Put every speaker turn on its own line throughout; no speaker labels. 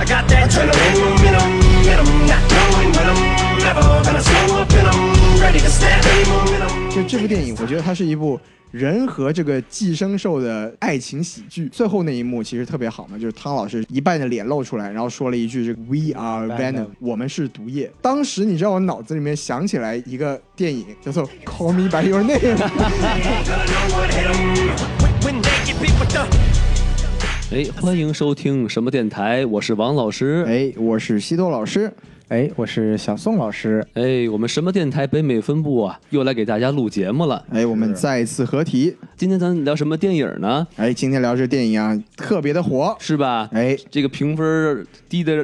And I'm in 'em, in 'em, not going with 'em. Never gonna slow up in 'em, ready to snap, aim 'em, in 'em.
就这部电影，我觉得它是一部人和这个寄生兽的爱情喜剧。最后那一幕其实特别好嘛，就是汤老师一半的脸露出来，然后说了一句：“这个 We are venom，我们是毒液。”当时你知道我脑子里面想起来一个电影叫做《Call Me by Your Name》，
Ain't gonna know what hit 'em. When- When they get beat with the
哎，欢迎收听什么电台？我是王老师。
哎，我是西多老师。
哎，我是小宋老师。
哎，我们什么电台北美分部啊，又来给大家录节目了。
哎，我们再次合体。
今天咱聊什么电影呢？
哎，今天聊这电影啊，特别的火。
是吧？
哎
这个评分低的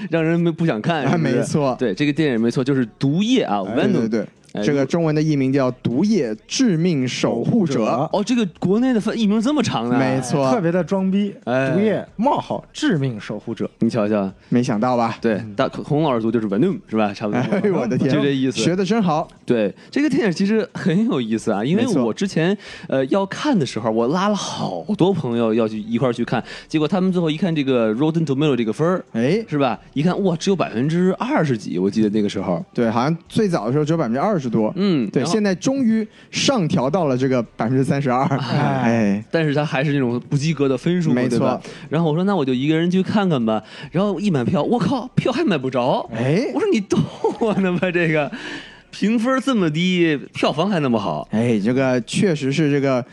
让人们不想看，
啊
是不是
没错
对这个电影没错，就是《毒液》啊，
哎
，Venom
对对
哎
对，这个中文的译名叫《毒液致命守护者》。
哦，这个国内的翻译名这么长呢？
没错
特别的装逼，
哎
毒液冒号致命守护者，
你瞧瞧，
没想到吧？
对，大孔老师读就是 Venom 是吧？差不多。
哎呦我的天，
就这意思。
学的真好。
对这个电影其实很有意思啊，因为
没错
我之前呃要看的时候，我拉了好多朋友要去一块儿去看，结果他们最后一看这个 Rotten Tomato 这个分儿，
哎，
是吧？一看哇，只有百分之二十几，我记得那个时候。
对，好像最早的时候只有百分之二十多，
嗯
对，
然后
现在终于上调到了这个百分之三十 二，哎，
但是它还是那种不及格的分数嘛，
没
对吧？然后我说那我就一个人去看看吧，然后一买票，我靠，票还买不着。
哎
我说你逗我呢吧？这个评分这么低，票房还那么好，
哎，这个确实是这个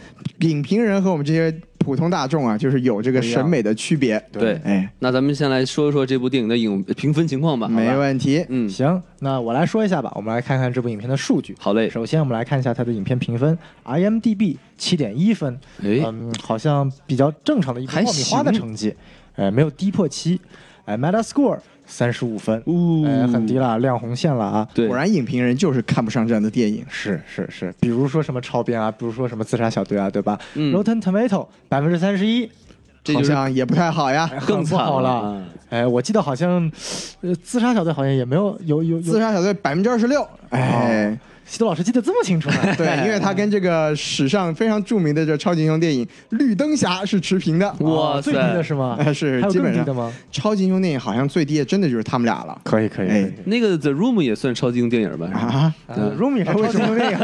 影评人和我们这些普通大众啊，就是有这个
不一样
审美的区别，
对。
哎，
那咱们先来说一说这部电影的影评分情况吧。好吧
没问题，
嗯，
行，那我来说一下吧。我们来看看这部影片的数据。
好嘞。
首先，我们来看一下它的影片评分，IMDB 七点一分，
哎
嗯，好像比较正常的一个
还
爆米花的
行
成绩，呃，没有低破七，哎，Metascore 三十五分，
哦
哎，很低了，亮红线了啊。
对，
果然影评人就是看不上这样的电影，
是是是，比如说什么超编啊，比如说什么自杀小队啊，对吧、
嗯
r o t t e n Tomato 百分之三十一，
这
好
就是
像也不太好 呀。
更
不
惨
好
了
了
嗯。
哎，我记得好像，呃，自杀小队好像也没有有有
自
有。
杀小队百分之二十六，
哦
哎，
西多老师记得这么清楚呢？
对，
哎
因为它跟这个史上非常著名的这超级英雄电影《绿灯侠》是持平的，
哇
哦最低的
塞，
是吗？
哎 是
还有
基
更
本
低
上
的吗？
超级英雄电影好像最低的真的就是他们俩了。
可以可以
哎
可以
那个 The Room 也算超级英雄电影吧？是吧
啊
呃，Rumi 是超级英雄电影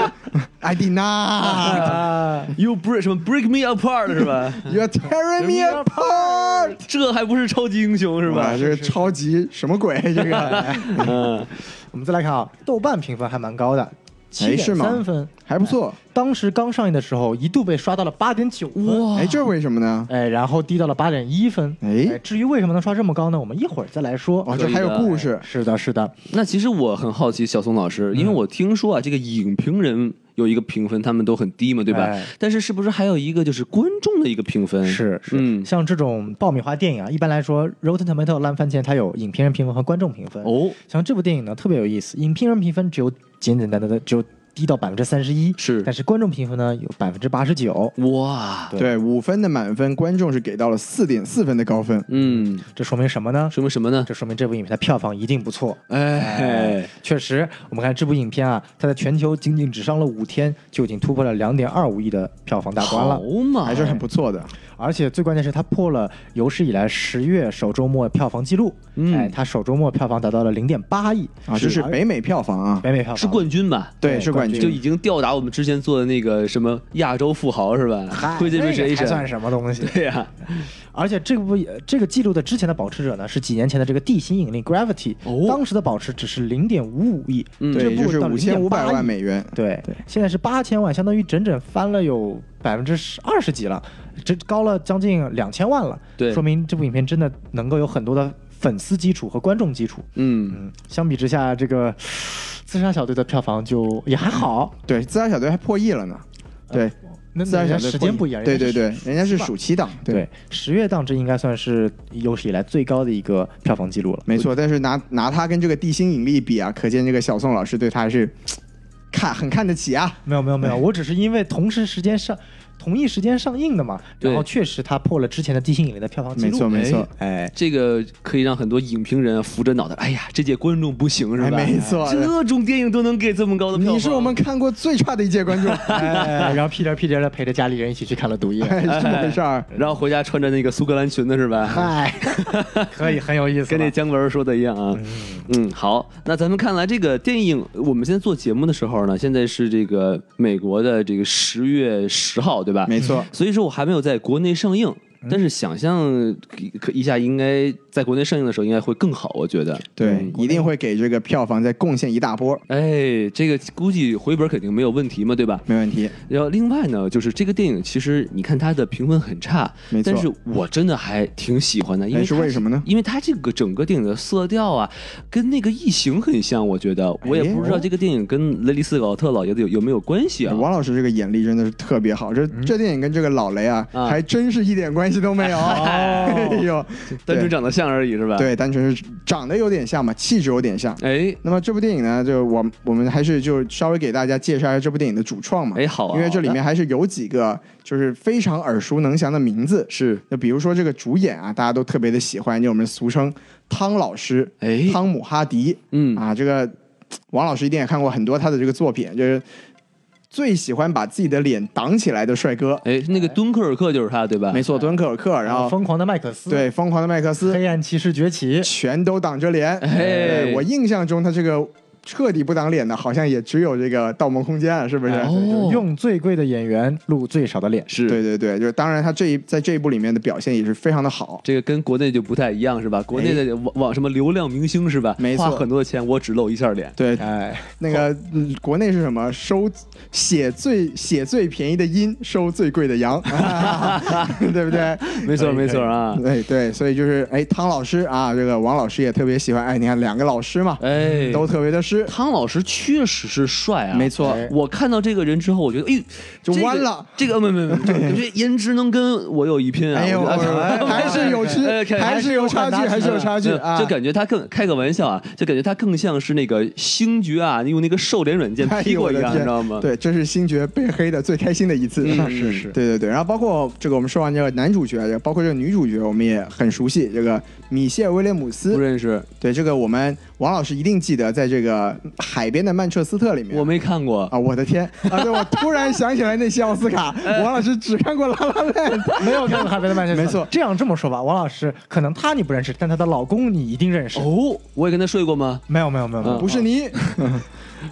，I did not,
啊，
You break 什么 Break Me Apart 是吧？
you're tearing me apart。
这还不是超级英雄是吧
哇？这个超级什么鬼？这个
嗯，
我们再来看啊，豆瓣评分还蛮高的，七
哎是
点
吗
三分。
还不错。
当时刚上映的时候，一度被刷到了八点九分。
哇
哎，这是为什么呢？
哎，然后低到了八点一分。
哎
至于为什么能刷这么高呢？我们一会儿再来说。
哦，
可
这
以的
还有故事。
是的，是的，
那其实我很好奇小松老师，因为我听说啊，这个影评人有一个评分，他们都很低嘛，对吧
哎？
但是是不是还有一个就是观众的一个评分？
是是、
嗯，
像这种爆米花电影啊，一般来说，Rotten Tomato 烂番茄它有影评人评分和观众评分。
哦，
像这部电影呢，特别有意思，影评人评分只有简简单单的只有低到百分之三十一，
是
但是观众评分呢有百分之八十九，
哇，
对
对，五分的满分，观众是给到了四点四分的高分。
嗯，
这说明什么呢？
说明什么呢？
这说明这部影片的票房一定不错。
哎，
确实，我们看这部影片啊，它在全球仅仅只上了五天，就已经突破了两点二五亿的票房大关
好
了。
嘛，
哎
还是很不错的，
而且最关键是，它破了有史以来十月首周末票房记录。
嗯
哎，它首周末票房达到了零点八亿
啊，这是
而
北美票房啊，
哎北美票房
是冠军吧？
对，是冠
就
军。
已经吊打我们之前做的那个什么亚洲富豪是吧
嗨
推荐
那
r
个
e
才
a
算
t
什么东西？
对呀，
而且这部呃这个记录的之前的保持者呢，是几年前的这个地心引力 Gravity，、
哦
当时的保持只是零点五五亿，
嗯
这
对，
部
就是
到
五千五百
0.8亿
万美元。
对，现在是八千万，相当于整整翻了有百分之十二十几了，这高了将近两千万了。
对
说明这部影片真的能够有很多的粉丝基础和观众基础。
嗯，
嗯，相比之下，这个自杀小队的票房就也还好。呃
对，自杀小队还破亿了呢。对，
嗯那
自杀
人
小
家
队
时
破
间
亿
不一样，
对
人家
对
是
对，人家是
吧
暑期档。
对，十月档这应该算是有史以来最高的一个票房记录了。
没错，但是拿拿它跟这个地心引力比啊，可见这个小宋老师对他还是看很看得起啊。
没有没有没有，我只是因为同时时间上。同一时间上映的嘛，
对
然后确实它破了之前的《地心引力》的票房记
没
录，
错没错，
哎，
这个可以让很多影评人扶着脑袋，哎呀，这届观众不行是
哎，
吧？
没错，
这种电影都能给这么高的票房，
你是我们看过最差的一届观众，
哎，然后屁颠屁颠的陪着家里人一起去看了《毒液》，
哎，是这么回事儿。
然后回家穿着那个苏格兰裙子是吧？
嗨，可以很有意思了，
跟那姜文说的一样啊，嗯，好，那咱们看来这个电影，我们现在做节目的时候呢，现在是这个美国的这个十月十号，对吧？
没错，
所以说我还没有在国内上映，
嗯
但是想象可一下，应该在国内上映的时候应该会更好，我觉得。嗯
对，一定会给这个票房再贡献一大波，
哎，这个估计回本肯定没有问题嘛，对吧？
没问题。
然后另外呢，就是这个电影其实你看它的评分很差
没，错
但是我真的还挺喜欢的，因为
哎是
它
为什么呢
因为它这个整个电影的色调啊，跟那个《异形》很像，我觉得
哎
我也不知道这个电影跟雷利斯考特老爷子有有没有关系啊。嗯
王老师这个眼力真的是特别好，这这电影跟这个老雷啊，
啊哦
还真是一点关系都没 有。哎呦，
单纯长得像而已是吧？，
对，单纯是长得有点像嘛，气质有点像。
哎
那么这部电影呢，就我我们还是就稍微给大家介绍一下这部电影的主创嘛。
哎好啊
因为这里面还是有几个就是非常耳熟能详的名字，
是
那比如说这个主演啊，大家都特别的喜欢，就我们俗称汤老师，
哎
汤姆哈迪
嗯
啊，这个嘖王老师一定也看过很多他的这个作品，就是最喜欢把自己的脸挡起来的帅哥，
哎，那个敦刻尔克就是他对吧？
没错，敦刻尔克，然
然后
后
哦疯狂的麦克斯，，
对疯狂的麦克斯，
黑暗骑士崛起，
全都挡着脸。
哎
对我印象中他这个彻底不挡脸的，好像也只有这个《盗梦空间》了，啊是不是？
哦，
用最贵的演员露最少的脸，
是
对对对，就是当然他这一在这一部里面的表现也是非常的好，
这个跟国内就不太一样是吧？国内的网网什么流量明星是吧？
没错
花很多钱，我只露一下脸。
对。
哎，
那个、嗯国内是什么？收写最写最便宜的阴，收最贵的 阳，对不对？
没错
可以
没错啊，
对对，所以就是哎，汤老师啊，这个王老师也特别喜欢。哎，你看两个老师嘛，
哎，
都特别的师，
汤老师确实是帅啊，
没错
哎我看到这个人之后，我觉得，哎呦，
就
这个
弯了。
这个没没没，这这颜值能跟我有一拼啊！
哎呦，
我觉得
还是有区
哎，看
还是有差距，还是有差距
没有
啊！
就感觉他更开个玩笑啊，就感觉他更像是那个星爵啊，用那个瘦脸软件
哎
劈
呦
过
我
一
的
样，你
天
知道吗？，
对，这是星爵被黑的最开心的一次，
嗯是
是
对对对。然后包括这个我们说完这个男主角，这个包括这个女主角，我们也很熟悉，这个米歇尔威廉姆
不
斯。
认识，
对，这个我们王老师一定记得，在这个海边的曼彻斯特里面。
我没看过。
啊，我的天！啊，对，我突然想起来那些奥斯 卡，
哎
王老师只看过《拉拉 land》，
没有看过《海边的曼彻斯特》，
没错
这样这么说吧，王老师，可能她你不认识，但她的老公你一定认识。
哦，我也跟他睡过吗？
没有没有没有没有，
不是你，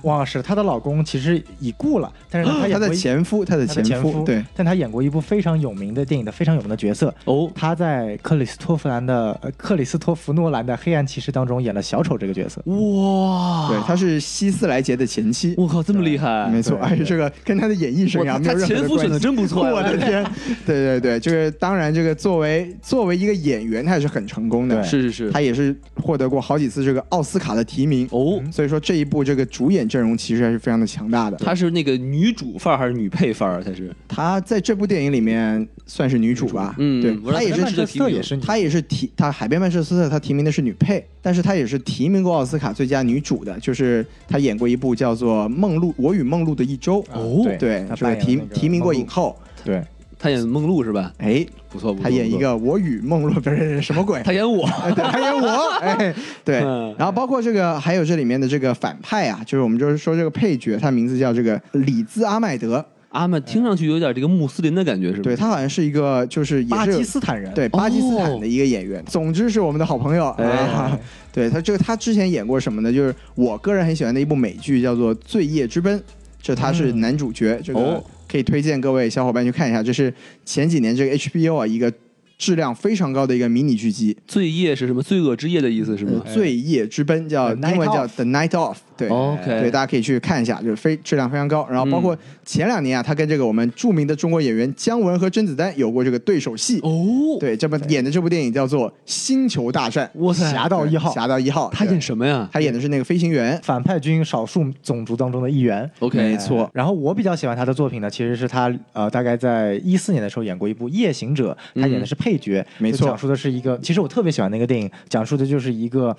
王老师，她的老公其实已故了，但 是她
他
演过
的
一
前夫，他的
她的前
夫，对，，
但她演过一部非常有名的电影的非常有名的角色，
哦，
她在克里斯托弗兰的呃克里斯托弗诺兰的《黑暗骑士》当中演了小丑这个角色，
哇，
对，他是希斯莱杰的前妻，
我靠，这么厉害！
没错，
对
而且这个跟他的演艺生
哇
涯没
他
有任何的
前夫
关
选的
系。
真不错呀，啊
我的 天，对对对，就是当然，这个作为作为一个演员，他也是很成功的，
对
是是是
他，也是获得过好几次这个奥斯卡的提名，
哦，
所以说这一部这个主演阵容其实还是非常的强大的。
她是那个女主范儿还是女配范儿？她啊是
她在这部电影里面算是女主吧，
嗯
对，
我让
她也
她
是
认
曼
识的
彻
提
斯
名
特也是你，
她也是提她《海边曼彻斯特》，她提名的是女配，但是她也是提名过奥斯卡最佳女主的，就是她演过一部叫做《梦露我与梦露的一周》
哦
对
对，
她
这个
扮演
提
那个
提名过
梦露
影后，
对，
她演梦露是吧？
哎，
不错不错，
她演一
不错，
个我与梦露不是什么鬼，
她演我，
哎 对，她演我， 哎，对
嗯，
然后包括这个还有这里面的这个反派啊，就是我们就是说这个配角，他名字叫这个里兹阿麦德，
阿曼听上去有点这个穆斯林的感觉，是吧？
对他好像是一个就是也
巴基
是。
斯坦人，
对巴基斯坦的一个演员，总之是我们的好朋友。
哦哎
啊、对他这个他之前演过什么呢？就是我个人很喜欢的一部美剧，叫做《罪夜之奔》，这他是男主角，这个
嗯哦
可以推荐各位小伙伴去看一下。这是前几年这个 HBO 啊一个质量非常高的一个迷你剧集，
罪业是什么？罪恶之夜的意思是
呃
吗
《罪夜之奔》叫
The Night
英文叫
Of
《The Night Of》，对。
？OK，嗯
对，大家可以去看一下，就是非质量非常高。然后包括前两年啊，他跟这个我们著名的中国演员姜文和甄子丹有过这个对手戏。
哦，
对，这部演的这部电影叫做《星球大战》，
哇塞
侠盗一号
侠盗一号，
她
对
演什么呀
他演的是那个飞行员，
反派军少数种族当中的一员。呃
？OK，
没错
然后我比较喜欢他的作品呢，其实是他呃，大概在一四年的时候演过一部《夜行者》，他演的是配角，
没
就
错
讲述的是一个，其实我特别喜欢那个电影，讲述的就是一个，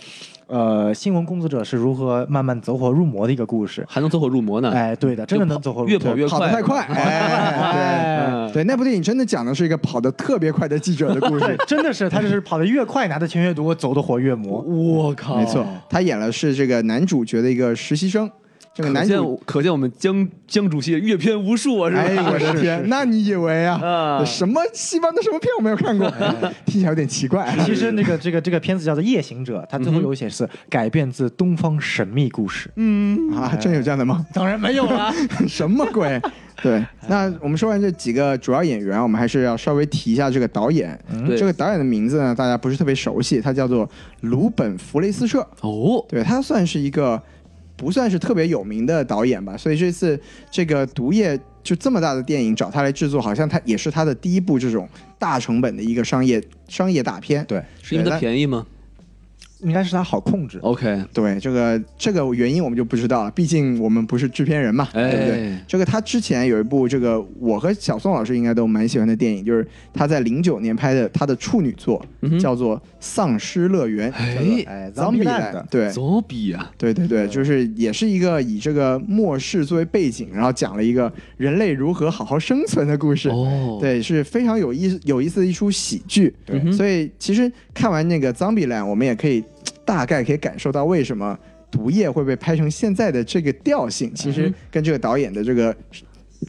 呃，新闻工作者是如何慢慢走走火入魔的一个故事。
还能走火入魔呢。
哎，对的，真的能走火入魔。
啊越跑 越
跑得太快，
快
哎，
哎
对对，那部电影真的讲的是一个跑得特别快的记者的故 事
对，，
哦
真的是，他就是跑得越快，拿的钱越多，走的火越魔。
我靠，
没错，他演了是这个男主角的一个实习生，这个
可
男
见
主
我可见我们江江主席阅片无数 啊，是吧？
哎，我的天，那你以为
啊
啊？哎什么西方的什么片我没有看过？听起来有点奇怪。
其实那个这个这个片子叫做《夜行者》，它最后有写是改编自东方神秘故事。
啊，真有这样的吗？
当然没有
啊
了。
什么鬼？对，那我们说完这几个主要演员，我们还是要稍微提一下这个导演。
对
这个导演的名字呢，大家不是特别熟悉，他叫做鲁本·弗雷斯彻。
哦，
对他算是一个不算是特别有名的导演吧，所以这次这个《毒液》就这么大的电影找他来制作，好像他也是他的第一部这种大成本的一个商业商业大片。
对，
是因为它
那
便宜吗
应该是他好控制。
？OK，
对，这个这个原因我们就不知道了，毕竟我们不是制片人嘛，
哎
对不对？这个他之前有一部，这个我和小宋老师应该都蛮喜欢的电影，就是他在零九年拍的他的处女作，叫做《丧尸乐园》，
嗯哎，
哎
，Zombie
Zombieland 的
对，
总比啊，
对对对，就是也是一个以这个末世作为背景，然后讲了一个人类如何好好生存的故事。
哦，
对，是非常有意思有意思的一出喜剧。
嗯哼
所以其实看完那个《Zombie Land》，我们也可以大概可以感受到为什么《毒液》会被拍成现在的这个调性，其
嗯
实跟这个导演的这个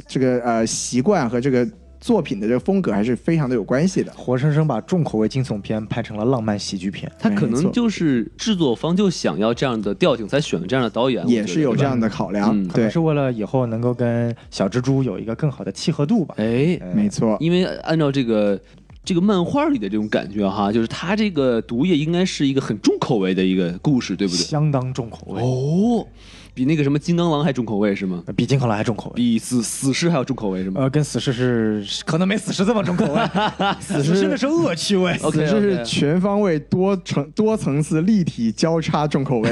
这个呃习惯和这个作品的这个风格还是非常的有关系的。
活生生把重口味惊悚片拍成了浪漫喜剧片。
他可
没
能
错
就是制作方就想要这样的调性，才选了这样的导演，
也是有这样
的。
的考量，
嗯
可
对
能，是为了以后能够跟小蜘蛛有一个更好的契合度吧。
哎，
哎
呃没错，
因为按照这个这个漫画里的这种感觉哈，就是他这个毒液应该是一个很重口味的一个故事，对不对？
相当重口味，
哦，比那个什么金刚狼还重口味是吗？
比金刚狼还重口味。
比死死尸还要重口味是吗？
呃，跟死侍是可能没死侍这么重 口味，死侍那是恶趣味。哦
OK，OK
此事是全方位、多层、多层次、立体交叉重口 味。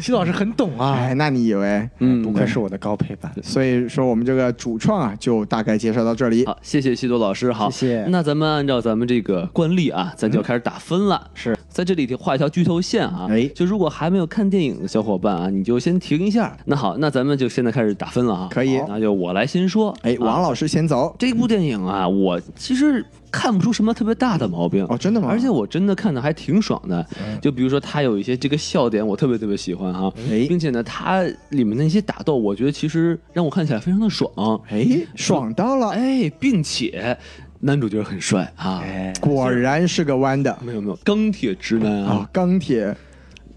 徐老师很懂啊
哎，，那你以为？
嗯
不愧是我的高配版。
所以说我们这个主创啊，就大概介绍到这里。
好，谢谢西多老师。好，
谢谢
那咱们按照咱们这个惯例啊，咱
嗯
就要开始打分了。
是，
在这里画一条剧透线啊。
哎
就如果还没有看电影的小伙伴啊，你就先停一下。那好，那咱们就现在开始打分了啊。
可以
好那就我来先说。
哎，王
啊、
老师先走。
这部电影啊，我其实看不出什么特别大的毛病
哦，。真的吗？嗯
而且我真的看的还挺爽的，就比如说他有一些这个笑点，我特别特别喜欢哈、啊
哎
并且呢，它里面的一些打斗，我觉得其实让我看起来非常的爽，
哎，爽到了，
嗯哎，并且男主角很帅啊，
哎，
果然是个弯的
没有没有，钢铁直男啊，
啊！钢铁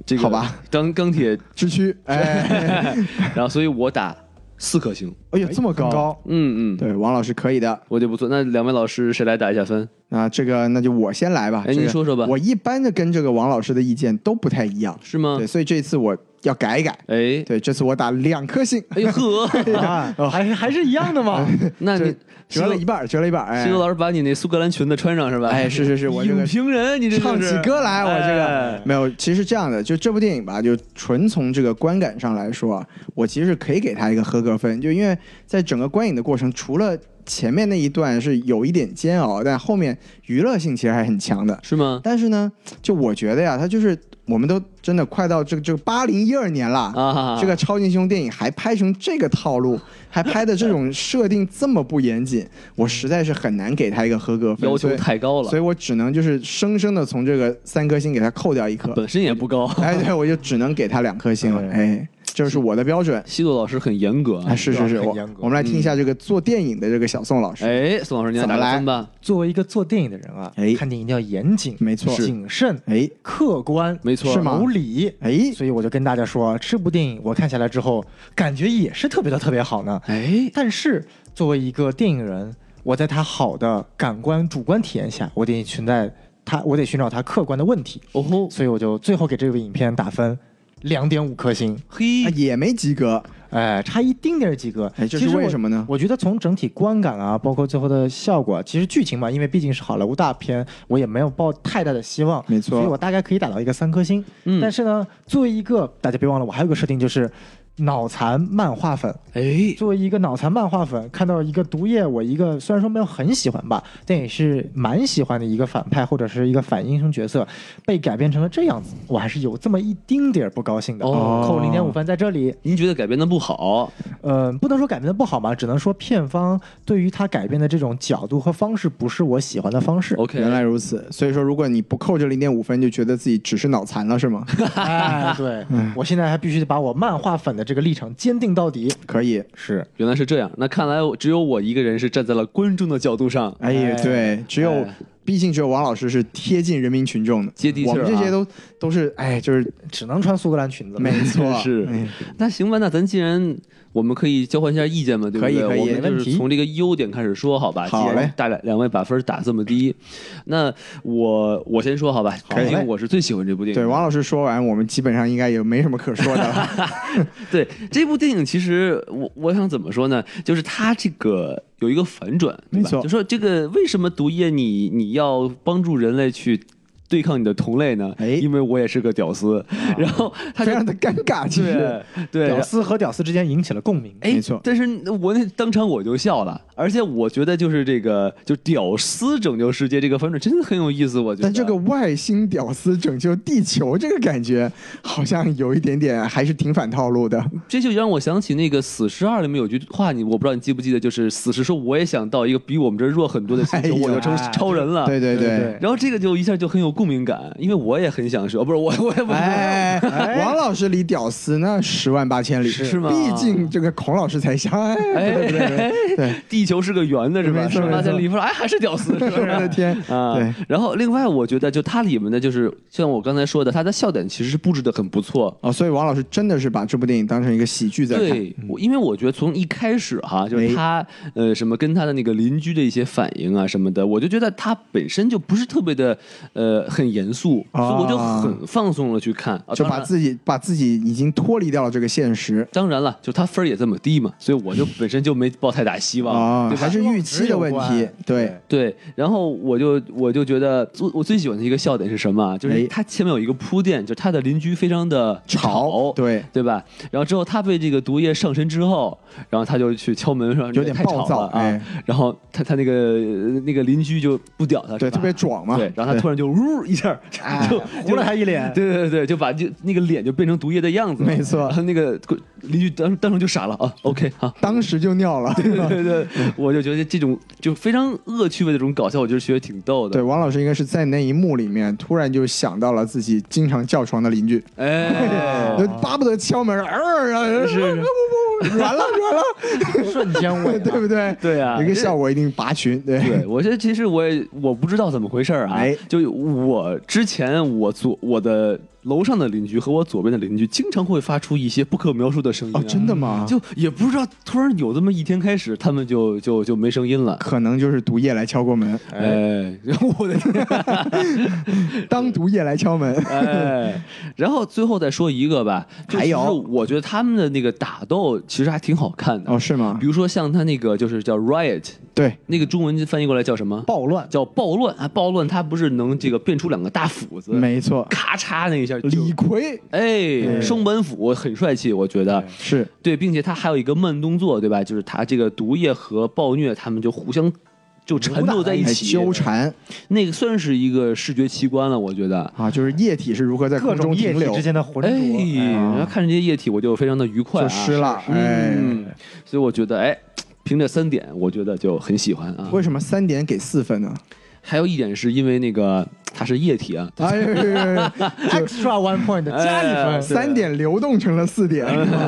这个
好吧，
钢钢铁，
之 躯，哎，
然后所以我打四颗星，
哎呦，这么高，
高
嗯嗯，
对，王老师可以的。
我觉得不错。那两位老师谁来打一下分？
那这个那就我先来吧。
哎
这个
您说说吧
我一般的跟这个王老师的意见都不太一样，
是吗
对，？所以这次我要改一改。
哎，
对，这次我打两颗星，
哎呦呵，
啊，还是还是一样的嘛。
那你西
折
多
了一半儿，折了一半儿。哎
西多老师把你那苏格兰裙子穿上是吧？
哎是是是我这个
影评人，你 这
唱
就是
起歌来，我这
哎
个没有。其实这样的，就这部电影吧，就纯从这个观感上来说啊，我其实可以给它一个合格分，就因为在整个观影的过程，除了前面那一段是有一点煎熬，但后面娱乐性其实还很强的。
是吗？
但是呢，就我觉得呀，它就是我们都真的快到这个这个八零一二年了
啊
这个超级英雄电影还拍成这个套路，还拍的这种设定这么不严谨，我实在是很难给它一个合格分，
要
所
求
以
太高了
所，以我只能就是生生的从这个三颗星给它扣掉一颗，
本身也不高。
哎，对，我就只能给它两颗星了，
对
哎，这是我的标准。
西多老师很严格啊
哎，，是是是，
很
我
严格
我们来听一下这个做电影的这个小宋老师，
哎，宋老师你来打个分
怎
吧，
作为一个做电影的人啊，
哎
看电影一定要严谨，
没错是
谨慎、
嗯
哎
客观，
没错
是吗
有理。
哎，
所以我就跟大家说，这部电影我看下来之后，感觉也是特别的特别好呢。
哎，
但是作为一个电影人，我在他好的感官主观体验下，我得存在他，我得寻找他客观的问题。
哦吼，
所以我就最后给这部影片打分两点五颗星，
嘿
啊，也没及格，
哎，差一丁点儿及格。
哎这
其
是
实我
为什么呢
我觉得从整体观感啊，包括最后的效果，其实剧情嘛，因为毕竟是好莱坞大片，我也没有抱太大的希望，
没错
所以我大概可以打到一个三颗星。
嗯
但是呢，作为一个大家别忘了，我还有个设定就是。脑残漫画粉。
哎，
作为一个脑残漫画粉，看到一个毒液，我一个虽然说没有很喜欢吧，但也是蛮喜欢的一个反派或者是一个反英雄角色，被改编成了这样子，我还是有这么一丁点儿不高兴的，
哦
扣零点五分在这里。
您觉得改编的不好？
呃，不能说改编的不好嘛，只能说片方对于他改编的这种角度和方式不是我喜欢的方式。
OK，
原来如此，所以说如果你不扣这零点五分，就觉得自己只是脑残了，是 吗？
哎，对，
嗯
我现在还必须得把我漫画粉的这个立场坚定到底。
可以，
是，
原来是这样。那看来我只有我一个人是站在了观众的角度上。
哎呀，对，只有、毕竟只有王老师是贴近人民群众的，
哎接地气儿啊
我们这些都都是哎，就是
只能穿苏格兰裙子了。
没错，
是
哎
那行吧，那咱既然我们可以交换一下意见嘛，对不对？
可以可以
我们
没
就
问
是
题
从这个优点开始说，好吧？
好
既然
嘞
大概两位把分打这么低，那我我先说好吧，
可以
毕竟我是最喜欢这部电影
对，
的。
王老师说完，我们基本上应该也没什么可说的了。
对这部电影，其实我我想怎么说呢？就是它这个有一个反转，对
没
吧
错
就说这个为什么毒液你你要帮助人类去对抗你的同类呢？
哎啊
因为我也是个屌丝。然后他
非
就
常的尴尬，其实
对对，然
屌丝和屌丝之间引起了共鸣。
哎，
没错
但是我那当场我就笑了，而且我觉得就是这个就屌丝拯救世界这个反转真的很有意思，我觉得。
但这个外星屌丝拯救地球这个感觉，好像有一点点，还是挺反套路的。
这就让我想起那个《死侍二》里面有句话，你我不知道你记不记得，就是死侍说我也想到一个比我们这儿弱很多的星
哎
球，
呦
我就成超人了。
对对
对
对
对。
然后这个就一下就很有共鸣感，因为我也很想说，哦不是我我也不
哎，王老师离屌丝那十万八千里，
是吗
毕竟这个孔老师才想，哎，对对对对对，
地球是个圆的，是吧？
没错
是吧
没错
那在里边，哎，还是屌 丝，是
我
吧
的？天，
啊，
对，
然后另外我觉得，就它里面的就是像我刚才说的，它的笑点其实是布置的很不错。
哦，所以王老师真的是把这部电影当成一个喜剧在看，嗯
对，我因为我觉得从一开始哈，就是
哎
他呃什么跟他的那个邻居的一些反应啊什么的，我就觉得他本身就不是特别的呃很严肃，
啊
所以我就很放松了去看，啊、
就
当
把
然
自己把自己已经脱离掉了这个现实
当然了，就他分儿也这么低嘛，所以我就本身就没抱太大希望，
啊，
对吧
还是预期的问题，对，
对，然后我就我就觉得我我最喜欢的一个笑点是什么啊？就是
哎
他前面有一个铺垫，就是他的邻居非常的
吵，对，
对吧？然后之后他被这个毒液上身之后，然后他就去敲门说
有点
太吵
暴躁
了啊。
哎
然后他他那个那个邻居就不屌他，
对，
是吧
特别壮嘛，哎
对，然后他突然就呜一下 就
糊了他一脸。
对对对，就把就那个脸就变成毒液的样子了，
没错
然后那个邻居当当时就傻了啊，OK 啊。
当时就尿 了。
对对对，我就觉得这种就非常恶趣味的这种搞笑，我觉得学的挺逗
对，
的。
王老师应该是在那一幕里面，突然就想到了自己经常叫床的邻居，
对，哎，
就巴不得敲门，呃，
是是
软了软了，
瞬间我
对不对？
对啊
一个效果一定拔群，对
对，我觉得其实我也我不知道怎么回事儿啊。
哎
就我之前我左我的楼上的邻居和我左边的邻居经常会发出一些不可描述的声音、啊
哦，真的？吗？
就也不知道，突然有这么一天开始，他们就就就没声音了。
可能就是毒液来敲过门，
哎，然后我的天！
当毒液来敲门，
哎，然后最后再说一个吧，就
还
是
有
我觉得他们的那个打斗其实还挺好看的。
哦，是吗
比？如说像他那个就是叫 riot，
对，
那个中文翻译过来叫什么？
暴乱，
叫暴乱啊！暴乱，它不是能这个变出两个大斧子，
没错，
咔嚓那一下就，
李逵
哎，升本斧很帅气，我觉得
是
对，并且他还有一个慢动作，对吧？就是他这个毒液和暴虐，他们就互相就缠斗在一
还
起，
哎纠缠
那个算是一个视觉奇观了，我觉得。
啊，就是液体是如何在
各
空
种
中
液
停
体
留
之，间的浑
哎，
浊。哎
然后看着这些液体，我就非常的愉快、啊，
就湿了，哎。
嗯，所以我觉得，哎，凭这三点，我觉得就很喜欢啊。
为什么三点给四分呢？
还有一点是因为那个它是液体啊，
哎呦呦呦呦，
Extra one point 加一
哎
分，
三点流动成了四点，啊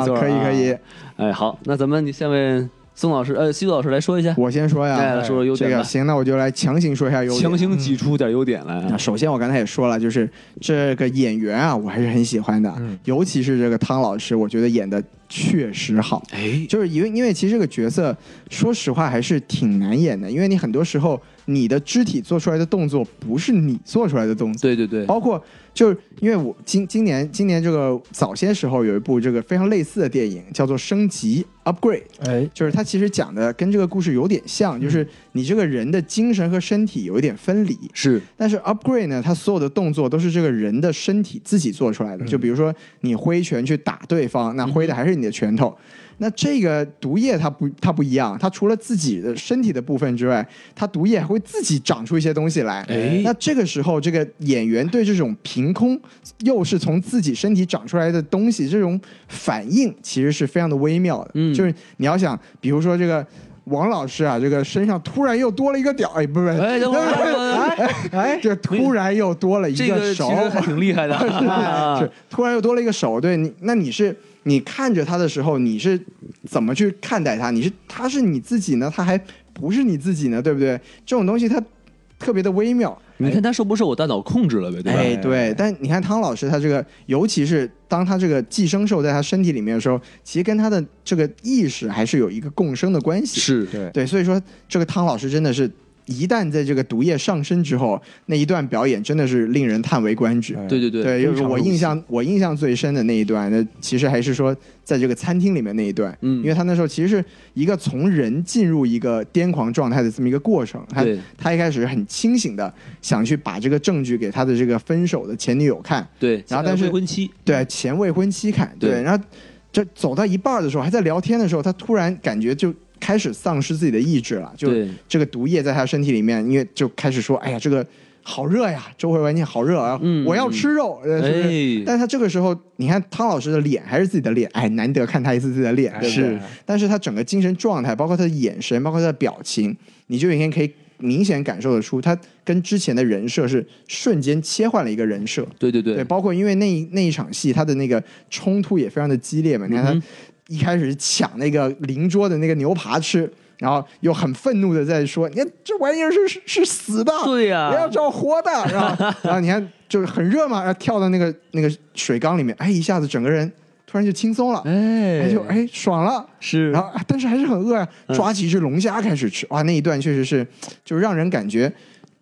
没错没错
可以
啊
可以。
哎，好，那咱们下面宋老师，呃，西子老师来说一下，
我先说
哎，
呀
来，说说优
这
点
个
吧，
行，那我就来强行说一下优
强
点。嗯
行挤出点优点来
那
啊。
首先我刚才也说了，就是这个演员啊，我还是很喜欢的，
嗯
尤其是这个汤老师，我觉得演的确实好。
哎，
就是因为因为其实这个角色，说实话还是挺难演的，因为你很多时候你的肢体做出来的动作不是你做出来的动作。
对对对，
包括就是因为我今今年今年这个早些时候有一部这个非常类似的电影叫做《升级》啊、 Upgrade》，
哎，
就是它其实讲的跟这个故事有点像，就是你这个人的精神和身体有一点分离。
是
但是 upgrade 呢，它所有的动作都是这个人的身体自己做出
嗯
来的。就比如说你挥拳去打对方，那挥的还是你的拳头。那这个毒液它不它不一样，它除了自己的身体的部分之外，它毒液还会自己长出一些东西来。
哎
那这个时候，这个演员对这种凭空又是从自己身体长出来的东西这种反应，其实是非常的微妙的。
嗯
就是你要想，比如说这个。王老师啊，这个身上突然又多了一个屌，哎，不是，
哎等会儿等 会儿
哎，
这突然又多了一
这个
手，
其 实还挺厉害的，啊
是哎突然又多了一个手。对你，那你是你看着他的时候，你是怎么去看待他？你是他是你自己呢，他还不是你自己呢，对不对？这种东西它特别的微妙。
你看他受不受我大脑控制了呗，对吧？
哎，对，但你看汤老师他这个，尤其是当他这个寄生兽在他身体里面的时候，其实跟他的这个意识还是有一个共生的关系。
是
对，
对，所以说这个汤老师真的是。一旦在这个毒液上身之后，那一段表演真的是令人叹为观止。
哎
对对对
对，就是
非常
我
入
印
戏
象我印象最深的那一段，那其实还是说在这个餐厅里面那一段，
嗯
因为他那时候其实是一个从人进入一个癫狂状态的这么一个过程，他
对
他一开始很清醒的想去把这个证据给他的这个分手的前女友看，
对，
然后但是
未婚妻，
对前未婚妻看，对，
对
然后这走到一半儿的时候，还在聊天的时候，他突然感觉就开始丧失自己的意志了，就
对
这个毒液在他身体里面，因为就开始说，哎呀，这个好热呀，周围环境好热啊，
嗯
我要
嗯
吃肉，呃是不是？
哎，
但他这个时候，你看汤老师的脸还是自己的脸，哎，难得看他一次自己的脸，对不对
是
但是他整个精神状态，包括他的眼神，包括他的表情，你就已经可以明显感受得出，他跟之前的人设是瞬间切换了一个人设。
对对
对，
对，
包括因为那一那一场戏，他的那个冲突也非常的激烈嘛。你看
嗯
他一开始抢那个邻桌的那个牛扒吃，然后又很愤怒的在说：“你看这玩意儿是是是死的，
对呀
不要找活的。”然 后然后你看就是很热嘛，然后跳到那个那个水缸里面，哎，一下子整个人突然就轻松了，
哎
哎就哎爽了。
是，嗯
然后啊但是还是很饿呀、抓起一只龙虾开始吃，哇，那一段确实是，就让人感觉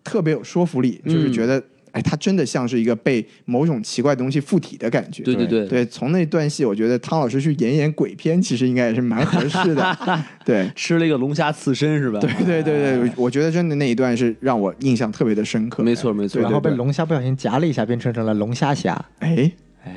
特别有说服力，
嗯
就是觉得，哎，他真的像是一个被某种奇怪东西附体的感觉。
对对对
对，从那段戏，我觉得汤老师去演演鬼片，其实应该也是蛮合适 的。对。
吃了一个龙虾刺身是吧？
对对对对，我觉得真的那一段是让我印象特别的深刻。
没错没错
对
然后被
对
龙虾不小心夹了一下，变成成了龙虾侠。
哎哎，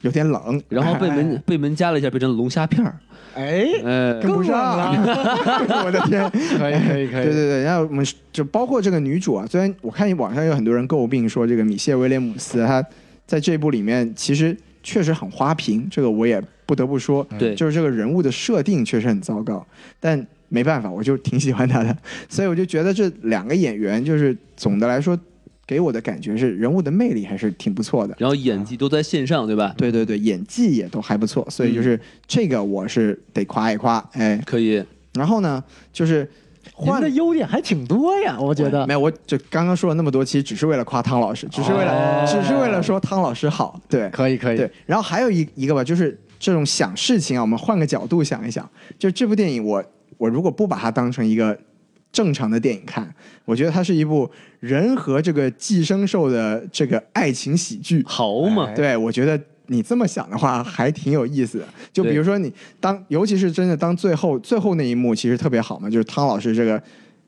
有点冷，
然后被门被门夹了一下，变成龙虾片儿，
哎，
哎，
跟不上
啊
了，我的天！
可以可以可
对对对，然后我们就包括这个女主啊，虽然我看网上有很多人诟病说这个米歇尔威廉姆斯她在这部里面其实确实很花瓶，这个我也不得不说，
对
就是这个人物的设定确实很糟糕，但没办法，我就挺喜欢她的，所以我就觉得这两个演员就是总的来说给我的感觉是人物的魅力还是挺不错的。
然后演技都在线上，对吧？
对对对，演技也都还不错，所以就是这个我是得夸一夸，哎，
可以，
然后呢，就是
您
换
的优点还挺多呀，我觉得
没。有，我就刚刚说了那么多，其实只是为了夸汤老师，只是为了、
哦
只是为了说汤老师好，对，
可以可
对。然后还有一一个吧，就是这种想事情啊，我们换个角度想一想，就这部电影我，我如果不把它当成一个正常的电影看，我觉得它是一部人和这个寄生兽的这个爱情喜剧，
好嘛
哎，
对我觉得。你这么想的话，还挺有意思的。就比
对
如说你当，尤其是真的当最后最后那一幕，其实特别好嘛，就是汤老师这个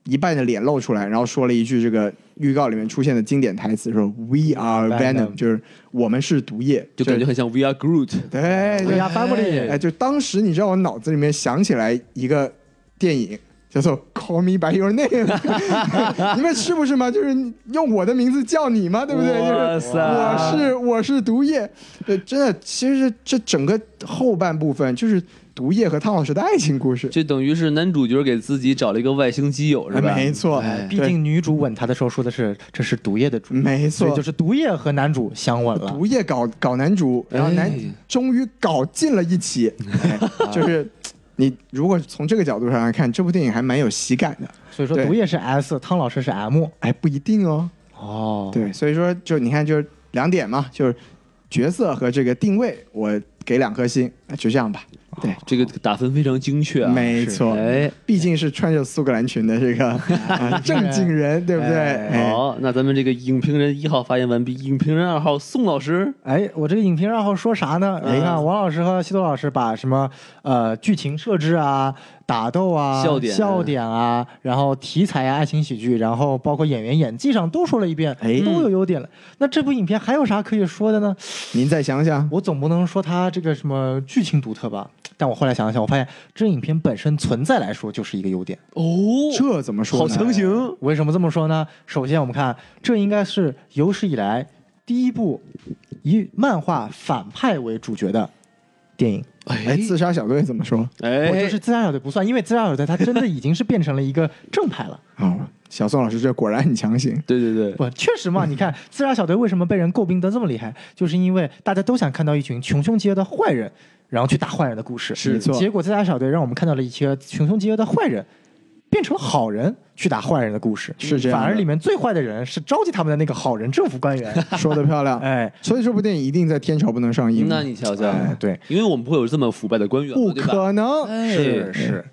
一半的脸露出来，然后说了一句这个预告里面出现的经典台词，说 “We are
Venom
venom”，就是我们是毒液，
就感觉
是
很像 We Are Groot，
对
对
对
呀，Family
哎，就当时你知道我脑子里面想起来一个电影。叫做 Call Me by Your Name，你们是不是嘛？就是用我的名字叫你嘛，对不对？
哇
就是
塞
我是我是毒液，对，真的，其实这整个后半部分就是毒液和汤老师的爱情故事，
就等于是男主角给自己找了一个外星基友，是吧？
没错，
哎
嗯毕竟女主吻他的时候说的 是这是毒液的主，
没
所以
错，
就是毒液和男主相吻了。
毒液搞搞男主，然后男、
哎
终于搞进了一起， 哎就是你如果从这个角度上来看，这部电影还蛮有喜感的。
所以说
对
毒液是 S，汤老师是 M。
哎，不一定哦。
哦，
对，所以说就你看，就是两点嘛，就是角色和这个定位，我给两颗星，哎就这样吧。对，
这个打分非常精确啊，
没错，
哎，
毕竟是穿着苏格兰裙的这 个啊正经人，对不对？哎
好，那咱们这个影评人一号发言完毕，影评人二号宋老师，
哎，我这个影评然后说啥呢？你看王老师和西多老师把什么呃剧情设置啊、打斗啊、
笑点
啊，然后题材啊、爱情喜剧，然后包括演员演技上都说了一遍，
哎
都有优点了。那这部影片还有啥可以说的呢？
您再想想，
我总不能说它这个什么剧情独特吧？但我后来想了想，我发现这影片本身存在来说就是一个优点。
哦，
这怎么说呢？
好强行，
为什么这么说呢？首先，我们看这应该是有史以来第一部以漫画反派为主角的电影。
哎，自杀小队怎么说？
哎，
我就是自杀小队不算，因为自杀小队它真的已经是变成了一个正派了。
啊，小宋老师这果然很强行。
对对对，
不，确实嘛，你看自杀小队为什么被人诟病的这么厉害，就是因为大家都想看到一群穷凶极恶的坏人，然后去打坏人的故事。
是没错
结果自杀小队让我们看到了一些穷凶极恶的坏人。变成了好人去打坏人的故事，
是这样的
反而里面最坏的人是召集他们的那个好人政府官员，
说的漂 亮，
哎，
所以这部电影一定在天朝不能上映。
那你瞧瞧，
哎，对，
因为我们不会有这么腐败的官员
不
嘛，对吧？
可能，
哎
是是。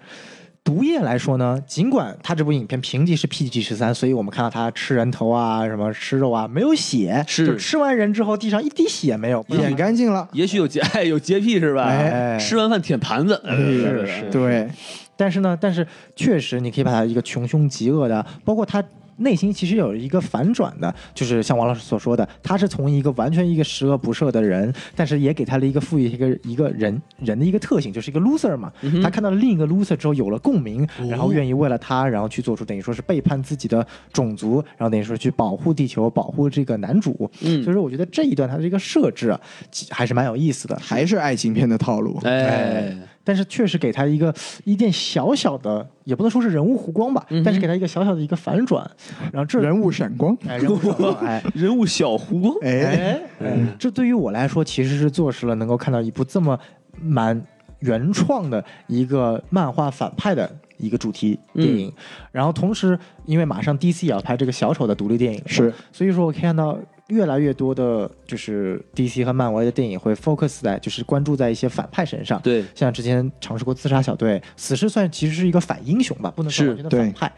毒液来说呢，尽管它这部影片评级是 PG 十三，所以我们看到它吃人头啊、什么吃肉啊，没有血，
是
就吃完人之后地上一滴血没有，
舔干净了。
也许有洁，哎，有洁癖是吧？
哎
吃完饭舔盘子，
是
哎
是
对，
但是呢，但是确实你可以把它一个穷凶极恶的，包括他内心其实有一个反转的，就是像王老师所说的，他是从一个完全一个十恶不赦的人，但是也给他了一个赋予一个一个人人的一个特性，就是一个 loser 嘛。嗯他看到了另一个 loser 之后有了共鸣，然后愿意为了他，然后去做出等于说是背叛自己的种族，然后等于说去保护地球，保护这个男主。
嗯
所以说我觉得这一段他的这个设置啊其还是蛮有意思的。
还是爱情片的套路。
哎，
但是确实给他一个一点小小的，也不能说是人物弧光吧，但是给他一个小小的一个反转，然后这
人物闪光，
哎人物 弧光哎。
人物小胡光，
哎，
哎，哎这对于我来说其实是坐实了能够看到一部这么蛮原创的一个漫画反派的一个主题电影。然后同时，因为马上 DC 也要拍这个小丑的独立电影了嘛，
是
所以说我可以看到越来越多的就是 DC 和漫威的电影会 focus 在就是关注在一些反派身上。
对
像之前尝试过自杀小队，死侍算其实是一个反英雄吧，不能说
是
完全的
对
反派。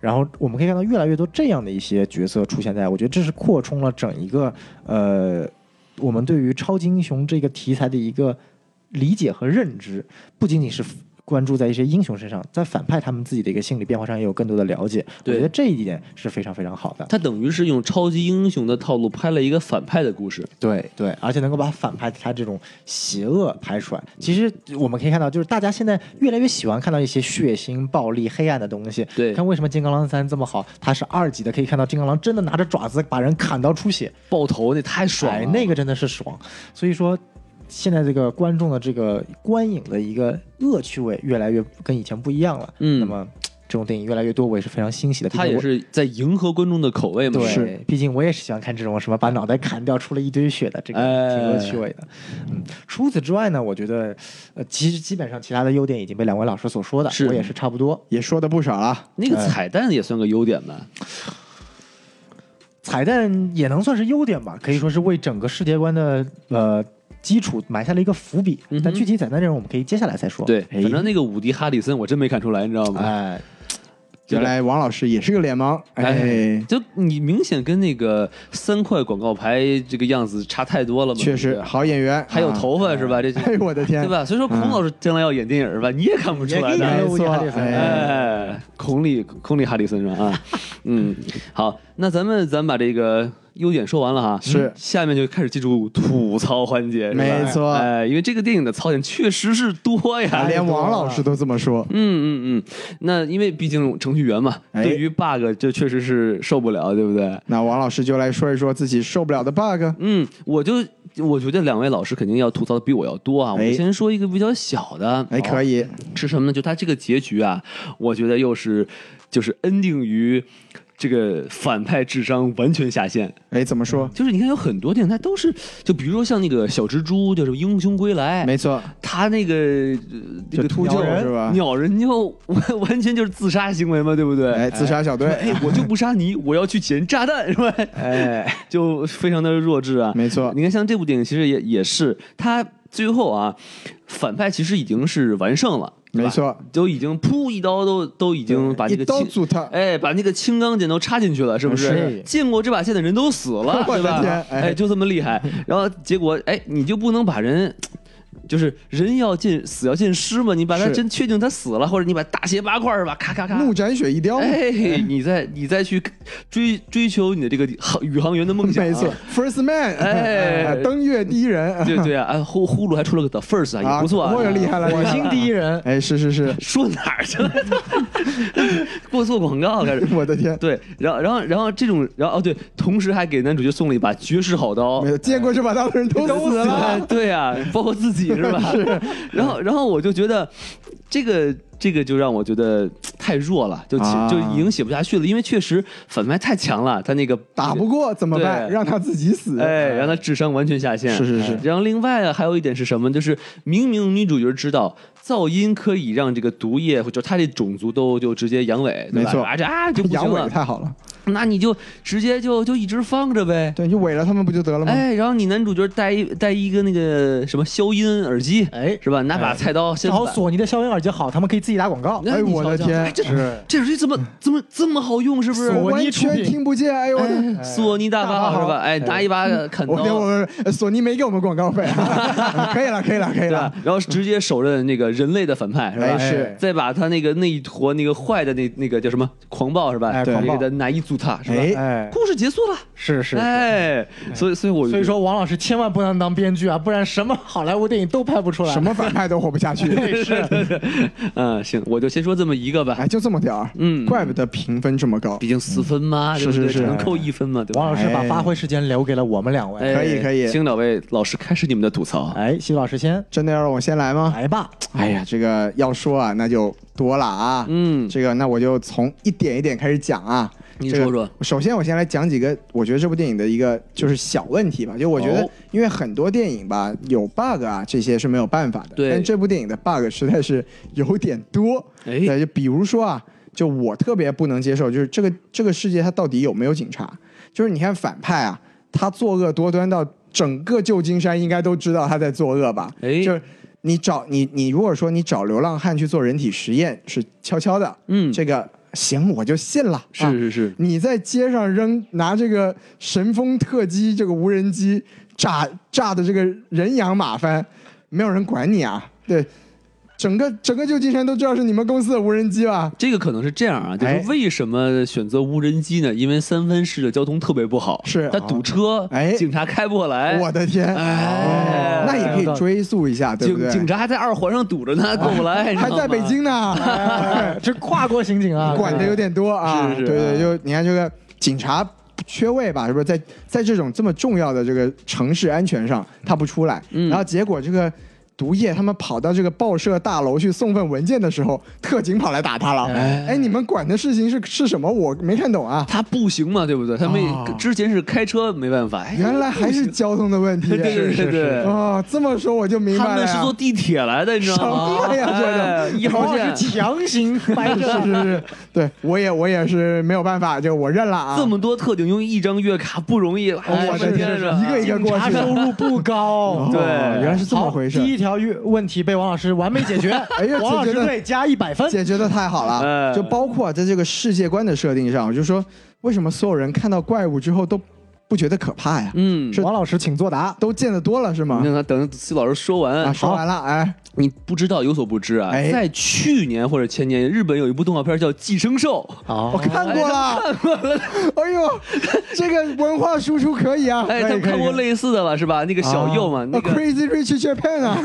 然后我们可以看到越来越多这样的一些角色出现在，我觉得这是扩充了整一个呃我们对于超级英雄这个题材的一个理解和认知，不仅仅是。关注在一些英雄身上，在反派他们自己的一个心理变化上也有更多的了解，我
对
觉得这一点是非常非常好的。
他等于是用超级英雄的套路拍了一个反派的故事，
对对，而且能够把反派他这种邪恶拍出来。其实我们可以看到，就是大家现在越来越喜欢看到一些血腥、暴力、黑暗的东西。
对
看为什么《金刚狼三》这么好，它是二级的，可以看到金刚狼真的拿着爪子把人砍到出血，
爆头那太爽啊
哎
了，，
那个真的是爽。所以说，现在这个观众的这个观影的一个乐趣味越来越跟以前不一样了。
嗯
那么这种电影越来越多，我也是非常欣喜的。毕
他
竟
也
我
是在迎合观众的口味嘛，
对，毕竟我也是喜欢看这种什么把脑袋砍掉出了一堆血的，这个
哎
挺有趣味的。嗯，除此之外呢，我觉得呃，其实基本上其他的优点已经被两位老师所说的，
是
我也是差不多。
也说的不少啊了。
那个彩蛋也算个优点吧，
哎彩蛋也能算是优点吧，可以说是为整个世界观的呃基础埋下了一个伏笔。
嗯哼
但具体彩蛋内容我们可以接下来再说。
对，
哎
反正那个伍迪哈里森我真没看出来，你知道吗？
哎，
原来王老师也是个脸盲，哎，
就你明显跟那个三块广告牌这个样子差太多了嘛，
确
对
实
不对
好演员，
还有
啊。
头发是吧？这
哎，我的天，
对吧？所以说孔老师将来要演电影吧，你也看不出来
也可以啊
的
演。
没错，哎，
哎，孔里孔里哈里森是吧？ 啊，嗯，好，那咱们咱把这个优点说完了哈，
是
下面就开始进入吐槽环节，是吧
没错啊
哎，因为这个电影的槽点确实是多呀，
连王老师都这么说，
嗯嗯嗯，那因为毕竟程序员嘛，
哎
对于 bug 这确实是受不了，对不对？
那王老师就来说一说自己受不了的 bug。
嗯，我就我觉得两位老师肯定要吐槽的比我要多啊，
哎
我先说一个比较小的，
哎，可以，
是什么呢？就它这个结局啊，我觉得又是就是 ending 于这个反派智商完全下线。
哎，怎么说？
就是你看有很多电影，它都是就比如说像那个小蜘蛛，就是《英雄归来》，
没错，
他那个呃那个
秃鹫
鸟人
是吧
鸟人就 完完全就是自杀行为嘛，对不对？
哎，自杀小队，
哎，我就不杀你， 我要去捡炸弹，是吧？
哎，
就非常的弱智啊。
没错
你看像这部电影，其实也也是它最后啊，反派其实已经是完胜了，对吧
没错，
都已经噗一刀都都已经把那
一
个
刀
青
阻他。
哎，把那个青钢剪刀插进去了，是不
是
是？见过这把剑的人都死 了，
我的
对吧
天？哎
哎，就这么厉害。然后结果，哎，你就不能把人，就是人要尽死要尽尸嘛？你把他
是
真确定他死了，或者你把大卸八块儿吧，咔咔咔。
怒斩雪一雕，
哎，你再你再去追追求你的这个航宇航员的梦想、啊，
没错。，First Man，
哎
啊登月第一人，
对对啊，哎呼呼噜还出了个 The First 啊，也不错、啊，
我也厉害了，
火星第一
人，
人，
哎，是是是，
说哪儿去了？ 给我做广告开始。
我的天，
对，然后然后然后这种，然后哦对，同时还给男主角送了一把绝世好刀
没。有见过这把刀的人都死
哎
了，
对啊，包括自己是吧？是。 然后然后我就觉得这个。这个就让我觉得太弱了，就起
啊
就已经写不下去了，因为确实反派太强了，他那个
打不过怎么办？
对
让他自己死，
哎，让他智商完全下线。
是是是
然后另外啊，还有一点是什么？就是明明女主角知道噪音可以让这个毒液，就他这种族都就直接阳痿，对吧
没错
啊这啊就不
阳
行
痿
了，
太好了，
那你就直接就就一直放着呗。
对，你就萎了他们不就得了吗？
哎，然后你男主角戴一戴一个那个什么消音耳机，
哎
是吧？拿把菜刀先
正
把
好索尼的消音耳机好，他们可以自己打广告。
哎，
你
我的
瞧瞧
天
哎，这
是嗯
这耳机怎么怎么这么好用？是不是？
我完
尼出
全
品
听不见，哎呦我的。
哎索尼大法好是吧？哎，拿一把
嗯
砍刀，
我给我呃索尼没给我们广告费，啊 可以了，可以了，可以
对
了
啊
吧。？然后直接手刃那个人类的反派是吧？
哎是
再把他那个那一坨那个坏的那那个叫什么狂暴是吧？
哎
对
狂暴
给他拿一组他是吧？
哎
哎，
故事结束了，
是是。
哎，所以所以我
所以说，王老师千万不能当编剧啊，不然什么好莱坞电影都拍不出来。
什么反派都活不下去，
是
嗯行，我就先说这么一个吧
哎，，就这么点儿，
嗯
怪不得评分这么高
毕，竟四分嘛，
嗯
对不对
是是是
只能扣一分嘛，对
王
吧？
老师把
哎
发挥时间留给了我们两位。
哎
可以可以
请两位老师开始你们的吐槽。啊
哎，西老师先
真的要让我先来吗？
来吧。
哎呀，这个要说啊，那就多了啊。
嗯
这个那我就从一点一点开始讲啊。
你
这个
说说
首先我先来讲几个，我觉得这部电影的一个就是小问题吧，就我觉得
哦
因为很多电影吧有 bug 啊，这些是没有办法的。
对
但这部电影的 bug 实在是有点多。
哎
对，就比如说啊，就我特别不能接受，就是这个这个世界它到底有没有警察？就是你看反派啊，他作恶多端到整个旧金山应该都知道他在作恶吧？
哎
就是你找你你如果说你找流浪汉去做人体实验是悄悄的，
嗯
这个行我就信了，啊
是是是，
你在街上扔拿这个神风特机这个无人机炸炸的这个人仰马翻，没有人管你啊！对，整个整个旧金山都知道是你们公司的无人机吧？
这个可能是这样啊，就是
哎
为什么选择无人机呢？因为三藩市的交通特别不好，
是
它堵车，
哎
警察开不过来，
我的天！
哎
哦那也可以追溯一下，对不
警
对
警？察还在二环上堵着呢，过不来，你知
还
道
在北
吗。
京呢，
哎 这跨国刑警啊，
管的有点多啊。
是是
对
啊
对，就你看这个警察缺位吧，是不是在在这种这么重要的这个城市安全上，他不出来，
嗯
然后结果这个。毒液他们跑到这个报社大楼去送份文件的时候，特警跑来打他了。
哎
哎，你们管的事情是是什么？我没看懂啊。
他不行嘛，对不对？他没、
哦
之前是开车没办法，哎
原来还是交通的问题。啊
对对对对，
哦，这么说我就明
他
白了
们
呀。
是坐地铁来的，你知道吗？
什么呀这个
哎一
王
号
老
线
师强行掰
是
正。
是是，对我也我也是没有办法，就我认了啊。哦
这么多特警用一张月卡不容易，哎
我的天
是吧
一个一个过
查
去的
收。入不高
哦，
对
原来是这么
好
回事。
第一条月问题被王老师完美解决，
哎呀
王老师
这真的
对加一百 分。
解决的太好了，
哎
就包括在这个世界观的设定上，我就说为什么所有人看到怪物之后都不觉得可怕呀？
嗯，
是
王老师请作答。
都见得多了是吗
你？让他等西老师说完。
啊，说完了，哎，
你不知道有所不知啊，
哎
在去年或者前年，日本有一部动画片叫《寄生兽
好
我看过了，哎呦，这个文化输出可以啊》，，
哎，他
可以
们看过
可以
类似的吧，是吧？那个小右嘛，那
啊
个
Crazy Rich Japan 啊，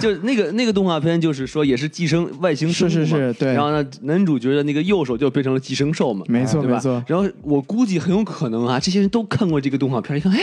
就是那个那个动画片，就是说也是寄生外星生物嘛
是是是对
然后呢，男主角的那个右手就变成了寄生兽嘛，
没错
对吧
没错
然后我估计很有可能啊，这些人都看过这个动画片，一看，哎，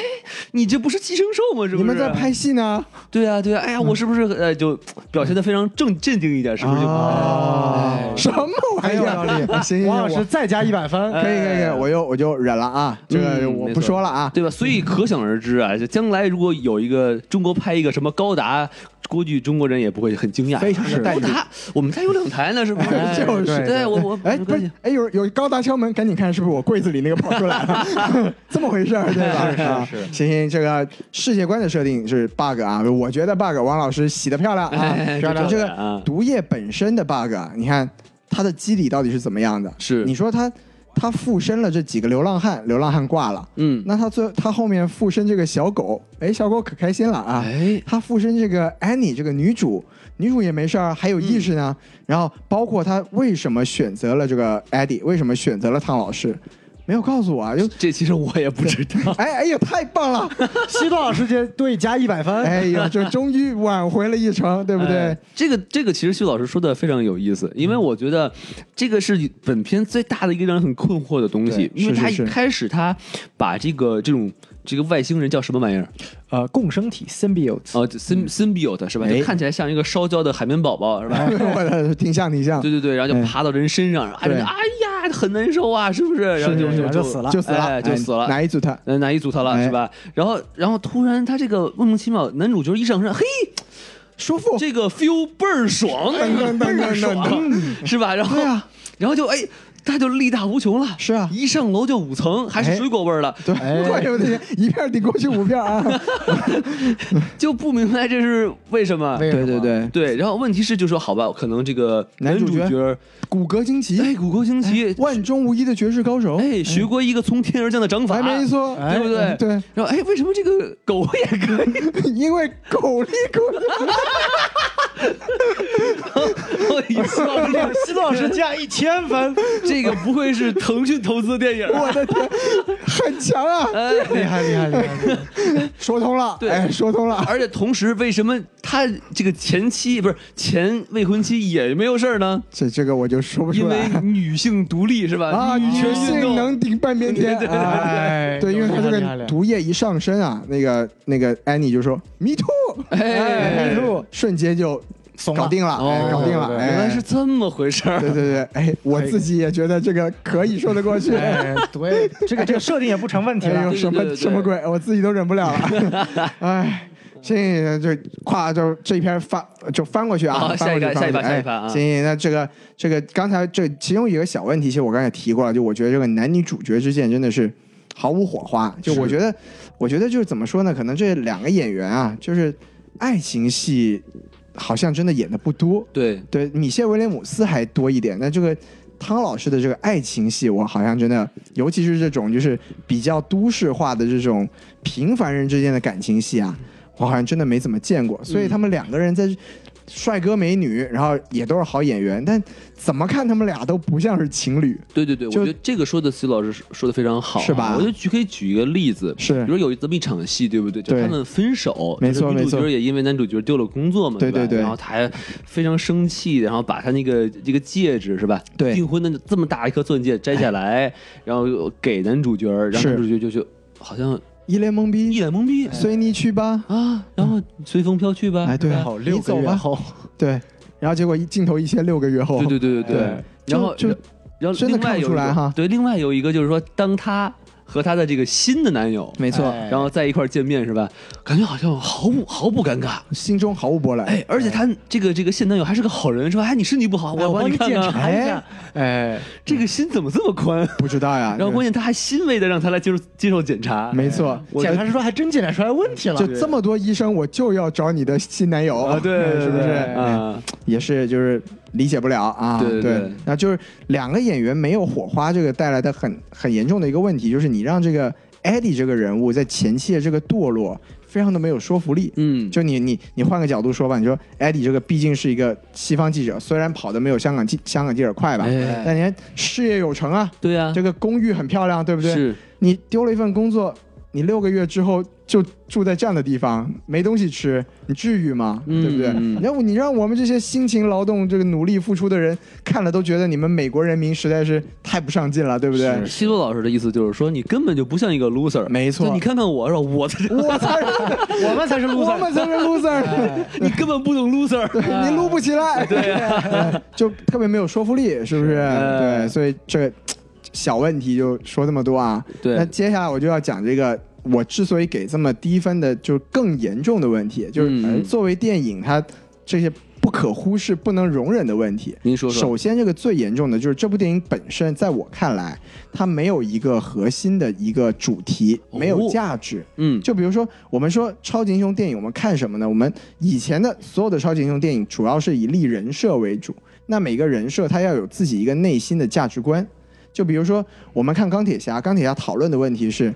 你这不是寄生兽吗？是不
你
是？
们在？拍戏呢？
对啊对啊，哎
嗯
呀，我是不是呃就表现的非常正镇定一点？是不是就？
啊
哎，
什么玩
很有道理。
行行
王老
行，
师
我哎
再加一百分，
可以可以可以，我又我就忍了啊，这个
哎嗯
我
没
不
错
说了啊。
对吧？所以可想而知啊，就将来如果有一个中国拍一个什么高达锅剧，中国人也不会很惊讶，
非常的待
高
遇
达，我们家有两台呢，是不是？
哎 就是
对
对
我我
哎，
没
不
关
是
系，
哎，有有高达敲门，赶紧看是不是我柜子里那个跑出来 了，这么回事儿，对吧？啊
是是
行行，这个世界观的设定是 bug 啊，我觉得 bug，王老师洗的漂亮啊
哎，
这
这
这
个啊
个毒液本身的 bug，啊你看它的机理到底是怎么样的？
是
你说它它附身了这几个流浪汉，流浪汉挂了，
嗯，
那它最它后面附身这个小狗，哎，小狗可开心了啊，
哎，
她附身这个 Annie 这个女主，女主也没事儿，还有意识呢。
嗯
然后包括她为什么选择了这个 Eddie，为什么选择了汤老师，没有告诉我啊， 就。
这其实我也不知道
哎哎呀，太棒了！
西多老师这对加一百分，
哎呀，就终于挽回了一程，对不嗯对？
哎这个这个其实徐老师说的非常有意思，因为我觉得这个是本片最大的一个让人很困惑的东西
对，
因为
是
他
是
一
是
开始他把这个这种这个外星人叫什么玩意儿？
呃，共生体 symbiote，
哦就，sym symbiote 是吧？
哎
就看起来像一个烧焦的海绵宝宝是 吧？
我的挺像挺像，
对对对，然后就爬到人身上，然后哎
对
人哎呀很难受啊，是不是？然后
是
就是就
然后就死了
就死了，
哎就死了
哎哪一组他？
呃，难以组他了
哎
是吧？然后然后突然他这个莫名其妙，男主角一上身，嘿，
叔 父，
这个 feel 倍儿爽，
噔噔噔
倍
噔
儿爽，是吧？然后
对啊
然后就哎，他就力大无穷了，
是啊
一上楼就五层，还是
哎
水果味儿的，
对，对对，一片顶过去五片啊！
就不明白这是为什么。
为什
对
么
对对，
对，然后问题是就说好吧，可能这个
男
主
主角
角
骨骼惊
哎
奇，
骨骼惊奇，
万中无一的绝世高手，
哎学过一个从天而降的掌法，
哎，哦没错，
对不对？
哎对。
然后哎，为什么这个狗也可 以？
因为狗力狗，
我一笑 这个
西多老师加一千分，
这个不会是腾讯投资的电影？啊
我的天，很强啊！
厉
哎，
害厉害厉害！
说通了，
对
哎，说通了。
而且同时，为什么他这个前妻不是前未婚妻也没有事儿呢？
这这个我就说不
因
出
为
来
女性独立是吧？
啊，
女
女
权运
性
动
能顶半边天。
对对
啊
哎
对，因为他这
厉害厉害
个毒液一上身啊，那个那个安妮就说 “me too”，
哎
哎 me too
瞬间就
怂
搞定了，
哦
哎，搞定了，
对对对
哎
原来是这么回事儿。
对对对，哎，我自己也觉得这个可以说得过去。哎
哎，对，这个这个设定也不成问题
呦，
了啊
对。
哎什
对对
么
对
什么鬼，我自己都忍不了 了，哎。这就跨就这一篇翻就翻过去啊，
好
翻过去
下一
翻
个
过去
下
哎
一把下一把啊
行，那这个这个刚才这其中有一个小问题，其实我刚才提过了，就我觉得这个男女主角之间真的是毫无火花。就是我觉得，我觉得就是怎么说呢？可能这两个演员啊，就是爱情戏好像真的演的不多。
对，
对，米歇尔·威廉姆斯还多一点，但这个汤老师的这个爱情戏，我好像真的，尤其是这种就是比较都市化的这种平凡人之间的感情戏啊，
嗯
我好像真的没怎么见过。所以他们两个人在帅哥美女，然后也都是好演员，但怎么看他们俩都不像是情侣。
对对对，我
就
觉得这个说的徐老师说的非常好啊，
是吧
我就举可以举一个例子，
是
比如有这么一场戏，对不对？就
对
他们分手，
没错
就是女主
没
角
错
也因为男主角丢了工作嘛，
对
吧
对对
然后他还非常生气，然后把他那个这个戒指是吧？
对哎
订婚的这么大一颗钻戒摘下来，然后又给男主角，然后
是
男主角就就好像
一脸懵
一
逼，
脸懵逼
随你去吧。
啊，然后随风飘去吧，
哎，对
是吧，
好六
你
个
走
月
吧。
后，
对，然后结果一镜头一切六个月后，
对对对对对，
哎
然后
就就
然后
真的
另外
看不
有
出
一
来
个
哈
对，另外有一个就是说，当她和她的这个新的男友，
没错
哎
然后在一块儿见面是吧？感觉好像毫不毫不尴尬，
心中毫无波澜。
哎，而且她这个这个现男友还是个好人是吧？哎，你身体不好，我帮
帮
你
你
看
检
看，
查一下。哎，
这个心怎么这么 宽？
不知道呀，
然后关键他还欣慰的让他来接受接受检查，
没错，
我
检查是说还真检查出来问题了。
就这么多医生，我就要找你的新男友
啊，对，对
是不是？
对
哎
啊？
也是，就是理解不了啊。
对对对
那就是两个演员没有火花，这个带来的很很严重的一个问题，就是你让这个 Eddie 这个人物在前期的这个堕落，非常的没有说服力。
嗯，
就你你你换个角度说吧，你说 Eddie 这个毕竟是一个西方记者，虽然跑的没有香港记香港记者快吧，
哎
但人家事业有成啊，
对啊，
这个公寓很漂亮，对不对？
是
你丢了一份工作，你六个月之后就住在这样的地方，没东西吃，你至于吗？
嗯
对不对？
嗯
你让你让我们这些辛勤劳动、这个努力付出的人看了都觉得你们美国人民实在是太不上进了，对不对？
西多老师的意思就是说，你根本就不像一个 loser。
没错
就你看看我是吧？我在这，
我才，
我们才是
我
loser。
们才是 loser，
你根本不懂 loser。
对你撸不起 来，对、 就特别没有说服力，是不是？
哎
对，所以这个小问题就说这么多啊。
对
那接下来我就要讲这个，我之所以给这么低分的，就是更严重的问题，就是
嗯
作为电影它这些不可忽视、不能容忍的问题。
您说说
首，先，这个最严重的就是这部电影本身，在我看来，它没有一个核心的一个主题，
哦
没有价值。
嗯，
就比如说，我们说超级英雄电影，我们看什么呢？我们以前的所有的超级英雄电影，主要是以立人设为主。那每个人设他要有自己一个内心的价值观。就比如说，我们看钢铁侠，钢铁侠讨论的问题是：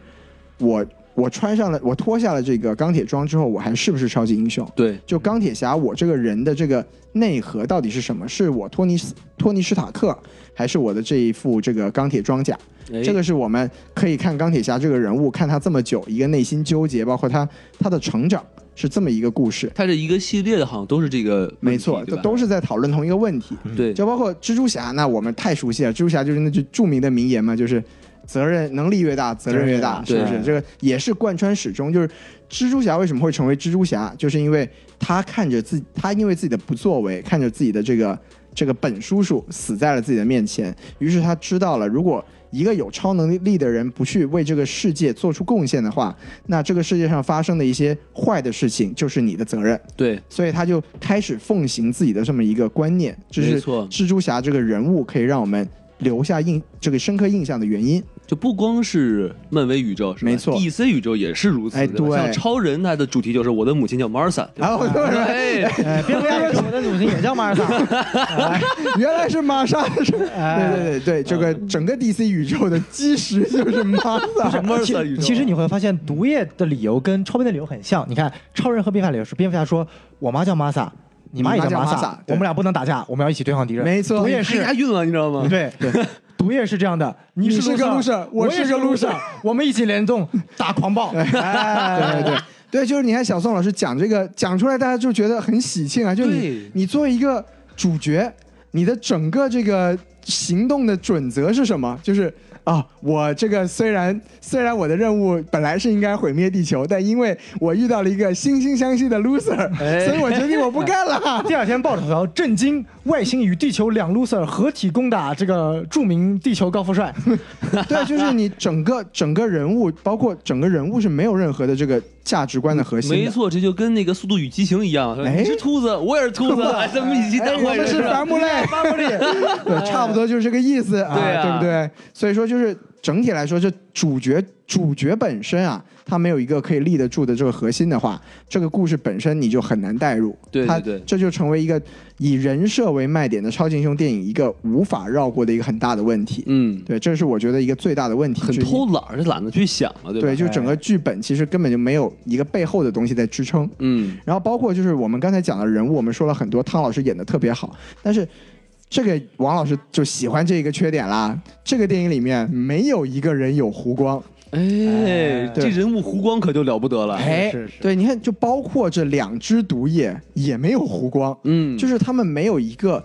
我我穿上了，我脱下了这个钢铁装之后，我还是不是超级英雄？
对，
就钢铁侠，我这个人的这个内核到底是什么？是我托尼斯托尼史塔克，还是我的这一副这个钢铁装甲？
哎
这个是我们可以看钢铁侠这个人物，看他这么久一个内心纠结，包括他他的成长是这么一个故事。
它这一个系列的，好像都是这个问题，
没错，
对
这
吧
都是在讨论同一个问题。
对，
就包括蜘蛛侠，那我们太熟悉了。蜘蛛侠就是那句著名的名言嘛，就是责任能力越大，责任越大，是
责任越
不
大
是？
对
这个也是贯穿始终。就是蜘蛛侠为什么会成为蜘蛛侠，就是因为他看着自他因为自己的不作为，看着自己的这个这个本叔叔死在了自己的面前，于是他知道了，如果一个有超能力的人不去为这个世界做出贡献的话，那这个世界上发生的一些坏的事情就是你的责任。
对，
所以他就开始奉行自己的这么一个观念，这
没
是
错
蜘蛛侠这个人物可以让我们留下印这个深刻印象的原因。
就不光是漫威宇宙，是吧
没错
，DC 宇宙也是如此。
哎
吧
对
像超人，它的主题就是我的母亲 叫 Martha，对吧
然啊后我就说，
哎，
哎，别不要说我的母亲也叫马 尔萨。
原来是玛莎，是
哎
对对对对，这个整个 DC 宇宙的基石就是玛莎。
么
其
色宇宙
其实你会发现，毒液的理由跟超人的理由很像。你看，超人和蝙蝠侠理由是蝙蝠侠说：“我妈叫玛莎，你妈也
你妈
玛
叫玛
莎
莎，对
我们俩不能打架，我们要一起对抗敌人。”
没错
毒
我
液
太
是
押韵了，你知道吗？
对对， 毒液是这样的，你
是个 loser，我
我
是
也是
个
loser，我们一起联 动打狂暴。
哎，对对对。 对，就是你看小宋老师讲这个讲出来，大家就觉得很喜庆啊。就你
对
你作为一个主角，你的整个这个行动的准则是什么？就是啊，我这个虽然虽然我的任务本来是应该毁灭地球，但因为我遇到了一个惺惺相惜的 loser，、
哎
所以我决定我不干 了。
第二天报纸头条震惊：外星与地球两 loser 合体攻打这个著名地球高 富帅。
对，就是你整个整个人物，包括整个人物是没有任何的这个价值观的核心的。
没错，这就跟那个《速度与激情》一样，
哎
你是兔子，我也是 兔子，哎咱们一起
哎，
打
我们
坏人。
是
是啊吧
伐木累，伐木累， 对，差不多就是这个意思啊，
对啊
不对？所以说，就是整体来说，这主角主角本身啊，他没有一个可以立得住的这个核心的话，这个故事本身你就很难代入。
对对
它
对
这就成为一个以人设为卖点的超级英雄电影一个无法绕过的一个很大的问题。
嗯，
对，这是我觉得一个最大的问题
很
之一。
偷懒儿，就懒得去想了，对吧？
对，就整个剧本其实根本就没有一个背后的东西在支撑。
嗯，
然后包括就是我们刚才讲的人物，我们说了很多，汤老师演的特别好，但是这个王老师就喜欢这一个缺点啦。这个电影里面没有一个人有弧光，
哎，
对
这人物弧光可就了不得了。
哎
是是
对，你看，就包括这两只毒液也没有弧光，
嗯，
就是他们没有一个。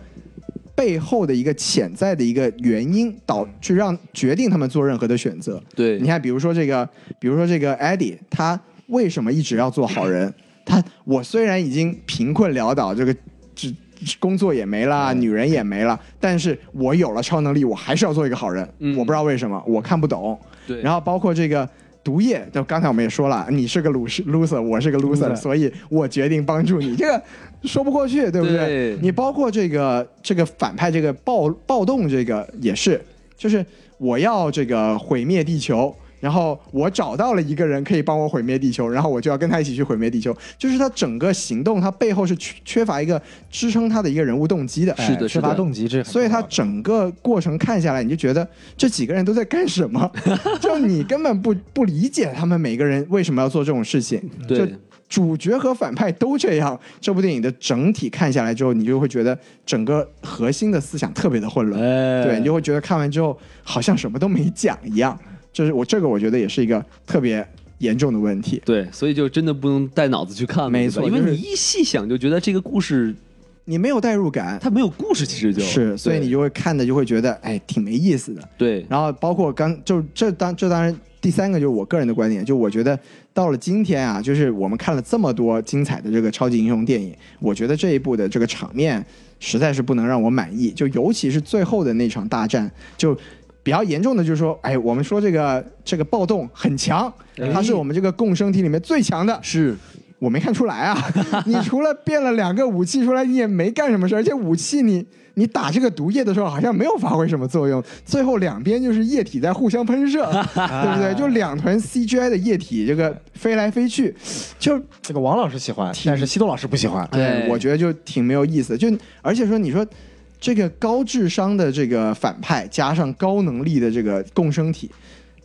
背后的一个潜在的一个原因，导去让决定他们做任何的选择。
对
你，看，比如说这个，比如说这个艾迪，他为什么一直要做好人？他我虽然已经贫困潦倒，这个这这工作也没
嗯
了，女人也没了，但是我有了超能力，我还是要做一个好人。
嗯
我不知道为什么，我看不懂。
对，
然后包括这个毒液，就刚才我们也说了，你是个
嗯
loser，loser，我是个 loser，
Loser
所以我决定帮助你，这个说不过去，对不对？
对
你包括这个这个反派这个暴暴动这个也是，就是我要这个毁灭地球。然后我找到了一个人可以帮我毁灭地球，然后我就要跟他一起去毁灭地球。就是他整个行动，他背后是缺缺乏一个支撑他的一个人物动机的。
是的
哎缺
是
乏
的
动机， 这很
所以
重
他
要的
整个过程看下来，你就觉得这几个人都在干什 么？就你根本不不理解他们每个人为什么要做这种事情。
对
就主角和反派都这样。这部电影的整体看下来之后，你就会觉得整个核心的思想特别的混乱。
哎，
对，你就会觉得看完之后好像什么都没讲一样。这是我这个我觉得也是一个特别严重的问题。
对，所以就真的不能带脑子去看了，
没
对吧
错
因为
就是
你一细想就觉得这个故事
你没有代入感，，
它没有故事，其实就是
所以你
就
就会看的就会觉得，哎，挺没意思的。
对
然后包括刚就这当这当然第三个就是我个人的观点，就我觉得到了今天啊，就是我们看了这么多精彩的这个超级英雄电影，我觉得这一部的这个场面实在是不能让我满意，就尤其是最后的那场大战，就。比较严重的就是说，哎，我们说这个这个暴动很强，它是我们这个共生体里面最强的，
是
我没看出来啊！ 你除了变了两个武器出来，你也没干什么事，而且武器你你打这个毒液的时候好像没有发挥什么作用，最后两边就是液体在互相喷射，对不对？就两团 CGI 的液体这个飞来飞去，就
这个王老师喜欢，但是西多老师不喜欢。
对
哎，我觉得就挺没有意思的。就而且说，你说这个高智商的这个反派加上高能力的这个共生体，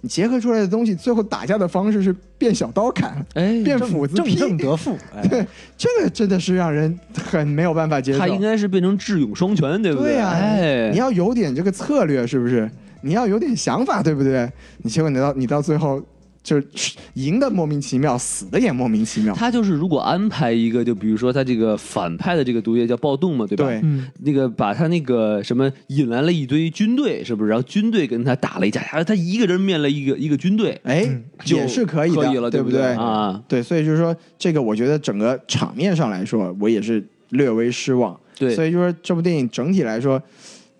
你结合出来的东西，最后打架的方式是变小刀砍，
哎
变
正
斧子
正
劈，
正得负，哎
对，这个真的是让人很没有办法接受。
它应该是变成智勇双全，对不
对呀、
哎，
你要有点这个策略，是不是？你要有点想法，对不对？你结果你到你到最后就是赢的莫名其妙，死的也莫名其妙。
他就是如果安排一个，就比如说他这个反派的这个毒液叫暴动嘛，对吧？
对
嗯
那个把他那个什么引来了一堆军队，是不是？然后军队跟他打了一架，他他一个人面了一个一个军队，
哎，
嗯就
也是可以的，
可以了，
对
不
对？
啊？
对，所以就是说，这个我觉得整个场面上来说，我也是略微失望。
对
所以就是说这部电影整体来说，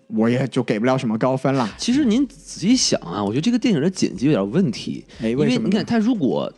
我也就给不了什么高分了。
其实您仔细想啊，我觉得这个电影的剪辑有点问题，
哎，
因为
什么
你
呢
看，他如果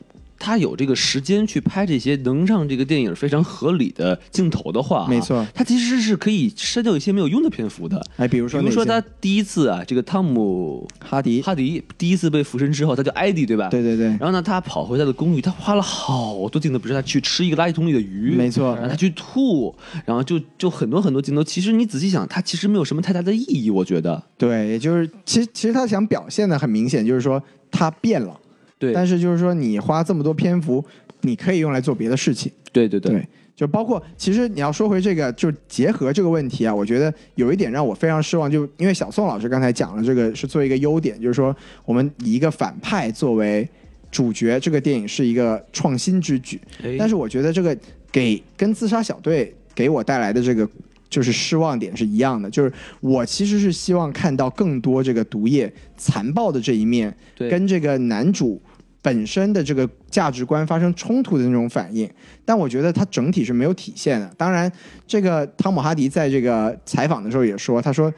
他有这个时间去拍这些能让这个电影非常合理的镜头的话、
没错，
他其实是可以删掉一些没有用的篇幅的。
哎，比如
比
说，
如说他第一次啊，这个汤姆
哈迪，
哈迪第一次被附身之后，他叫艾迪，对吧？
对对对，
然后呢，他跑回他的公寓，他花了好多镜头，比如说他去吃一个垃圾桶里的鱼，
没错
然后他去吐，然后就就很多很多镜头。其实你仔细想，他其实没有什么太大的意义，我觉得。
对，也就是其实其实他想表现的很明显，就是说他变了，
对，
但是就是说你花这么多篇幅，你可以用来做别的事情。
对对对，
对，就包括其实你要说回这个，就是结合这个问题啊，我觉得有一点让我非常失望，就因为小宋老师刚才讲了，这个是作为一个优点，就是说我们以一个反派作为主角，这个电影是一个创新之举。
哎
但是我觉得这个给跟自杀小队给我带来的这个就是失望点是一样的，就是我其实是希望看到更多这个毒液残暴的这一面，
对
跟这个男主本身的这个价值观发生冲突的那种反应。但我觉得它整体是没有体现的。当然，这个汤姆哈迪在这个采访的时候也说，他说。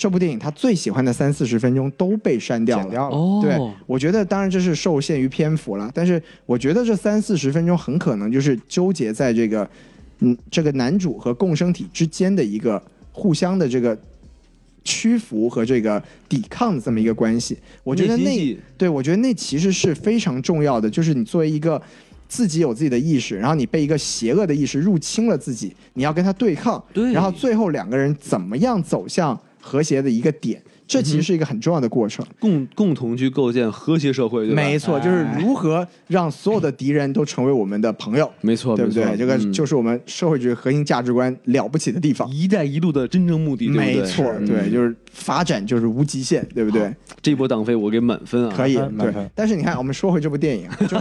这部电影他最喜欢的三四十分钟都被删掉
剪
了，
掉了。
哦，
对，我觉得当然这是受限于篇幅了，但是我觉得这三四十分钟很可能就是纠结在这个，嗯，这个男主和共生体之间的一个互相的这个屈服和这个抵抗的这么一个关系。我觉得
内心
那
戏
对我觉得那其实是非常重要的，就是你作为一个自己有自己的意识，然后你被一个邪恶的意识入侵了自己，你要跟他对抗，
对
然后最后两个人怎么样走向和谐的一个点，这其实是一个很重要的过程。
共共同去构建和谐社会，对吧？
没错，就是如何让所有的敌人都成为我们的朋友，
没错，
对不
没
对？
错
这个
嗯
就是我们社会主义核心价值观了不起的地方。
一带一路的真正目的，对不对
没错，
嗯
对，就是发展就是无极限，对不对？
这波党费我给满分啊，
可以，
满分满
对
分。
但是你看，我们说回这部电影啊， 就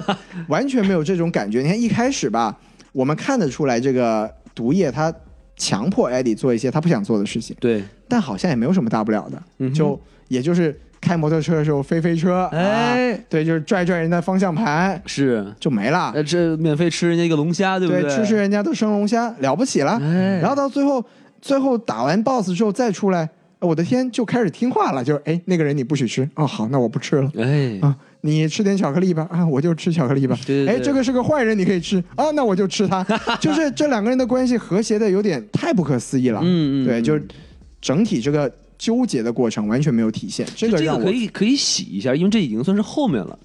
完全没有这种感觉。你看一开始吧，我们看得出来这个毒液他强迫艾迪做一些他不想做的事情，
对，
但好像也没有什么大不了的，
嗯哼
就也就是开摩托车的时候飞飞车，
哎
啊，对，就是拽拽人家方向盘
是，
就没了。
呃，这免费吃人家一个龙虾，对不对？
啊吃吃人家的生龙虾，了不起了。
哎
然后到最后，最后打完 BOSS 之后再出来，呃我的天，就开始听话了，就是哎，那个人你不许吃，哦，好，那我不吃了。
哎，
啊，你吃点巧克力吧，啊，我就吃巧克力吧。
对对
哎，
对
这个是个坏人，你可以吃啊，那我就吃 他。就是这两个人的关系和谐的有点太不可思议了。
嗯嗯
对，
嗯
就是整体这个纠结的过程完全没有体现，这个
这
让
个
我
可以可以洗一下，因为这已经算是后面了，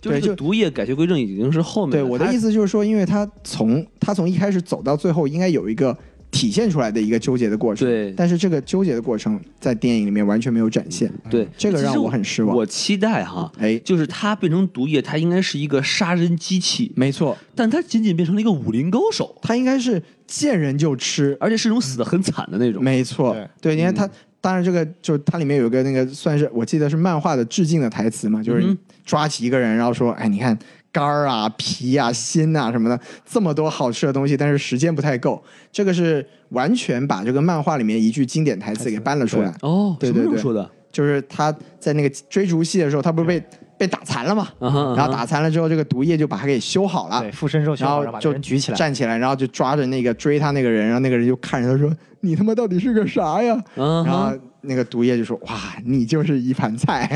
就是
对
这个
就
毒液改邪归正已经是后面
对
了。
我的意
思，
思就是说，因为他从他从一开始走到最后，应该有一个体现出来的一个纠结的过程。
对
但是这个纠结的过程在电影里面完全没有展现。
对
这个
其实
让我很失望
我期待哈，
哎，
就是它变成毒液，它应该是一个杀人机器，
没错，
但它仅仅变成了一个武林高手，
哎他应该是见人就吃。
而且是那种死的很惨的那种。
没错，对，你看
嗯
他，当然这个就是它里面有一个那个算是我记得是漫画的致敬的台词嘛，就是
嗯哼
抓起一个人，然后说，哎，你看肝儿啊、皮啊、心啊什么的，这么多好吃的东西，但是时间不太够。这个是完全把这个漫画里面一句经典台词给搬了出来。
哦，
对
什
对
么时候
对，
说的？
就是他在那个追逐戏的时候，他不是被被打残了嘛？
啊哈啊哈
然后打残了之后，这个毒液就把他给修好了
嗯啊对，。附身肉修
然
好，
后
然后把这
就
人举起来，
站起来，然后就抓着那个追他那个人，然后那个人就看着他说：“你他妈到底是个啥呀？”
嗯哼
然后那个毒液就说：“哇，你就是一盘 菜，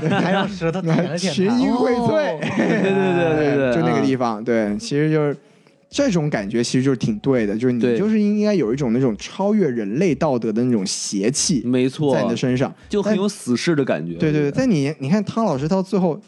还用舌头舔 了舔
群
他。
英荟萃。
哎对对哦对对对，
哎就那个
啊
地方，对，其实就是这种感觉，其实就是挺对的，就是你
对
就是应该有一种那种超越人类道德的那种邪气
没错，
在你的身上，
就很
但
有死士的感觉。
对对对，
我觉得
但你你看汤老师到最后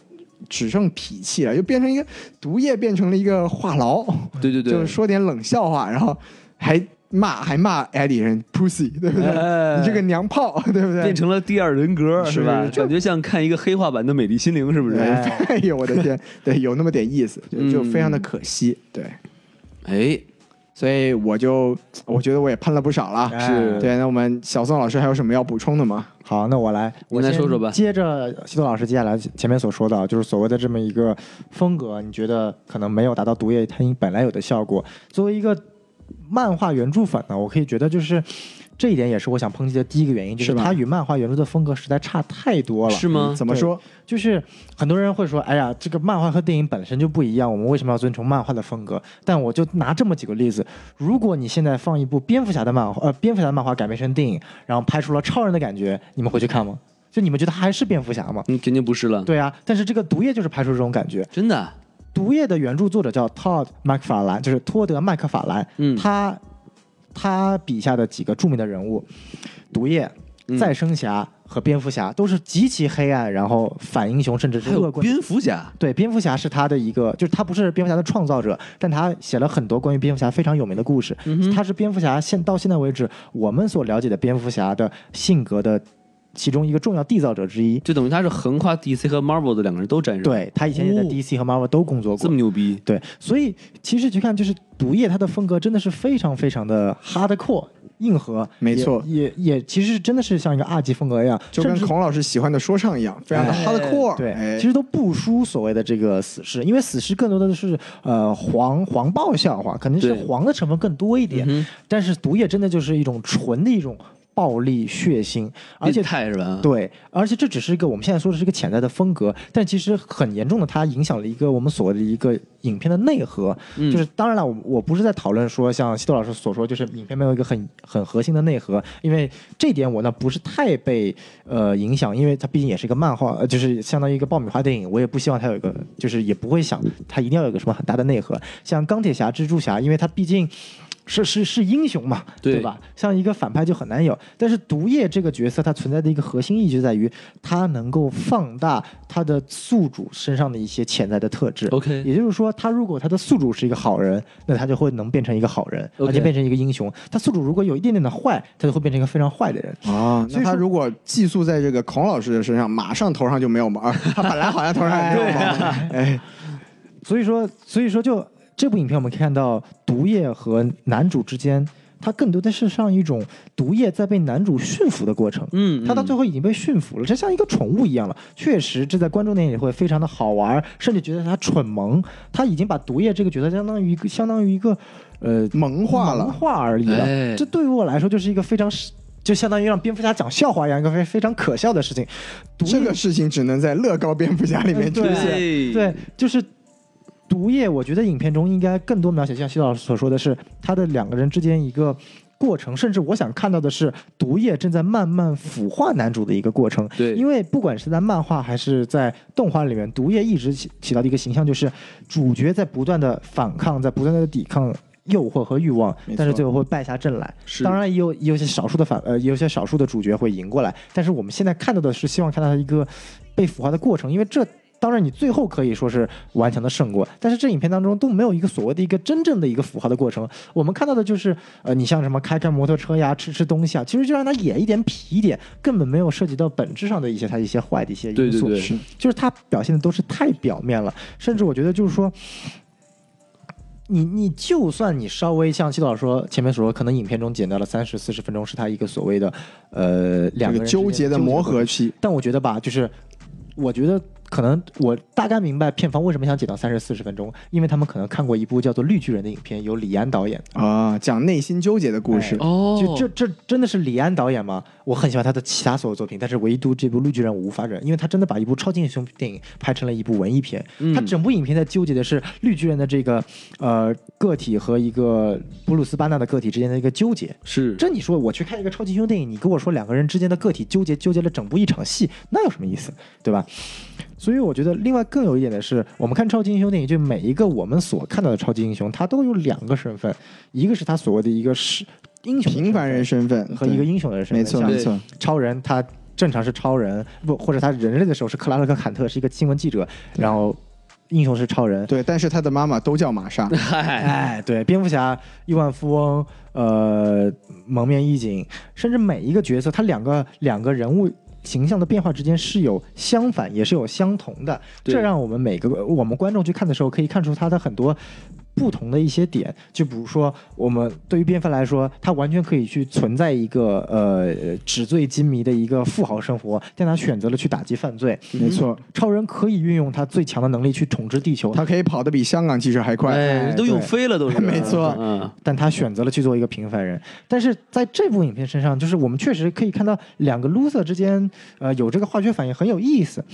只剩痞气了，就变成一个毒液，变成了一个话痨，
对对对，
就是说点冷笑话，然后还骂还骂艾迪人 pussy，对不对？
哎
你这个娘炮，对不对？
变成了第二人格
是
吧？
就
感觉像看一个黑化版的《美丽心灵》，是不是？
哎嗯哎呦我的天，对，有那么点意思，就就非常的可惜，对。
哎，
所以我就我觉得我也喷了不少了。
哎是
对。那我们小宋老师还有什么要补充的吗？
好，那我来，我
您来
先
说说吧
接着西多老师接下来前面所说的，就是所谓的这么一个风格，你觉得可能没有达到毒液它应本来有的效果。作为一个漫画原著粉呢，我可以觉得就是这一点也是我想抨击的第一个原因，就是是
吧
它与漫画原著的风格实在差太多了。
是吗？
嗯怎么
对
说？
就是很多人会说，哎呀，这个漫画和电影本身就不一样，我们为什么要遵从漫画的风格？但我就拿这么几个例子，如果你现在放一部蝙蝠侠的漫画，呃，蝙蝠侠的漫画改编成电影，然后拍出了超人的感觉，你们会去看吗？就你们觉得他还是蝙蝠侠吗？
嗯，肯定不是了，
对啊，但是这个毒液就是拍出这种感觉。
真的啊
毒液的原著作者叫 Todd McFarlane，就是托德麦克法兰，
嗯
他他笔下的几个著名的人物，毒液、
嗯
再生侠和蝙蝠侠都是极其黑暗，然后反英雄甚至
还
是恶
有
棍。
蝙蝠侠。
对，蝙蝠侠是他的一个，就是他不是蝙蝠侠的创造者，但他写了很多关于蝙蝠侠非常有名的故事。
嗯
他是蝙蝠侠现到现在为止我们所了解的蝙蝠侠的性格的其中一个重要缔造者之一。
就等于他是横跨 DC 和 Marvel 的两个人都沾上，，
对他以前也在
哦
DC 和 Marvel 都工作过
这么，牛逼，
对，所以其实去看，就是毒液它的风格真的是非常非常的 hardcore 硬核，
没错
也也也其实真的是像一个二级风格一样，
就跟
甚至
孔老师喜欢的说唱一样，非常的
哎
hardcore。
对，
哎
其实都不输所谓的这个死侍，因为死侍更多的是呃黄黄暴笑话，肯定是
对
黄的成分更多一
嗯
点，但是毒液真的就是一种纯的一种暴力血腥，而且
变态是吧？
对，而且这只是一个我们现在说的是一个潜在的风格，但其实很严重的，它影响了一个我们所谓的一个影片的内核。就是当然了，我我不是在讨论说像西多老师所说，就是影片没有一个很很核心的内核，因为这点我呢不是太被呃影响，因为它毕竟也是一个漫画，呃就是相当于一个爆米花电影，我也不希望它有一个，就是也不会想它一定要有一个什么很大的内核。像钢铁侠、蜘蛛侠，因为它毕竟。是是是英雄嘛，
对
对吧？像一个反派就很难有。但是毒液这个角色，它存在的一个核心意义就在于，它能够放大它的宿主身上的一些潜在的特质。
OK
也就是说，他如果他的宿主是一个好人，那他就会能变成一个好人，
OK
而且变成一个英雄。他宿主如果有一点点的坏，他就会变成一个非常坏的人。
啊，那
所以
他
说
如果寄宿在这个孔老师的身上，马上头上就没有毛儿。 他本来好像头上也没有毛儿， 哎，
所以说，所以说就这部影片，我们看到毒液和男主之间，它更多的是像一种毒液在被男主驯服的过程。
嗯嗯
他到最后已经被驯服了，这像一个宠物一样了。确实，这在观众那里会非常的好玩，甚至觉得他蠢萌。他已经把毒液这个角色相当于一个相当于一个呃
萌化
萌
了。
化而已了。
哎
这对于我来说就是一个非常是。就相当于让蝙蝠侠讲笑话一样，一个非非常可笑的事情。毒液
这个事情只能在乐高蝙蝠侠里面出
哎对
现。
对
对，就是毒液，我觉得影片中应该更多描写，像西老师所说的是他的两个人之间一个。过程，甚至我想看到的是，毒液正在慢慢腐化男主的一个过程。
对
因为不管是在漫画还是在动画里面，毒液一直起起到的一个形象就是主角在不断的反抗，在不断的抵抗诱惑和欲望
没，
但是
错
最后会败下阵来。
是
当然也有也有些少数的反呃，也有些少数的主角会赢过来，但是我们现在看到的是希望看到他一个被腐化的过程，因为这当然你最后可以说是顽强的胜过，但是这影片当中都没有一个所谓的一个真正的一个腐化的过程，我们看到的就是呃，你像什么开开摩托车呀、吃吃东西啊，其实就让他野一点、痞一点，根本没有涉及到本质上的一些他一些坏的一些因素，
对对对
是就是他表现的都是太表面了，甚至我觉得就是说。你你就算你稍微像西导说前面所说，可能影片中剪掉了三十四十分钟，是他一个所谓的呃两
这
个
个
人之间
纠结的磨
过程
合期，
但我觉得吧，就是我觉得可能我大概明白片方为什么想剪到三十四十分钟，因为他们可能看过一部叫做《绿巨人》的影片，由李安导演的。
啊，讲内心纠结的故事。
哎
哦
就这这真的是李安导演吗？我很喜欢他的其他所有作品，但是唯独这部《绿巨人》我无法忍，因为他真的把一部超级英雄电影拍成了一部文艺片。他整部影片在纠结的是绿巨人的这个呃个体和一个布鲁斯班纳的个体之间的一个纠结。
是
这你说我去看一个超级英雄电影，你跟我说两个人之间的个体纠结，纠结了整部一场戏，那有什么意思，对吧？所以我觉得，另外更有一点的是，我们看超级英雄电影，就每一个我们所看到的超级英雄，他都有两个身份，一个是他所谓的一个是英雄的
平凡人
身
身份
份和一个英雄的身
对
份，
没错
像
没错，
超人他正常是超人，不或者他人类的时候是克拉勒克坎特，是一个新闻记者，然后英雄是超人，
对，但是他的妈妈都叫玛莎，
嗨，
哎，对，蝙蝠侠、亿万富翁、呃，蒙面义警，甚至每一个角色，他两个两个人物形象的变化之间是有相反，也是有相同的。
对
这让我们每个我们观众去看的时候，可以看出他的很多。不同的一些点，就比如说，我们对于蝙蝠来说，他完全可以去存在一个呃纸醉金迷的一个富豪生活，但他选择了去打击犯罪。
没错，
超人可以运用他最强的能力去统治地球，
他可以跑得比香港记者还快。
哎，都用
对
飞了，都是
没错
嗯，
但他选择了去做一个平凡人。但是在这部影片身上，就是我们确实可以看到两个 loser 之间，呃，有这个化学反应很有意思。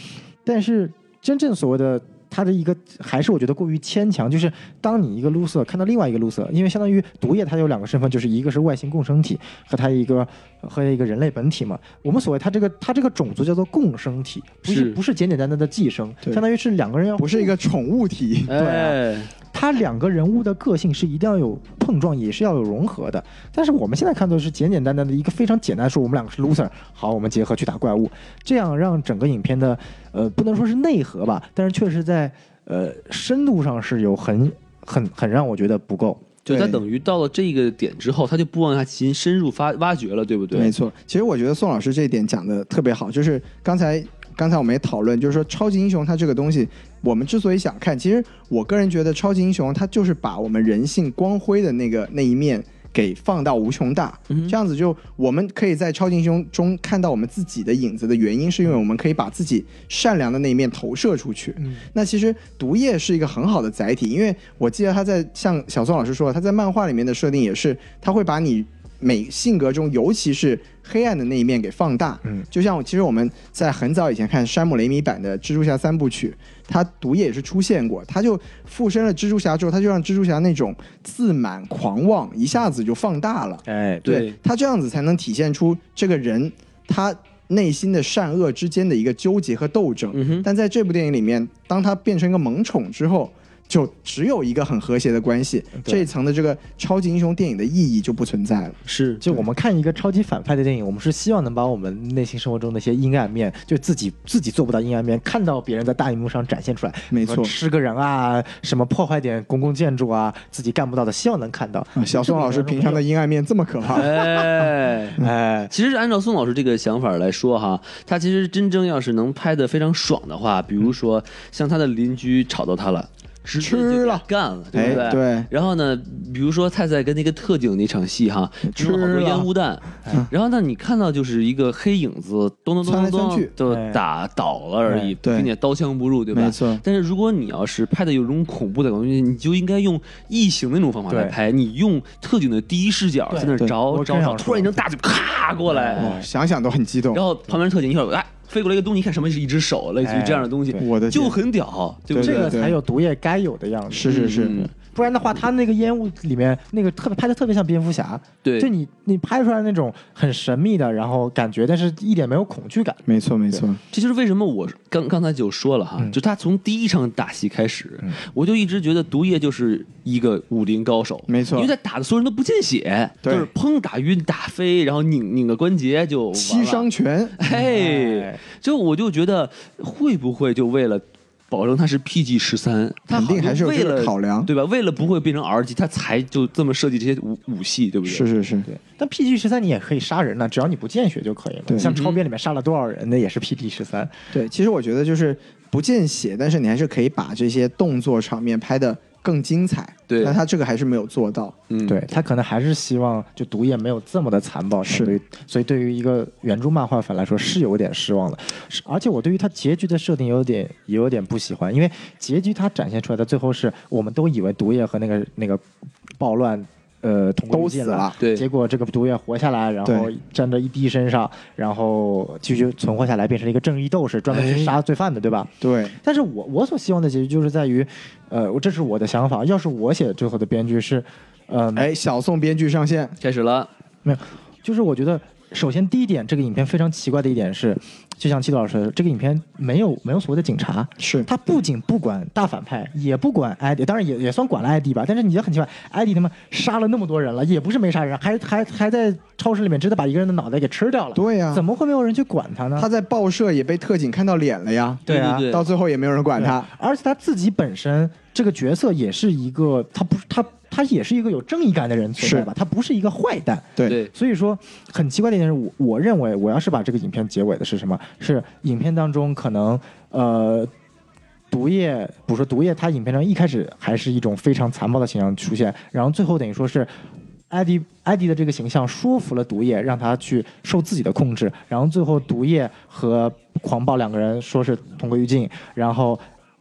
但是真正所谓的他的一个，还是我觉得过于牵强。就是当你一个 loser 看到另外一个 loser，因为相当于毒液它有两个身份，就是一个是外星共生体和它一个呃和一个人类本体嘛。我们所谓它这个它这个种族叫做共生体，不是
是
不是简简单单的寄生，
对
相当于是两个人要
不是一个宠物体，
哎，
他两个人物的个性是一定要有碰撞，也是要有融合的。但是我们现在看到的是简简单单的一个非常简单的说，我们两个是 loser，好，我们结合去打怪物，这样让整个影片的呃不能说是内核吧，但是确实在呃深度上是有很很很让我觉得不够。
就他
对
等于到了这个点之后，他就不往下进行深入发挖掘了，对不对？
没错。其实我觉得宋老师这一点讲的特别好，就是刚才刚才我们也讨论，就是说超级英雄它这个东西，我们之所以想看，其实我个人觉得超级英雄它就是把我们人性光辉的那个那一面。给放到无穷大，这样子就我们可以在超级英雄中看到我们自己的影子的原因，是因为我们可以把自己善良的那一面投射出去。那其实毒液是一个很好的载体，因为我记得他在像小宋老师说的，他在漫画里面的设定也是，他会把你每性格中，尤其是黑暗的那一面给放大。
嗯，
就像其实我们在很早以前看山姆雷米版的《蜘蛛侠》三部曲，他毒液也是出现过，他就附身了蜘蛛侠之后，他就让蜘蛛侠那种自满狂妄一下子就放大了。
哎，
对，
他这样子才能体现出这个人他内心的善恶之间的一个纠结和斗争。
嗯哼
但在这部电影里面，当他变成一个萌宠之后，就只有一个很和谐的关系，
对
这一层的这个超级英雄电影的意义就不存在了。
是
就我们看一个超级反派的电影，我们是希望能把我们内心生活中那些阴暗面，就自己自己做不到阴暗面，看到别人在大荧幕上展现出来。
没错
什么吃个人啊，什么破坏点公共建筑啊，自己干不到的，希望能看到。
啊小宋老师平常的阴暗面这么可怕，
哎。
哎，
其实按照宋老师这个想法来说哈，他其实真正要是能拍得非常爽的话，比如说像他的邻居吵到他了，直接就给
吃
他
了
干了，对不对？
哎对
然后呢，比如说菜菜跟那个特警那场戏哈，弄了好
吃
多
了
烟雾弹，哎然后呢，你看到就是一个黑影子咚咚咚咚
窜来窜
咚
去
就
哎
打倒了而已，
哎对
并且刀枪不入，对吧？
没错
但是如果你要是拍的有种恐怖的感觉，你就应该用异形那种方法来
对
拍，你用特警的第一视角在那儿
对
找
我
找
正
找，
想
突然一张大嘴咔过来，
哦，想想都很激动
然。后旁边特警一会儿哎飞过来一个东西，你看什么是一只手，类似于这样的东西，
哎对我的天
就很屌，对不
这
对？
个
对
才有毒液该有的样子。
是是是，
嗯
不然的话，他那个烟雾里面那个特别拍的特别像蝙蝠侠，
对
就你你拍出来那种很神秘的，然后感觉，但是一点没有恐惧感。
没错没错，
这就是为什么我刚刚才就说了哈，就他从第一场打戏开始，
嗯
我就一直觉得毒液就是一个武林高手，
没错
因为他打的所有人都不见血，就
对
是砰打晕打飞，然后拧拧个关节就完了
七伤。拳。
哎，就我就觉得会不会就为了保证它是 PG 十三，它
肯定
好像
还是有
为
这个
了
考量
对吧？为了不会变成 R 级，它才就这么设计这些武武器，对不对？
是是是，
对，但 PG 十三你也可以杀人呢，只要你不见血就可以了。
对
像超编里面杀了多少人，那也是 PG 十三。
对，其实我觉得就是不见血，但是你还是可以把这些动作场面拍的更精彩。
对
但他这个还是没有做到。
嗯，
对他可能还是希望就毒液没有这么的残暴，
是
相对于，所以对于一个原著漫画粉来说是有点失望的。是，而且我对于他结局的设定有点也有点不喜欢，因为结局他展现出来的最后是我们都以为毒液和那个那个暴乱。呃，同归于尽
都死了
对
结果这个毒液活下来，然后
对
沾着一滴身上，然后继续存活下来，变成了一个正义斗士，专门
哎
去杀罪犯的，对吧？
对，
但是我我所希望的结局就是在于，呃，我这是我的想法。要是我写最后的编剧是，呃，
哎，小宋编剧上线，
开始了，
没有，就是我觉得，首先第一点，这个影片非常奇怪的一点是，就像七度老师说，这个影片没有没有所谓的警察，
是
他不仅不管大反派，也不管艾迪，当然也也算管了艾迪吧。但是你也很奇怪，艾迪他妈杀了那么多人了，也不是没杀人，还还还在超市里面真的把一个人的脑袋给吃掉了。
对呀
怎么会没有人去管他呢？
他在报社也被特警看到脸了呀，
啊对啊
对
到最后也没有人管他。
而且他自己本身这个角色也是一个，他不是他他也是一个有正义感的人存在
是
吧，他不是一个坏蛋。
对
对
所以说，很奇怪的一点是我我认为我要是把这个影片结尾的是什么？是影片当中可能呃。毒液，不说毒液，它影片中一开始还是一种非常残暴的形象出现，然后最后等于说是艾迪艾迪的这个形象说服了毒液，让他去受自己的控制，然后最后毒液和狂暴两个人说是同归于尽，然后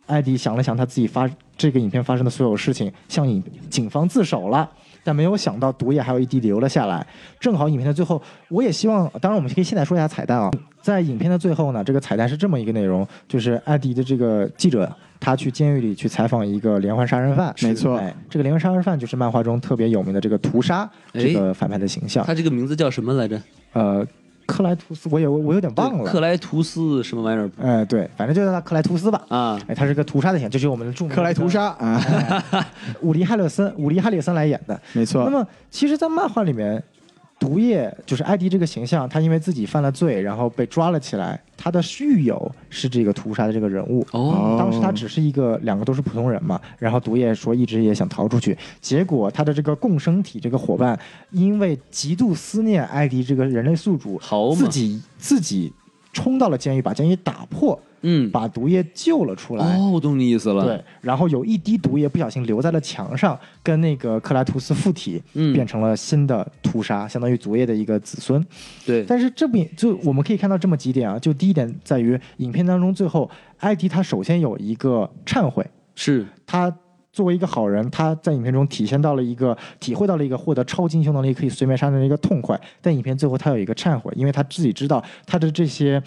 艾迪想了想他自己发这个影片发生的所有事情，向影警方自首了。但没有想到毒液还有一滴留了下来，正好影片的最后，我也希望，当然我们可以现在说一下彩蛋啊，在影片的最后呢，这个彩蛋是这么一个内容，就是艾迪的这个记者，他去监狱里去采访一个连环杀人犯，
没错
哎这个连环杀人犯就是漫画中特别有名的这个屠杀
哎
这个反派的形象，
他这个名字叫什么来着？
呃，克莱图斯，我也我有点忘了，
克莱图斯什么玩意儿
哎、对，反正就叫他克莱图斯吧，
啊？
哎，他是个屠杀的形象，这就是我们的著名的
克莱
这个
屠杀啊，
伍迪·汉勒森，伍迪·汉列森来演的。
没
那
错，
么，其实，在漫画里面，毒液就是艾迪这个形象，他因为自己犯了罪，然后被抓了起来。他的狱友是这个屠杀的这个人物。
哦
当时他只是一个，两个都是普通人嘛。然后毒液说一直也想逃出去，结果他的这个共生体这个伙伴，因为极度思念艾迪这个人类宿主
好，嘛
自己自己冲到了监狱，把监狱打破，
嗯，
把毒液救了出来。
哦，我懂你意思了。
对，然后有一滴毒液不小心留在了墙上，跟那个克拉图斯附体，
嗯
变成了新的屠杀，相当于毒液的一个子孙。
对
但是这部影就我们可以看到这么几点啊，就第一点在于影片当中最后艾迪他首先有一个忏悔，
是
他作为一个好人，他在影片中体现到了一个体会到了一个获得超级英雄能力可以随便杀人的一个痛快。但影片最后他有一个忏悔，因为他自己知道他的这些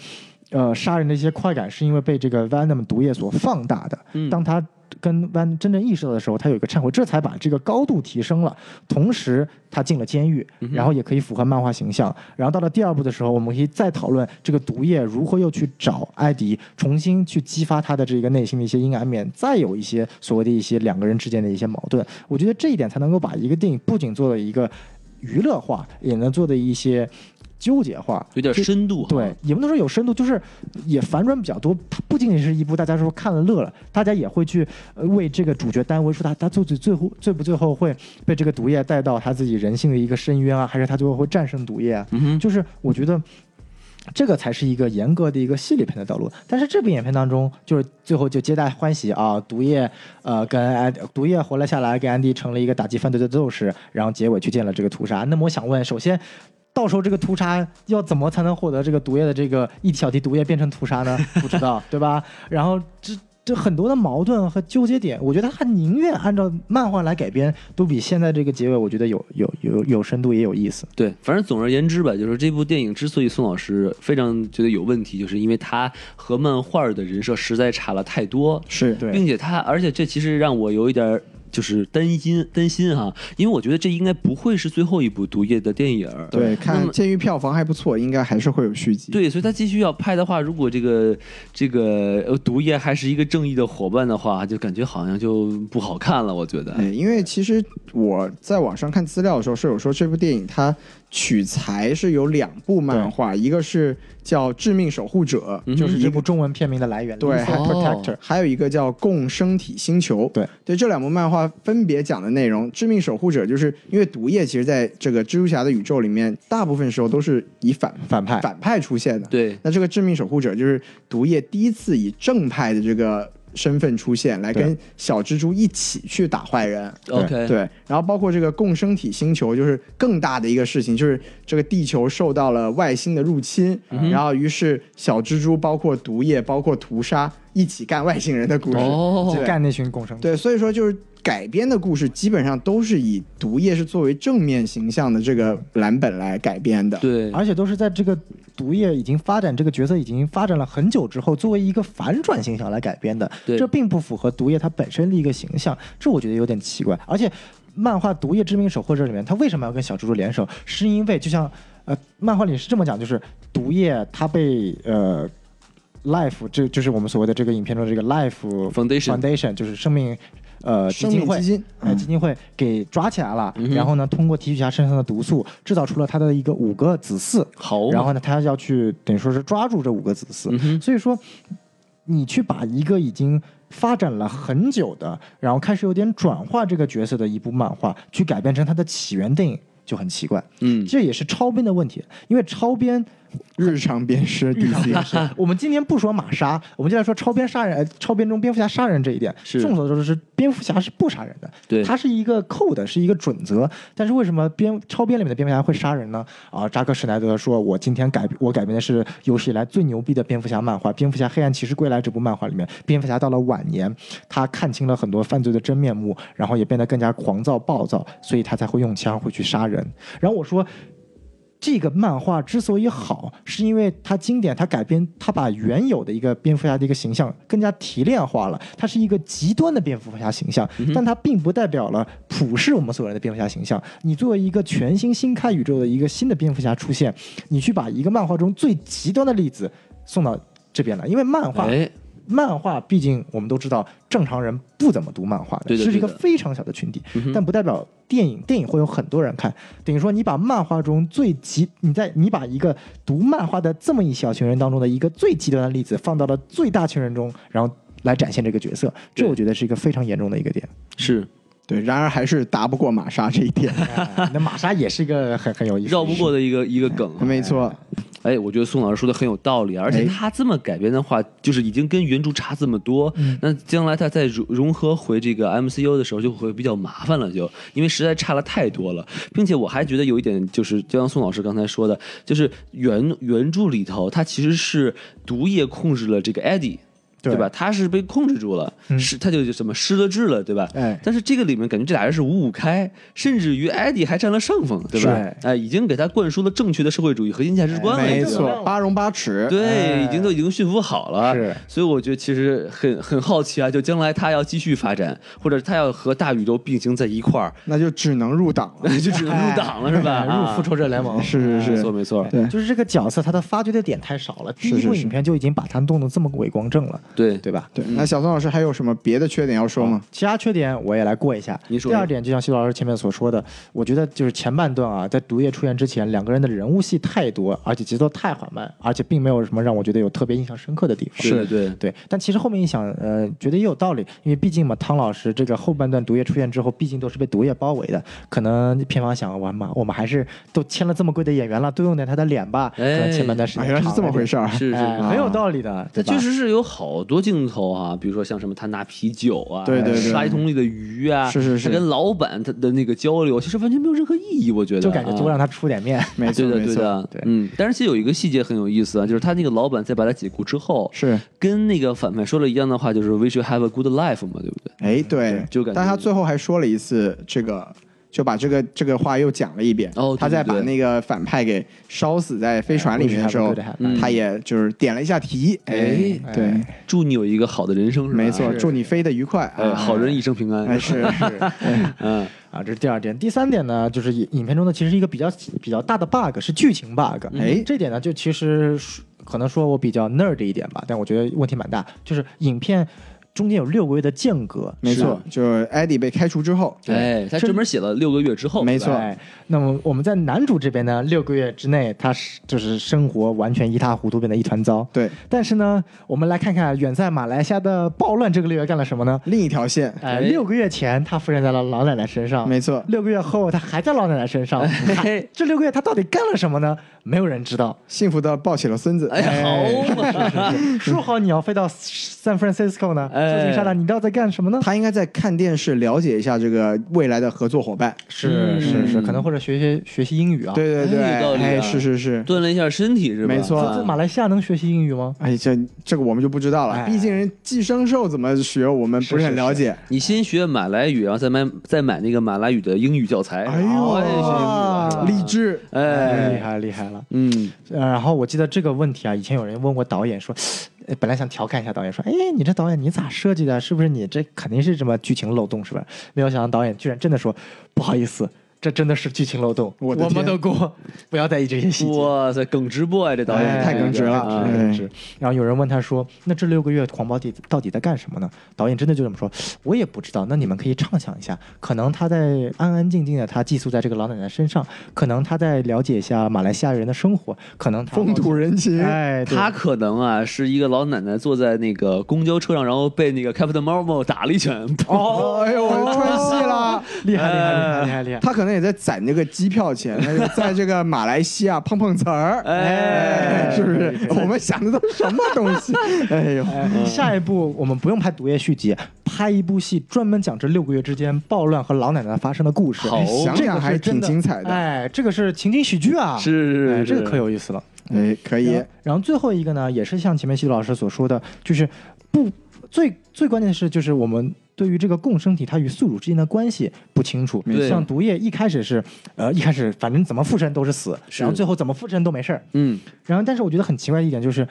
呃杀人的一些快感是因为被这个 Venom 毒液所放大的。
嗯
当他跟 Van 真正意识到的时候，他有一个忏悔，这才把这个高度提升了。同时，他进了监狱，
嗯
然后也可以符合漫画形象。然后到了第二部的时候，我们可以再讨论这个毒液如何又去找艾迪，重新去激发他的这个内心的一些阴暗面，再有一些所谓的一些两个人之间的一些矛盾。我觉得这一点才能够把一个电影不仅做了一个娱乐化，也能做的一些纠结化，
有点
就
深度。
对，，也不能说有深度，就是也反转比较多。它不仅仅是一部大家说看了乐了，大家也会去呃为这个主角担忧，说他他最最最后最不最后会被这个毒液带到他自己人性的一个深渊啊，还是他最后会战胜毒液啊？
嗯哼，
就是我觉得。这个才是一个严格的一个系列片的道路，但是这部影片当中，就是最后就皆大欢喜啊，毒液呃跟安毒液活了下来，跟安迪成了一个打击犯罪的斗士，然后结尾去见了这个屠杀。那么我想问，首先到时候这个屠杀要怎么才能获得这个毒液的这个一小滴毒液变成屠杀呢？不知道，对吧？ 然后这这很多的矛盾和纠结点，我觉得他宁愿按照漫画来改编，都比现在这个结尾我觉得有有有有深度也有意思。
对，反正总而言之吧，就是这部电影之所以宋老师非常觉得有问题，就是因为他和漫画的人设实在差了太多，
是
对
并且他，而且这其实让我有一点儿就是担心担心哈、因为我觉得这应该不会是最后一部毒液的电影儿，
对，
那
看
么
监狱票房还不错，应该还是会有续集。
对，所以他继续要拍的话，如果这个这个呃毒液还是一个正义的伙伴的话，就感觉好像就不好看了。我觉得，
哎，因为其实我在网上看资料的时候是有说这部电影它取材是有两部漫画，一个是叫《致命守护者》，
嗯哼
就是这
这
部
部中文片名的来源
对
Lisa
哦
Protector，、
还有一个叫《共生体星球》。
对
对，这两部漫画分别讲的内容，《致命守护者》就是因为毒液其实在这个蜘蛛侠的宇宙里面，大部分时候都是以反
反派。
反派出现的。
对，
那这个致命守护者就是毒液第一次以正派的这个身份出现，来跟小蜘蛛一起去打坏人。
OK，，
对，然后包括这个共生体星球，就是更大的一个事情，就是这个地球受到了外星的入侵，
嗯
然后于是小蜘蛛包括毒液、包括屠杀一起干外星人的故事。
哦
对
干那群共生体。
对，所以说就是改编的故事基本上都是以毒液是作为正面形象的这个蓝本来改编的。
对，
而且都是在这个毒液已经发展这个角色已经发展了很久之后，作为一个反转形象来改编的，
对
这并不符合毒液它本身的一个形象，这我觉得有点奇怪。而且，漫画《毒液致命守护者》里面，他为什么要跟小蜘蛛联手？是因为就像呃，漫画里是这么讲，就是毒液它被呃。Life，这就是我们所谓的这个影片中的这个 Life
Foundation
Foundation，就是生命，呃，基
生命
金会，
基金
嗯
哎，基金会给抓起来了，然后呢，通过提取他身上的毒素，制造出了他的一个五个子嗣，
好嗯
然后呢，他要去等于说是抓住这五个子嗣，所以说你去把一个已经发展了很久的，然后开始有点转化这个角色的一部漫画，去改编成它的起源电影就很奇怪，
嗯
这也是超编的问题，因为超编
日常鞭尸
日常
DC，
电视。我们今天不说玛莎，我们就来说超编杀人，呃超编中蝙蝠侠杀人这一点。
是
众所周知，是蝙蝠侠是不杀人的，
对
它是一个 code，是一个准则。但是为什么蝙超编里面的蝙蝠侠会杀人呢？啊，扎克施耐德说，我今天改我改编的是有史以来最牛逼的蝙蝠侠漫画《蝙蝠侠黑暗骑士归来》这部漫画里面，蝙蝠侠到了晚年，他看清了很多犯罪的真面目，然后也变得更加狂躁暴躁，所以他才会用枪会去杀人。然后我说。这个漫画之所以好，是因为它经典，它改编，它把原有的一个蝙蝠侠的一个形象更加提炼化了。它是一个极端的蝙蝠侠形象，
嗯
但它并不代表了普世我们所谓的蝙蝠侠形象。你作为一个全新新开宇宙的一个新的蝙蝠侠出现，你去把一个漫画中最极端的例子送到这边来，因为漫画
哎，
漫画毕竟我们都知道，正常人不怎么读漫画的，
对的
是一个
对的
非常小的群体，
嗯
但不代表电影，电影会有很多人看。等于说，你把漫画中最极，你在你把一个读漫画的这么一小群人当中的一个最极端的例子，放到了最大群人中，然后来展现这个角色，这
对
我觉得是一个非常严重的一个点。
是
对，然而还是打不过玛莎这一 点。
哎那玛莎也是一个很很有意思，
绕不过的一个一个梗。
没错，
哎，我觉得宋老师说的很有道理，而且
哎
他这么改编的话，就是已经跟原著差这么多，那将来他再融融合回这个 MCU 的时候，就会比较麻烦了就，因为实在差了太多了。并且我还觉得有一点，就是就像宋老师刚才说的，就是原原著里头，它其实是毒液控制了这个 Eddie。
对
对吧？他是被控制住了，失、他就什么失了智了，对吧？
哎
但是这个里面感觉这俩人是五五开，甚至于艾迪还占了上风，对吧？哎，已经给他灌输了正确的社会主义核心价值观了，
没
已经
错，八荣八耻。
哎对，已经都已经驯服好了，
哎是
所以我觉得其实很很好奇啊，就将来他要继续发展，或者他要和大宇宙并行在一块儿，
那就只能入党了。
就只能入党了，是
哎
吧？
入复
啊
仇者联哎盟
是是
没
是
错，，没错，
对
就是这个角色他的发掘的点太少了，第
是
一
是
部
是
影片就已经把他弄得这么伪光正了，
对
对吧？
对。那小宋老师还有什么别的缺点要说吗？
啊其他缺点我也来过一下。
你说
第二点，就像徐老师前面所说的，我觉得就是前半段啊，在毒液出现之前，两个人的人物戏太多，而且节奏太缓慢，而且并没有什么让我觉得有特别印象深刻的地方。
是对
对，但其实后面一想，呃，觉得也有道理，因为毕竟嘛，汤老师这个后半段毒液出现之后，毕竟都是被毒液包围的，可能片方想，我嘛，我们还是都签了这么贵的演员了，多用点他的脸吧。可能前半段时
啊，
间
原来是这么回
事，
事儿。啊
是是。
哎很有道理的，
它
对吧
确实是有好多镜头啊，比如说像什么他拿啤酒啊，
对对对
杀一桶里的鱼啊，
是是是
他跟老板他的那个交流，其实完全没有任何意义，我觉得
就感觉
啊
多让他出点面。
没错
对的，
没
对
错，
的，
对
嗯。但是其实有一个细节很有意思啊，就是他那个老板在把他解雇之后，
是。
跟那个反派说了一样的话，就是 “We should have a good life” 嘛，对不对？
哎，对，
就感觉
但他最后还说了一次这个。就把这个这个话又讲了一遍，
哦对
他在
对
把
对
那个反派给烧死在飞船里面的时候
哎，
嗯
他也就是点了一下题，哎，
哎
对，
祝你有一个好的人生，是吧
没错，祝你飞得愉快，
哎，
啊
好人一生平安。
哎是是， 哎
嗯，
啊，这是第二点。第三点呢，就是影影片中的其实一个比较比较大的 bug 是剧情 bug。
哎
这点呢，就其实说可能说我比较 nerd 一点吧，但我觉得问题蛮大，就是影片中间有六个月的间隔。
没错，就是艾迪被开除之后，
啊哎，他专门写了六个月之后，
没
是
错
吧
对，哎那么我们在男主这边呢，六个月之内，他是就是生活完全一塌糊涂，变得一团糟。
对，
但是呢，我们来看看远在马来西亚的暴乱这个六月干了什么呢？
另一条线，
哎，
哎
六个月前他附身在了老奶奶身上，
没错
哎六个月后他还在老奶奶身上，还这六个月他到底干了什么呢？没有人知道。
幸福的抱起了孙子。
哎
啊
呀，好嘛，
说好你要飞到 San Francisco 呢，
哎
旧金山呢，你到底在干什么呢？
他应该在看电视了解一下这个未来的合作伙伴。
是是是，可能或者学学学习英语啊。，
对对对，
哎有道理啊
哎，是是是，
锻炼一下身体是吧？啊
没错
在马来西亚能学习英语吗？
哎，这这个我们就不知道了，
哎
毕竟人寄生兽怎么学，我们不是很了解。
你先学马来语，然后再买再买那个马来语的英语教材。
哎呦
然后再学英语了是吧
励志，
厉
哎，
害厉害了。
嗯，
呃然后我记得这个问题啊，以前有人问过导演说，呃本来想调侃一下导演说，哎，你这导演你咋设计的？是不是你这肯定是什么剧情漏洞是吧？没有想到导演居然真的说，不好意思，这真的是剧情漏洞，
我
我
的天
们 的锅，不要在意这些细节。
哇塞，耿直 boy 这导演
哎
太耿直了
啊
哎
是。然后有人问他说：“那这六个月狂暴地到底在干什么呢？”导演真的就这么说，我也不知道。那你们可以畅想一下，可能他在安安静静的，他寄宿在这个老奶奶身上，可能他在了解一下马来西亚人的生活，可能他
风土人情。
哎，对
他可能啊是一个老奶奶坐在那个公交车上，然后被那个 Captain Marvel 打了一拳。
哦，哎呦，我串戏了。
厉害厉害厉害厉害厉害。
哎他可能也在攒这个机票钱，他就在这个马来西亚碰碰瓷儿，
哎
是不是？我们想的都是什么东西？哎呦，
哎下一步我们不用拍毒液续集，拍一部戏专门讲这六个月之间暴乱和老奶奶发生的故事。
好
哎
想
这个
想
是
还挺
真的
精彩的。
哎，这个是情景喜剧啊，
是是
哎
是，
这个可有意思了。
哎，可以
然后。然后最后一个呢，也是像前面西渡老师所说的，就是不最最关键的是，就是我们对于这个共生体它与宿主之间的关系不清楚
没错。
像毒液一开始是，呃，一开始反正怎么附身都是死，
是
然后最后怎么附身都没事儿。
嗯，
然后但是我觉得很奇怪的一点就是。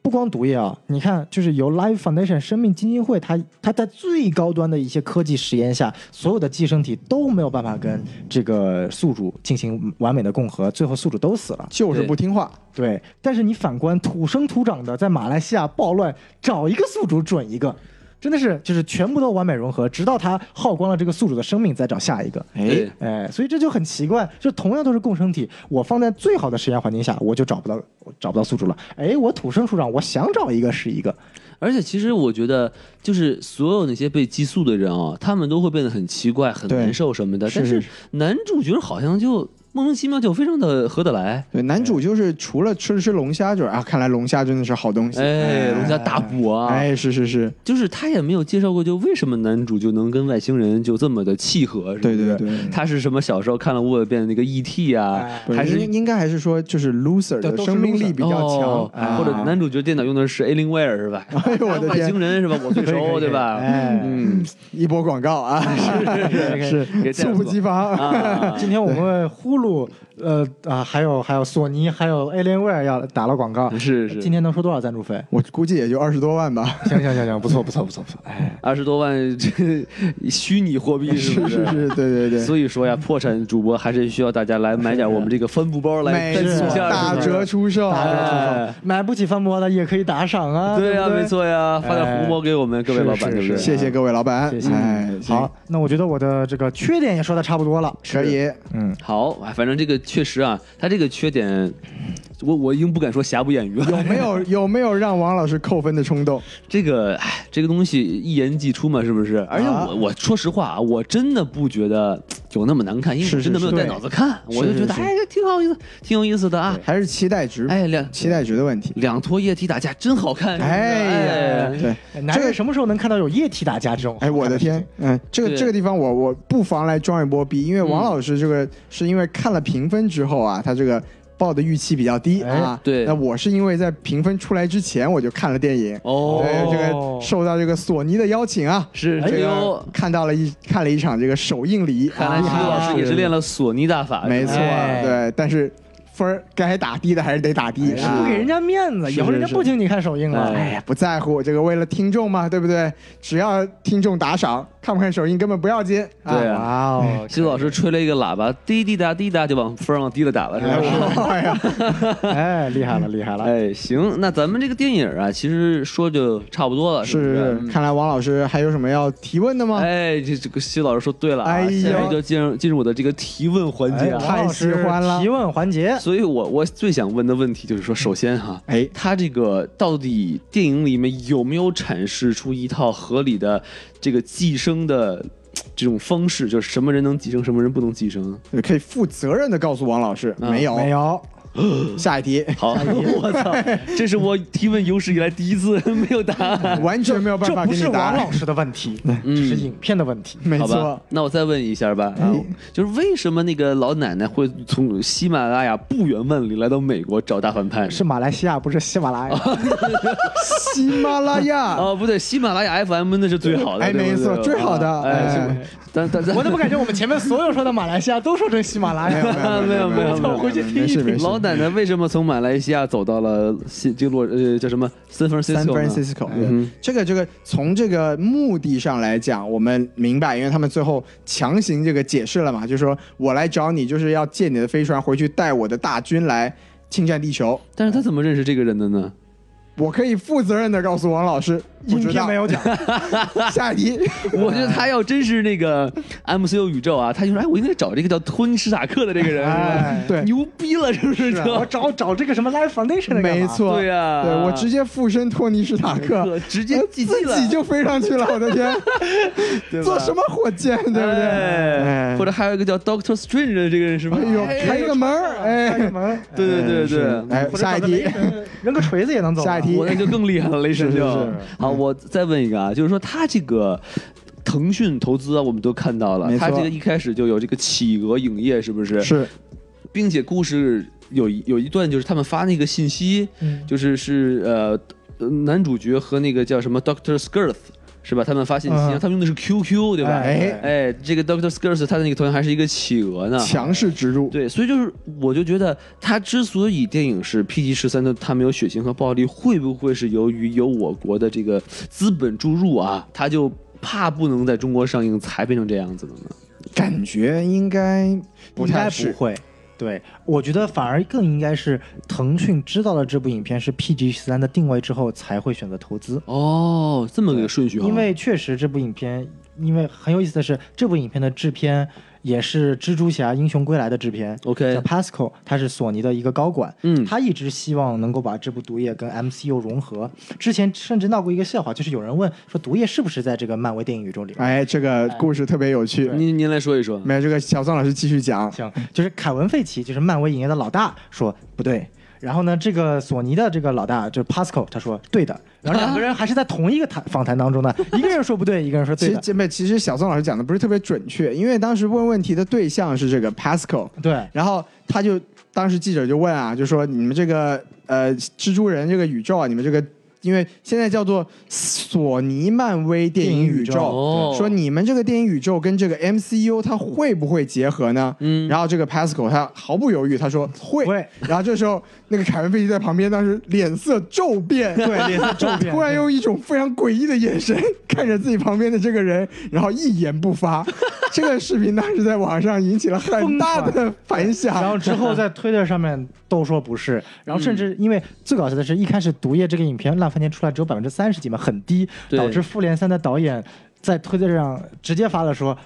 不光毒液啊，你看，就是由 Life Foundation 生命基金会，它它在最高端的一些科技实验下，所有的寄生体都没有办法跟这个宿主进行完美的共和，最后宿主都死了。
就是不听话，
对，但是你反观土生土长的在马来西亚暴乱，找一个宿主准一个，真的是就是全部都完美融合，直到他耗光了这个宿主的生命，再找下一个。
对
哎，所以这就很奇怪，就同样都是共生体，我放在最好的实验环境下，我就找不到我找不到宿主了。哎，我土生土长，我想找一个是一个。
而且其实我觉得，就是所有那些被激素的人啊，他们都会变得很奇怪、很
对
难受什么的。
是是
但是男主角好像就莫名其妙就非常的合得来。
对，男主就是除了吃了吃龙虾，就是啊，看来龙虾真的是好东西。
哎，龙虾大补啊！
哎，是是是，
就是他也没有介绍过，就为什么男主就能跟外星人就这么的契合，是不
对
是
对对。
他是什么小时候看了五百遍的那个 E.T. 啊
哎，
不
还是
应应该还是说，就是 loser
对
的
都是
生命力比 较强
哦，
哎
或者男主角电脑用的是 Alienware 是吧？
哎呦我的
啊外
天
星，人是吧？我最
可以可
熟
以
对吧？
哎，
嗯，
一波广告啊，是
给带
猝不
走
及防。
啊，
今天我们呼噜，呃啊，还有还有索尼，还有 Alienware 要打了广告，
是是
今天能收多少赞助费？
我估计也就二十多万吧。
行行行行，不错不错不错不错，哎。
二十多万这虚拟货币是
是
不
是是，对对嗯对。
所以说呀，破产主播还是需要大家来买点我们这个帆布包来
每
赞助
次
一下，
大
是不是
折出售，
打赏
哎
买不起饭博的也可以打赏啊。
对呀、
不
没。错呀，发点
哎
红包给我们各位
是
老
哎
板，
是
对不对？
是
谢谢各位老板
谢。谢
哎，
好，那我觉得我的这个缺点也说的差不多了。
行，可以。
嗯，
好，哎反正这个确实啊，他这个缺点，我我已经不敢说瑕不掩瑜了。
有没有有没有让王老师扣分的冲动？
这个，哎，这个东西一言既出嘛，是不是？而且我、
啊
我说实话啊，我真的不觉得有那么难看，因为
是
我
是
真的没有
是
带脑子看，我就是觉得
是
哎，这挺好意思，挺有意思的啊。
还是期待值？
哎，两
期待值的问题。
两坨液体打架真好看。是不是
哎呀，
哎
对，
男
这
人
个
什么时候能看到有液体打架这种？
哎，我的 天，，嗯，这个
对
这个地方我我不妨来装一波逼，因为王
嗯
老师这个是因为看了评分之后啊，他这个报的预期比较低啊
哎。
对
那我是因为在评分出来之前我就看了电影，哎
哦，
对，这个受到这个索尼的邀请啊，
是
这
哎
个
呦
看到了一看了一场这个首映礼，
看来
啊
徐
啊
老师也是练了索尼大法，
没错，
哎
对，但是分儿该打低的还是得打低，
是
啊
不给人家面子，以后人家不请你看首映了。
哎
哎呀，不在乎这个，为了听众嘛，对不对？只要听众打赏，看不看首映根本不要紧。
对
啊
啊
哇哦，
徐老师吹了一个喇叭，滴滴答滴答就往分儿往低了打了，是
哎
吧？
我哎呀，
哎，厉害了厉害了。
哎，行，那咱们这个电影啊，其实说就差不多了，是不嗯
是，看来王老师还有什么要提问的吗？
哎，这这个徐老师说对了啊，
哎呦
现在就进入进入我的这个提问环
哎
节啊。
太喜欢了
王老师提问环节，
所以我我最想问的问题就是说，首先哈，
哎，
他这个到底电影里面有没有阐释出一套合理的这个寄生的这种方式，就是什么人能寄生，什么人不能寄生？
可以负责任的告诉王老师，
嗯
没有，
没有。
下一题，
好，我操， 这是我提问有史以来第一次没有答案。
完全没有办
哎这
法
不
给你
是
答
王
案
老。师的问 题，这是影片的问题。
没
好吧
错，，哎
那我再问一下吧，啊就是为什么那个老奶奶会从喜马拉雅不远万里来到美国找大反派呢？
是马来西亚，不是喜马拉雅。
喜马拉雅，
哦，不对，喜马拉雅 FM 那是最好的，
啊哎
对不对
没错最好的
啊哎，
哎
是但但 但
我怎么感觉我们前面所有说的马来西亚都说成喜马拉雅？
没有没有没有
我回去听一
没事
听
没事。
老奶奶为什么从马来西亚走到了新这个洛呃叫什么 San Francisco？
San
嗯
呢
Francisco，对这个这个从这个目的上来讲，我们明白，因为他们最后强行这个解释了嘛，就是说我来找你就是要借你的飞船回去带我的大军来侵占地球。
但是他怎么认识这个人的 呢？
我可以负责任的告诉王老师，不
影
知
片
道
没。有讲，
下一题，
我觉得他要真是 那个 MCU 宇宙啊，他就说哎，我应该找这个叫托尼·史塔克的这个 人，
哎
是吧
对
牛逼了，是不是？
是啊
就
我找找这个什么 Life Foundation 的干嘛
没错，
对呀
对我直接附身托尼·史塔克，
直接寄机了
自己就飞上去了，我的天，
对吧
坐什么火箭，对不对？
哎
哎
或者还有一个叫 Doctor Strange 的这个人是吧？
哎呦，开个门儿，
开个
哎，
门。
对对对对
是。哎，
或者
下
找
一
个
题
雷，神， 扔个锤子也能走啊。
下一题
我那就更厉害 了，雷神就。
是是是嗯
好，我再问一个啊，就是说他这个。腾讯投资啊，我们都看到了，
没错
他这个一开始就有这个企鹅影业，是不是？
是
并且故事有一有一段就是他们发那个信息，
嗯
就是是呃呃男主角和那个叫什么 Doctor Skirth 是吧？他们发信息，
嗯
他们用的是 QQ 对吧？
哎
哎，这个 Doctor Skirth 他的那个头像还是一个企鹅呢。
强势植入，
啊对，所以就是，我就觉得他之所以电影是 PG 十三的，它没有血腥和暴力，会不会是由于有我国的这个资本注入啊，他就怕不能在中国上映，才变成这样子的呢？
感觉应该不
应该
太
不
是。
会。对，我觉得反而更应该是腾讯知道了这部影片是 PG 十三的定位之后，才会选择投资。
哦，这么个顺序啊，
因为确实这部影片，因为很有意思的是，这部影片的制片也是《蜘蛛侠：英雄归来》的制片
OK
叫 Pascal，他是索尼的一个高管，
嗯
他一直希望能够把这部《毒液》跟 MCU 融合。之前甚至闹过一个笑话，就是有人问说，《毒液》是不是在这个漫威电影宇宙里边？
哎，这个故事特别有趣。
您您来说一说，
没有这个小宋老师继续讲，
行，就是凯文·费奇，就是漫威影业的老大，说不对。然后呢，这个索尼的这个老大就是 Pascal，他说对的。然后两个人还是在同一个谈访谈当 中呢，一个人说不对，一个人说对
其实
的。
哎这边其实小宋老师讲的不是特别准确，因为当时问问题的对象是这个 Pascal，
对，
然后他就当时记者就问啊，就说你们这个呃蜘蛛人这个宇宙啊，你们这个因为现在叫做索尼漫威电影宇宙，
电影宇宙
哦
说你们这个电影宇宙跟这个 MCU 它会不会结合呢？
嗯
然后这个 Pascal 他毫不犹豫，他说会。
会
然后这时候那个凯文费奇在旁边，当时脸色骤变，对，脸色骤
变
突然用一种非常诡异的眼神看着自己旁边的这个人，然后一言不发。这个视频当时在网上引起了很大的反响，
然后之后在推特上面都说不是，然后甚至因为最搞笑的是一开始《毒液》这个影片烂番茄出来只有百分之三十几嘛，很低，
对
导致《复联三》的导演在推特上直接发了说，《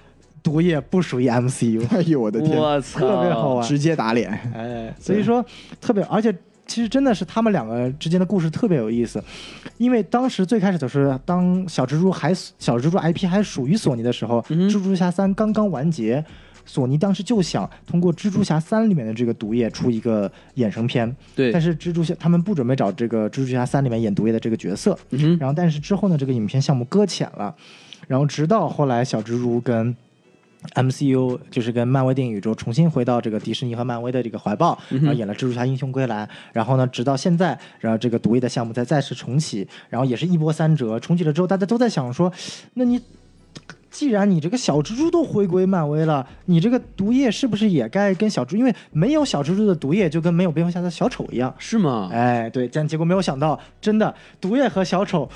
毒液》不属于 MCU，
哎呦我的天，
我操，
特别好玩。
直接打脸。
哎，所以说特别，而且其实真的是他们两个之间的故事特别有意思，因为当时最开始的时候，当小蜘蛛还小蜘蛛 IP 还属于索尼的时候，蜘蛛侠三刚刚完结。索尼当时就想通过《蜘蛛侠三》里面的这个毒液出一个衍生片，
对
但是蜘蛛侠他们不准备找这个《蜘蛛侠三》里面演毒液的这个角色，
嗯
然后但是之后呢，这个影片项目搁浅了，然后直到后来小蜘蛛跟 MCU 就是跟漫威电影宇宙重新回到这个迪士尼和漫威的这个怀抱，然后演了《蜘蛛侠：英雄归来》，然后呢，直到现在，然后这个独立的项目才再次重启，然后也是一波三折。重启了之后，大家都在想说，那你既然你这个小蜘蛛都回归漫威了，你这个毒液是不是也该跟小蜘？因为没有小蜘蛛的毒液，就跟没有蝙蝠侠的小丑一样。
是吗？
哎，对，但结果没有想到，真的毒液和小丑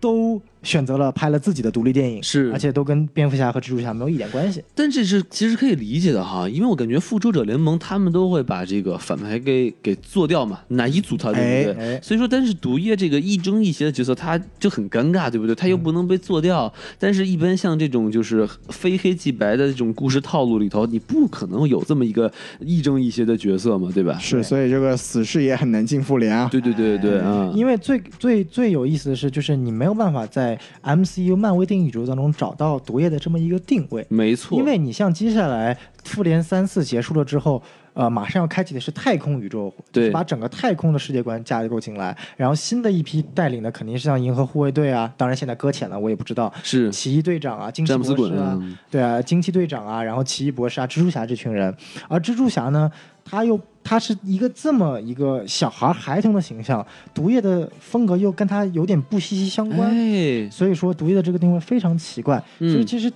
都选择了拍了自己的独立电影，
是
而且都跟蝙蝠侠和蜘蛛侠没有一点关系。
但这是其实可以理解的哈，因为我感觉复仇者联盟他们都会把这个反派给给做掉嘛，哪一组他对不对？
哎哎
所以说，但是毒液这个亦正亦邪的角色，他就很尴尬，对
嗯
不对？他又不能被做掉，但是一般像这种就是非黑即白的这种故事套路里头，你不可能有这么一个亦正亦邪的角色嘛，对吧？
是，所以这个死侍也很难进复联啊。
对对对对啊，
哎因为最最最有意思的是，就是你没有办法在 MCU 漫威电影宇宙当中找到毒液的这么一个定位，
没错，哎
因为你像接下来复联三四结束了之后，呃马上要开启的是太空宇宙，
对
就是把整个太空的世界观架构进来。然后新的一批带领的肯定是像银河护卫队啊，当然现在搁浅了，我也不知道。
是
奇异队长啊，惊奇
詹姆斯
博士
滚
啊
啊，
对啊，惊奇队长啊，然后奇异博士啊，蜘蛛侠这群人，而蜘蛛侠呢，他又他是一个这么一个小孩儿孩童的形象，毒液的风格又跟他有点不息息相关，
哎，
所以说毒液的这个定位非常奇怪。
嗯
所以其实，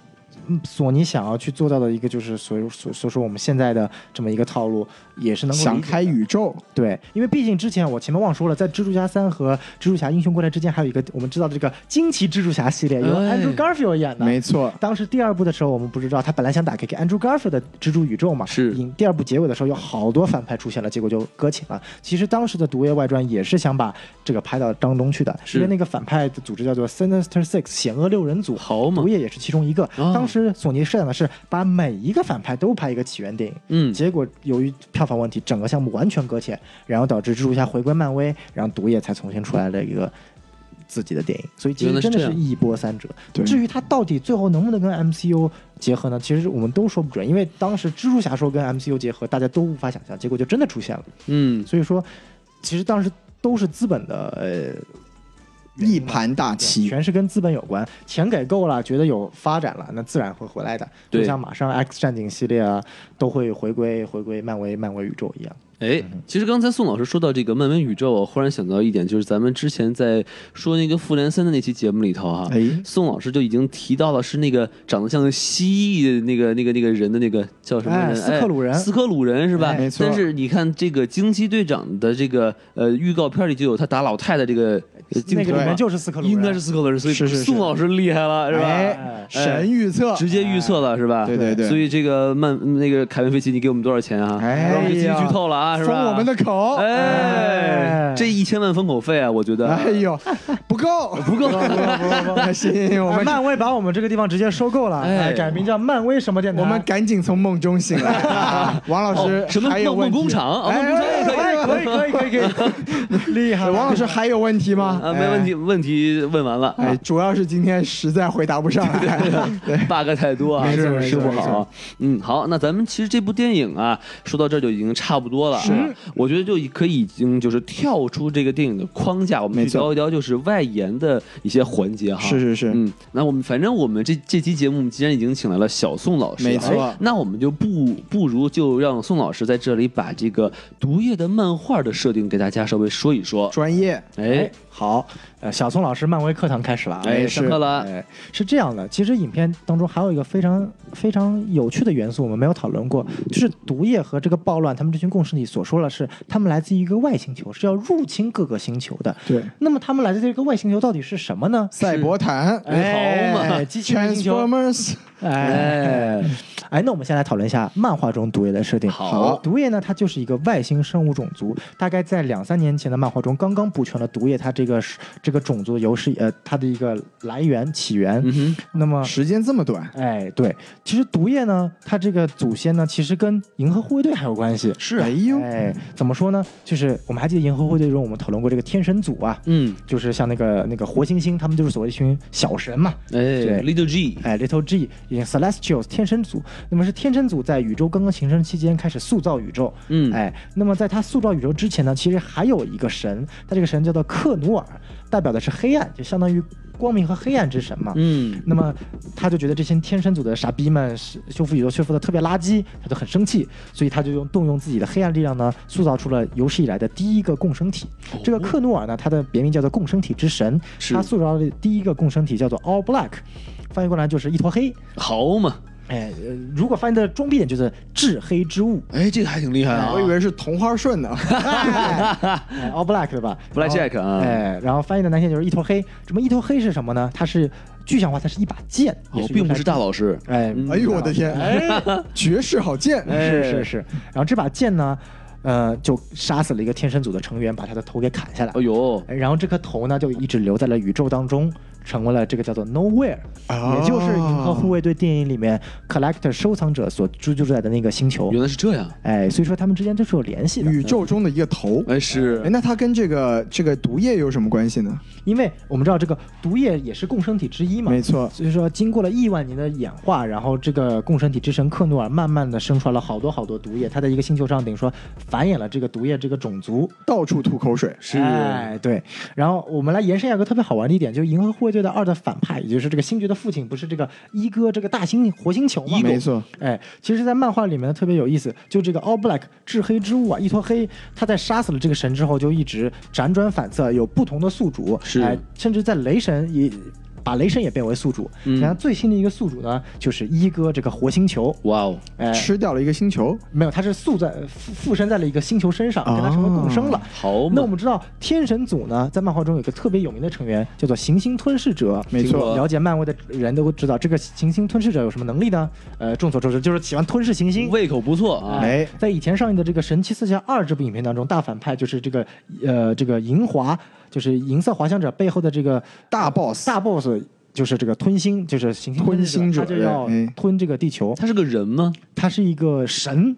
嗯索尼想要去做到的一个就是所所所说我们现在的这么一个套路，也是能够理解
想
的
开宇宙，
对，因为毕竟之前我前面忘说了，在蜘蛛侠三和蜘蛛侠英雄归来之间，还有一个我们知道的这个惊奇蜘蛛侠系列，由
哎
Andrew Garfield 演的。
没错，
当时第二部的时候，我们不知道他本来想打开给 Andrew Garfield 的蜘蛛宇宙嘛，
是
引第二部结尾的时候有好多反派出现了，结果就搁浅了。啊其实当时的《毒液外传》也是想把这个拍到当中去的，
是
因为那个反派的组织叫做 Sinister Six 险恶六人组，
好嘛
毒，液也是其中一个。
哦
当时索尼设想的是把每一个反派都拍一个起源电影，
嗯，
结果由于票房问题，整个项目完全搁浅，然后导致蜘蛛侠回归漫威，然后毒液才重新出来了一个自己的电影，所以其
原来
实
是
真的是
这样
一波三折。
对
至于它到底最后能不能跟 MCU 结合呢？其实我们都说不准，因为当时蜘蛛侠说跟 MCU 结合，大家都无法想象，结果就真的出现了。
嗯，
所以说，其实当时都是资本的呃
一盘大
嗯
棋。
全是跟资本有关，钱给够了，觉得有发展了，那自然会回来的。
对
就像马上 X 战警系列啊，都会回归回归漫威漫威宇宙一样。
哎，
嗯
其实刚才宋老师说到这个漫威宇宙，我啊忽然想到一点，就是咱们之前在说那个复联三的那期节目里头哈、啊
哎，
宋老师就已经提到了是那个长得像蜥蜴的那个那个那个人的那个叫什么人？
哎斯克鲁人
哎斯克鲁人是吧？
哎没错
但是你看这个惊奇队长的这个呃预告片里就有他打老太太这个呃镜
那
头
个里
嘛
面就是斯克鲁人，
应该是斯克鲁人，所以
是是是
宋老师厉害了是吧？
哎，神预测，
直接预测了是吧？
对对对
所以这个漫那个凯文·费奇，你给我们多少钱啊？
哎呀
让我们这期剧透了啊，是
封
吧？
我们的口，
哎
哎，
这一千万封口费啊，我觉得，
哎呦，不够，不够，不够，不够，行，我
哎
们
漫威把我们这个地方直接收购了，
哎
哎，改名叫漫威什么电台？
我们赶紧从梦中醒来 啊。王老师
哦什么
还有
梦
问题
梦工厂啊
哎
梦工厂也可以
哎
哎，
哎
可以可以可以可以，厉害
哎
了！
王老师还有问题吗？
啊，没问题，问题问完了，
哎哎。哎，主要是今天实在回答不上 来。对，
bug 太多啊，
没错
是
没
修
错
不
没
好
错
啊。嗯，好，那咱们其实这部电影啊，说到这儿就已经差不多了。
是
嗯，我觉得就可以已经就是跳出这个电影的框架，我们
没
去
错
聊一聊就是外延的一些环节哈。
是是是
嗯，那我们反正我们这这期节目，我们既然已经请来了小宋老师啊，
没错
哎那我们就不不如就让宋老师在这里把这个毒液的漫画的设定给大家稍微说一说。
专业，
哎，
好，呃，小宋老师漫威课堂开始了啊。
哎，
哎
上
是
课了，
哎，是这样的，其实影片当中还有一个非常非常有趣的元素，我们没有讨论过，就是毒液和这个暴乱，他们这群共生体所说了是，他们来自于一个外星球，是要入侵各个星球的。
对，
那么他们来自这个外星球到底是什么呢？
赛博坦，
哎好嘛
哎机器人星球，
Transformers，
哎哎，那我们先来讨论一下漫画中毒液的设定。
好
毒液呢，它就是一个外星生物种族，大概在两三年前的漫画中刚刚补全了毒液它这个是这个种族的由是呃它的一个来源起源。
嗯哼，
那么
时间这么短，
哎，对，其实毒液呢，它这个祖先呢，其实跟银河护卫队还有关系。
是，哎呦，
哎，怎么说呢？就是我们还记得银河护卫队中，我们讨论过这个天神组啊，
嗯，
就是像那个那个火星星，他们就是所谓一群小神嘛。
哎
对
，Little G，
哎，Little G 也 Celestials 天神组，那么是天神组在宇宙刚刚形成期间开始塑造宇宙。
嗯
哎，那么在他塑造宇宙之前呢，其实还有一个神，他这个神叫做克努尔，代表的是黑暗，就相当于光明和黑暗之神嘛。
嗯，
那么他就觉得这些天神组的傻逼们是修复宇宙修复的特别垃圾，他就很生气，所以他就用动用自己的黑暗力量呢，塑造出了有史以来的第一个共生体。这个克努尔呢，他的别名叫做共生体之神，
哦是
他塑造的第一个共生体叫做 All Black，翻译过来就是一坨黑。
好嘛，
哎，呃如果翻译的装逼点就是至黑之 物、
哎，这个还挺厉害啊，
我以为是同花顺呢。
哎、，All Black 对吧
Black Jack 啊，
哎，然后翻译的难听就是一坨黑。这么一坨黑是什么呢？它是具象化，它是一把剑，也
哦，
是一
并不
把
是大
剑。
老师，
哎，
嗯 哎
哎呦我的天，绝世好剑，
是是是。然后这把剑呢，呃，就杀死了一个天神组的成员，把他的头给砍下来
哎。呦，
然后这颗头呢，就一直留在了宇宙当中，成为了这个叫做 Nowhere，、
啊
也就是《银河护卫队》电影里面 Collector 收藏者所居住在的那个星球
原。来是这样，
哎，所以说他们之间都是有联系的。
宇宙中的一个头。
哎是
哎，那它跟这个这个毒液有什么关系呢？
因为我们知道这个毒液也是共生体之一嘛，
没错
所以说经过了亿万年的演化，然后这个共生体之神克诺尔慢慢的生出来了好多好多毒液，他在一个星球上等于说繁衍了这个毒液这个种族。
到处吐口水。
是
哎，对。然后我们来延伸一下一个特别好玩的一点，就是《银河护卫队》的二的反派，也就是这个星爵的父亲，不是这个一哥这个大猩活星球吗？
没错，
哎，其实，在漫画里面特别有意思，就这个 All Black 至黑之物啊，一坨黑，他在杀死了这个神之后，就一直辗转反侧，有不同的宿主，
是
哎，甚至在雷神也把雷神也变为宿主。
嗯
然后最新的一个宿主呢，就是一哥这个火星球，
哇哦，
哎，
吃掉了一个星球。
没有，他是宿在附附身在了一个星球身
哦
上，跟他成为共生了。
好
那
嘛
我们知道，天神组呢，在漫画中有一个特别有名的成员，叫做行星吞噬者。
没
听过
错，
了解漫威的人都知道，这个行星吞噬者有什么能力呢？呃，众所周知，就是喜欢吞噬行星。
胃口不错啊，
哎
在以前上映的这个《神奇四侠二》这部影片当中，大反派就是这个呃这个银华，就是银色滑翔者背后的这个
大 boss
大 boss 就是这个吞星，就是行星
吞
星
星者
他就要
哎
吞这个地球。
他是个人吗？
他是一个神，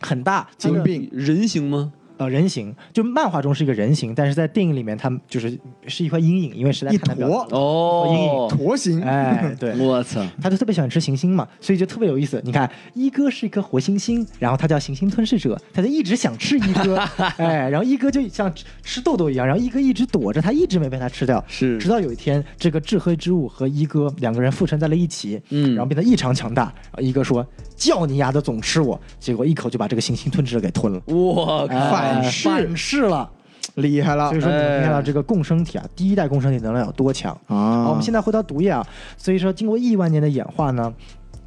很大，他
金
的
并
人形吗？
呃人形，就漫画中是一个人形，但是在电影里面，他就是是一块阴影，因为实在
一
看得了。
坨
哦，
坨形。
哎， 对，
我操，
他就特别喜欢吃行星嘛，所以就特别有意思。你看，一哥是一颗活星星，然后他叫行星吞噬者，他就一直想吃一哥， 哎，然后一哥就像吃吃豆豆一样，然后一哥一直躲着他，一直没被他吃掉。
是
直到有一天，这个至黑之物和一哥两个人附身在了一起，
嗯
然后变得异常强大。然后一哥说：“叫你丫的总吃我！”结果一口就把这个行星吞噬者给吞了，
我
哎
靠，
反噬
反噬了。
厉害了
所以说，你能看到
哎
这个共生体啊，第一代共生体能量有多强。好，我
啊
们！现在回到毒液啊，所以说经过亿万年的演化呢，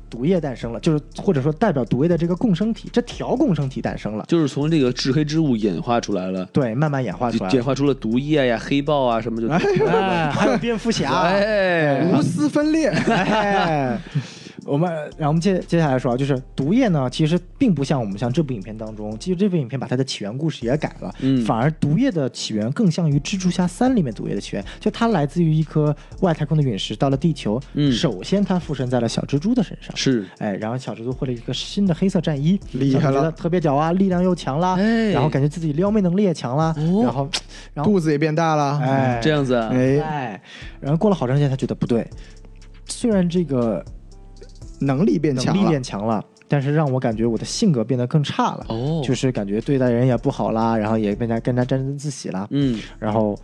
毒液诞生了，就是或者说代表毒液的这个共生体，这条共生体诞生了，
就是从这个至黑之物演化出来了，
对，慢慢演化出来
演。化出了毒液呀、黑豹啊什么就。
哎，还有蝙蝠侠，
哎，
无丝分裂，
哎，我们，然后我们接接下来说啊，就是毒液呢，其实并不像我们像这部影片当中，其实这部影片把它的起源故事也改了，
嗯
反而毒液的起源更像于蜘蛛侠三里面毒液的起源，就它来自于一颗外太空的陨石到了地球，
嗯
首先它附身在了小蜘蛛的身上，
是
哎，然后小蜘蛛获了一个新的黑色战衣，
厉害了
小蜘蛛觉得特别屌啊，力量又强啦，
哎
然后感觉自己撩妹能力也强啦，
哦
然后，然后，
肚子也变大了。
哎，
这样子啊，
哎，
哎，然后过了好长时间，他觉得不对，虽然这个
能力变
能
强
力
了
变。强了，但是让我感觉我的性格变得更差了，
哦
就是感觉对待人也不好啦，然后也更加更加沾沾自喜啦，
嗯，
然后。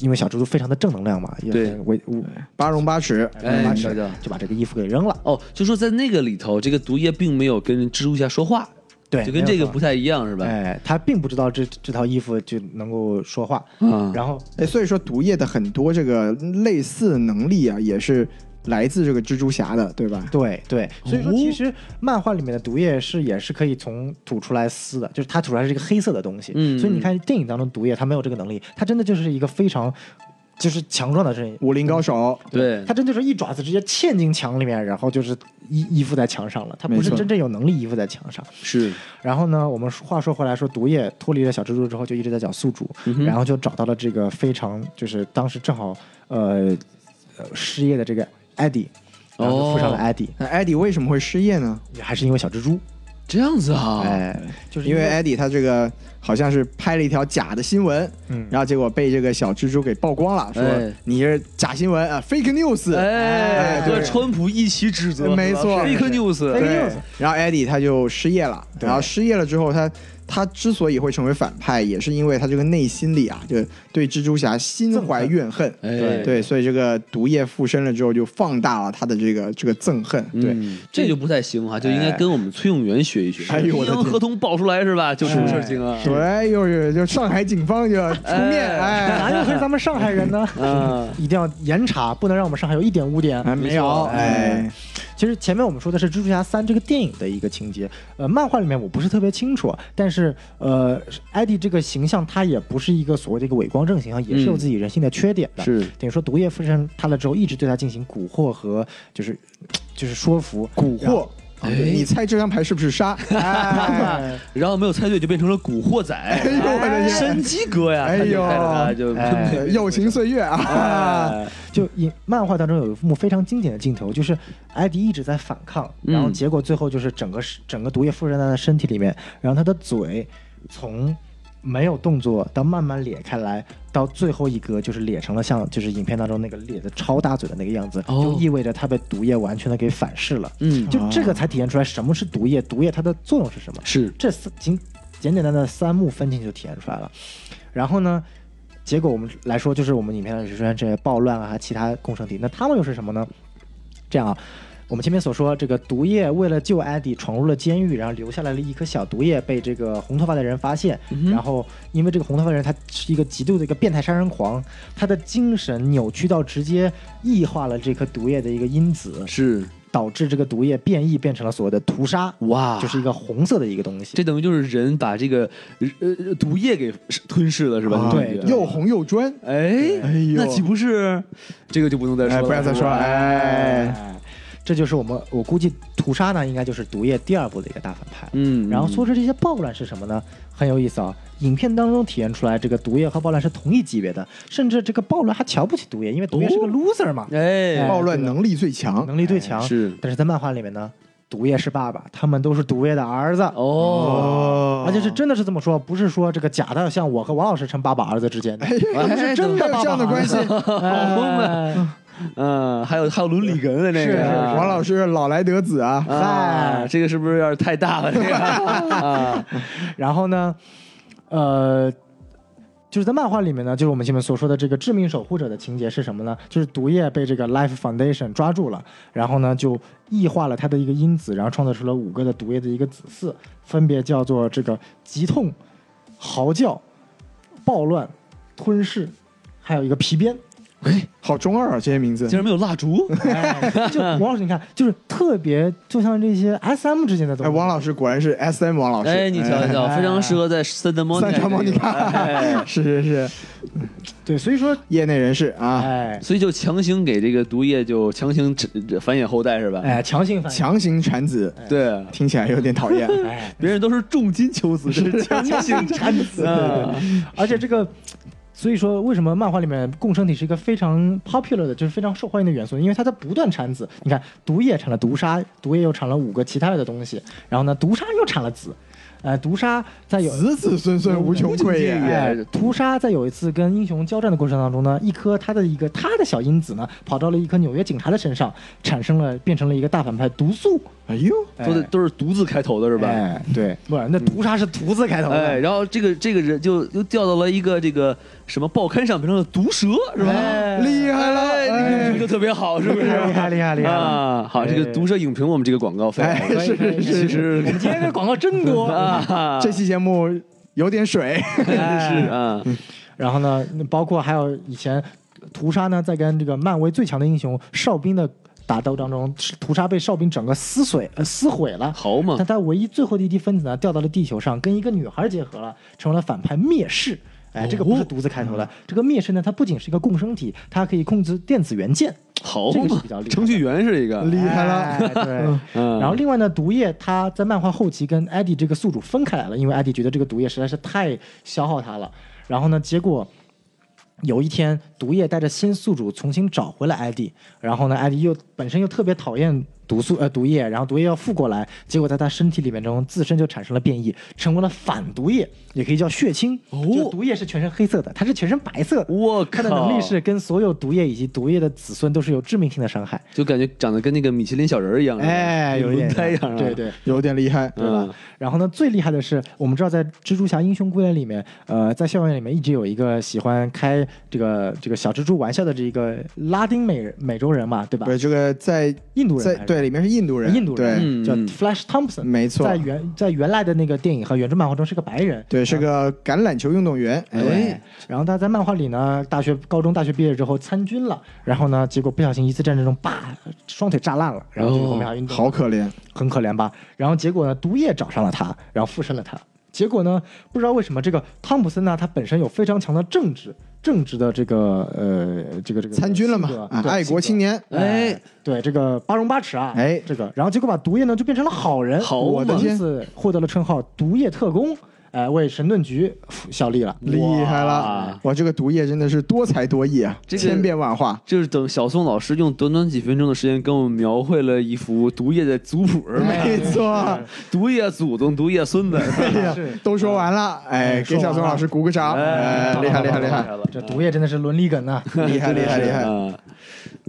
因为小蜘蛛非常的正能量嘛，也
对
我我
八荣八耻，
哎
把
是的
就把这个衣服给扔了，
哦，就说在那个里头，这个毒液并没有跟蜘蛛侠说话，
对，
就
没有
跟这个
错
不太一样，是吧？
哎，他并不知道这这套衣服就能够说话，
嗯
然后
哎，所以说毒液的很多这个类似的能力啊，也是来自这个蜘蛛侠的，对吧？
对对，所以说
哦
其实漫画里面的毒液是也是可以从吐出来丝的，就是它吐出来是一个黑色的东西，
嗯
所以你看电影当中毒液它没有这个能力，它真的就是一个非常就是强壮的声音。
武林高手，
对
它真就是一爪子直接嵌进墙里面，然后就是依依附在墙上了。它不
没
是
错
真正有能力依附在墙上。
是
然后呢，我们话说回来说，毒液脱离了小蜘蛛之后，就一直在找宿主，
嗯
然后就找到了这个非常就是当时正好呃呃失业的这个艾迪，然后就附上了
哦
艾迪，
那艾迪为什么会失业呢？
还是因为小蜘 蛛，
这样子啊，
哎，就是
因为艾迪他这个好像是拍了一条假的新闻，
嗯
然后结果被这个小蜘蛛给曝光了，说
哎
你是假新闻啊，fake news，
哎，
对
和川普一起指责，
没错
，fake
对
news，
然后艾迪他就失业了，
对
然后失业了之后，他他之所以会成为反派，也是因为他这个内心里啊，就对蜘蛛侠心怀怨恨。
哎
对对，所以这个毒液附身了之后，就放大了他的这个这个憎恨。对，
嗯，这就不太行哈，就应该跟我们崔永元学一学。
哎呦我的
阴阳
天
合同爆出来是吧？就出事儿情啊。
对，哎又是就上海警方就出面，
哪
哎，
有是咱们上海人呢？
嗯
一定要严查，不能让我们上海有一点污点。
哎没有，哎，
其实前面我们说的是《蜘蛛侠三》这个电影的一个情节，呃，漫画里面我不是特别清楚，但是呃，艾迪这个形象他也不是一个所谓的一个伪光正形象，也是有自己人性的缺点的。
是
等于说毒液附身他了之后，一直对他进行蛊惑和就是就是说服
蛊
然后
惑。你猜这张牌是不是杀？哎，
然后没有猜对就变成了古惑仔，
呦我的天
神机哥呀，
哎呦
他就开了他就
哎
友情岁月啊！
哎
就影漫画当中有一幕非常经典的镜头，就是艾迪一直在反抗，然后
嗯
结果最后就是整个是整个毒液附身在他的身体里面，然后他的嘴从没有动作到慢慢裂开来，到最后一格就是裂成了像就是影片当中那个裂的超大嘴的那个样子，
哦
就意味着他被毒液完全的给反噬了。
嗯，
就这个才体现出来什么是毒液，毒液它的作用是什么。
是
这三简简简单单的三幕分镜就体现出来了。然后呢，结果我们来说，就是我们影片上出现这些暴乱啊，其他共生体，那他们又是什么呢？这样啊，我们前面所说，这个毒液为了救艾迪闯入了监狱，然后留下来了一颗小毒液，被这个红头发的人发现。然后因为这个红头发人他是一个极度的一个变态杀人狂，他的精神扭曲到直接异化了这颗毒液的一个因子，
是
导致这个毒液变异变成了所谓的屠杀。
哇，
就是一个红色的一个东西，
这等于就是人把这个呃呃毒液给吞噬了是吧？
啊
这种感觉
又红又专，
哎
哎呦
那岂不是这个就不能再说
哎，
了？
不要再说了，哎，
哎，这就是我们我估计屠杀呢，应该就是毒液第二部的一个大反派。
嗯，
然后说出这些暴乱是什么呢？很有意思啊！影片当中体现出来，这个毒液和暴乱是同一级别的，甚至这个暴乱还瞧不起毒液，因为毒液是个 loser 嘛，
哎
哎
暴乱能力最强，
能力最强。
是
但是在漫画里面呢，毒液是爸爸，他们都是毒液的儿子。
哦。
哦
而且是真的是这么说，不是说这个假的，像我和王老师称爸爸儿子之间
哎
的，他们是真的
还有
爸
这
爸
样的
儿
关
子
系。
啊
哎
嗯，还有还有伦理哏的那
是
个，
是是
啊
王老师老来得子啊，
啊，这个是不是有点太 大了？这个啊，
然后呢，呃，就是在漫画里面呢，就是我们前面所说的这个致命守护者的情节是什么呢？就是毒液被这个 Life Foundation 抓住了，然后呢就异化了它的一个因子，然后创造出了五个的毒液的一个子嗣，分别叫做这个急痛、嚎叫、暴乱、吞噬，还有一个皮鞭。
好中二啊，这些名字
竟。然没有蜡烛，
哎 就王老师，你看，就是特别，就像这些 S M 之间的东
哎，
西。
王老师果然是 S M 王老师，
哎，你瞧一瞧，非常适合在三德猫
三长毛，你看，
哎
是是是，
对，所以说，
业内人士啊，
哎
所以就强行给这个毒液就强行繁衍后代是吧？
哎，强行反应，
强行产子，
对，
听起来有点讨厌。
哎，
别人都是重金求子，这是强 行产子啊！
而且这个，所以说为什么漫画里面共生体是一个非常 popular 的，就是非常受欢迎的元素？因为它在不断产子。你看，毒液产了毒杀，毒液又产了五个其他的东西，然后呢，毒杀又产了子，呃，毒杀再有。
子子孙孙无穷匮也，
无穷尽也
哎，屠杀在有一次跟英雄交战的过程当中呢，一颗他的一个他的小因子呢，跑到了一颗纽约警察的身上，产生了变成了一个大反派毒素，
哎呦，
都得都是独自开头的是
是
吧？
哎，
对，
不是，那屠杀是屠字开头的，
嗯哎，然后这个这个人就又掉到了一个这个什么报刊上，变成了毒蛇是吧？
哎
厉害了，
哎，那个影
哎
评就特别好，是不是？
厉害厉害厉害
啊！好，这个毒蛇影评我们这个广告费，
哎
可以
是
可
是
以
其
是是，
实
我们今天这广告真多，
啊，
这期节目有点水，
哎
是啊，
然后呢，包括还有以前屠杀呢，在跟这个漫威最强的英雄哨兵的打斗当中，屠杀被哨兵整个撕碎、呃、撕毁了。
好嘛
但，他唯一最后的一滴分子呢，掉到了地球上，跟一个女孩结合了，成为了反派灭世。哎，这个
哦
不是独自开头的，这个灭世呢，它不仅是一个共生体，它还可以控制电子元件。
好
这个
嘛
是比较厉害，的
程序员是一个，
厉害了，
哎、对。
嗯
然后另外呢，毒液他在漫画后期跟艾迪这个宿主分开来了，因为艾迪觉得这个毒液实在是太消耗他了。然后呢，结果有一天，毒液带着新宿主重新找回了艾迪，然后呢，艾迪又本身又特别讨厌毒素呃毒液，然后毒液要复过来，结果在他身体里面中自身就产生了变异，成为了反毒液，也可以叫血清。
哦
就毒液是全身黑色的，它是全身白色的。
我
它
靠，
的能力是跟所有毒液以及毒液的子孙都是有致命性的伤害。
就感觉长得跟那个米其林小人儿一样，
哎，有一点
轮胎一样
像，
啊，
对对。
有点厉害，
对吧？
嗯
然后呢，最厉害的是，我们知道在《蜘蛛侠：英雄归来》里面，呃，在校园里面一直有一个喜欢开这个这个小蜘蛛玩笑的这个拉丁美美洲人嘛，对吧
不？是这个在
印度人
在
还是
对里面是印度人，
印度
对
人
嗯
叫 Flash Thompson，
没错
在原在原来的那个电影和原著漫画中是个白人，
对，是个橄榄球运动员，
对
哎，，
然后他在漫画里呢，大学、高中、大学毕业之后参军了，然后呢，结果不小心一次战争中，叭，双腿炸烂了，然后就
哦
后面还运动，
好可怜，
很可怜吧？然后结果呢，毒液找上了他，然后附身了他。结果呢，不知道为什么这个汤普森呢，他本身有非常强的正直正直的这个呃这个这个
参军了嘛
性格，
啊
对
爱国青。年，
性格哎，对这个八荣八耻啊，
哎
这个，然后结果把毒液呢就变成了好人，
好
我的
因
天
此获得了称号“毒液特工”。哎，为神盾局效力了。
厉害了！我这个毒液真的是多才多艺啊，
这个
千变万化。
就是等小宋老师用短短几分钟的时间，跟我们描绘了一幅毒液的族谱，
哎
没错，
毒液祖宗，毒液 孙子，
哎呀都说完了，哎，给小宋老师鼓个掌，哎，厉害厉害厉害，
了
这毒液真的是伦理梗啊呐、
厉害厉害厉害！
啊！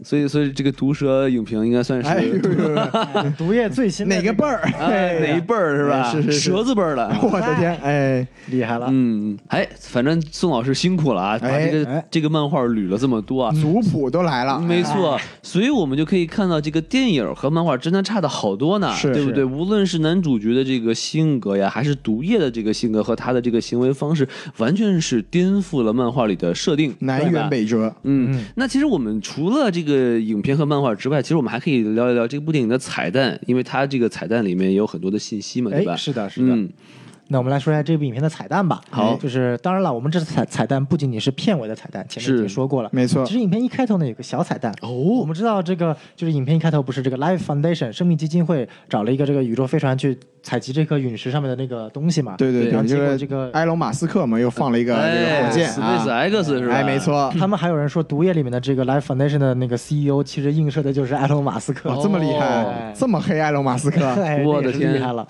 所以，所以这个毒蛇影评应该算
哎呦
是
呦 呦，
毒液最新的
哪个辈
儿
儿？
哎哪一辈儿是吧？
哎是是是
蛇字辈儿的。
我的天，哎，
厉害了？
嗯，哎，反正宋老师辛苦了啊，把
哎嗯
这个、
哎
这个漫画捋了这么多啊。嗯
族谱都来了，
没错，所以我们就可以看到这个电影和漫画真的差的好多呢，
是
对不
是
对？无论是男主角的这个性格呀，还是毒液的这个性格和他的这个行为方式，完全是颠覆了漫画里的设定，
南
对吧
辕北辙。
嗯，那其实我们除了这个影片和漫画之外，其实我们还可以聊一聊这部电影的彩蛋，因为它这个彩蛋里面也有很多的信息嘛，对吧？
哎，是的，是的。
嗯，
那我们来说一下这部影片的彩蛋吧。哎
好
就是当然了，我们这次彩彩蛋不仅仅是片尾的彩蛋，前面已经
是
说过了，
没错
其实影片一开头呢有个小彩蛋
哦
我们知道这个就是影片一开头不是这个 Life Foundation 生命基金会找了一个这个宇宙飞船去采集这颗陨石上面的那个东西嘛？
对对
然
对，
后结果
这
这个
个埃隆马斯克嘛，又放了一个
哎
这个啊火箭
，Space
啊，
X 是吧？
哎，没。错，
他们还有人说，《毒液》里面的这个 Life Foundation 的那个 CEO，其实映射的就是埃隆·马斯克。
哇，这么厉害
哦，
这么黑埃隆马斯 克，
哎
我
那也是
的天
厉害了！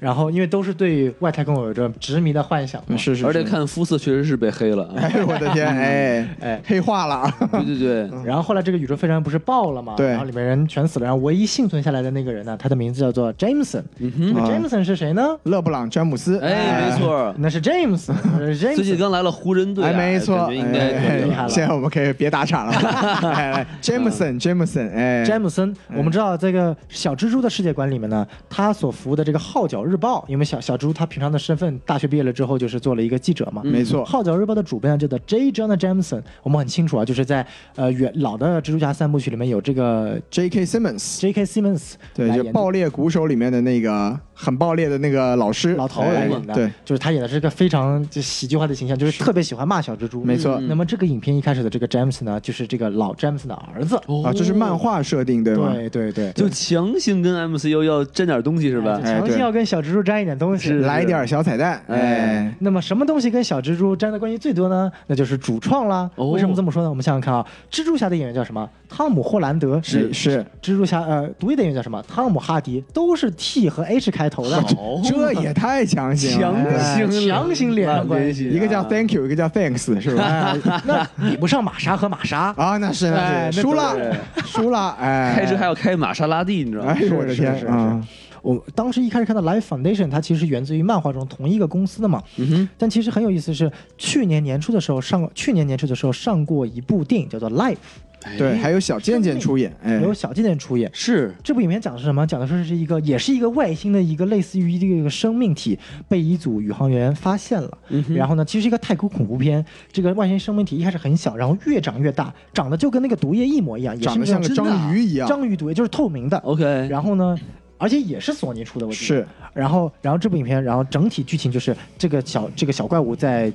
然后，因为都是对外太空有着执迷的幻想嘛，
是是，
而
是，
且看肤色确实是被黑了，啊。
哎，我的 天，哎
哎
黑化了，
对对对，
然后后来这个宇宙飞船不是爆了嘛，
嗯对
然后里面人全死了，然后唯一幸存下来的那个人呢，他的名字叫做 Jameson。这个
啊
Jameson 是谁呢？
勒布朗詹姆斯，
哎，没错。
那 是 James 呃
最近
，James。
刚来了湖人队啊，
哎，没错，
感觉应该
哎
可以
厉
了
害了 嗯
现在我们可以别打 岔了，来来，Jameson，Jameson，哎，
詹姆森，我们知道这个小蜘蛛的世界观里面呢，他所服务的这个《号角日报》，因为小小蜘蛛他平常的身份，大学毕业了之后就是做了一个记者嘛，
没错，
号角日报》的主编啊呢叫做 J. John Jameson，我们很清楚啊，就是在呃原老的蜘蛛侠三部曲里面有这个
J.K. Simmons，
J.K. Simmons
对，
来
就
演
爆裂鼓手里面的那个很爆裂的那个老师，
老头
哎
来演的，
对，，
就是他演的是一个非常就喜剧化的形象，就是特别喜欢骂小蜘蛛，
没错
嗯那么这个影片一开始的这个 James 呢，就是这个老 James 的儿子，
啊，这是漫画设定对吗？
哦对对对，
就强行跟 MCU 要沾点东西是吧？
哎
强
对
行要跟小蜘蛛沾一点东西，
来一点小彩蛋，哎，
那么什么东西跟小蜘蛛沾的关系最多呢？那就是主创啦。
哦
为什么这么说呢？我们想想看啊，蜘蛛侠的演员叫什么？汤姆·霍兰德
是是，
蜘蛛侠呃，毒液的演员叫什么？汤姆·哈迪，都是 T 和 H 开头的。
好
这 也太强行了，
强
哎
行
哦强啊行连上关系
系啊，
一个叫 Thank you，一个叫 Thanks，是
哎
吧？
那比不上玛莎和玛莎。
啊，那是那
哎
是
那
输
对
了，输了，哎，
开车还要开玛莎拉蒂，你知道吗
哎？呦我的
是
天
是是
啊！
我当时一开始看到 Life Foundation，它其实源自于漫画中同一个公司的嘛。嗯、但其实很有意思是，去年年初的时候上，去年年初的时候上过一部电影叫做《Life
对，还有小贱贱出演，》，哎，
由小贱贱出演。
是
这部影片讲的是什么？讲的是是一个，也是一个外星的一个类似于一个一个生命体被一组宇航员发现了。
嗯
然后呢，其实是一个太空恐怖片。这个外星生命体一开始很小，然后越长越大，长得就跟那个毒液一模一样，也是
长得
那
像
种
个
真的啊
章鱼一样，
章鱼毒液，就是透明的。
OK，
然后呢，而且也是索尼出的，我记得
是。
然后，然后这部影片，然后整体剧情就是这个小这个小怪物在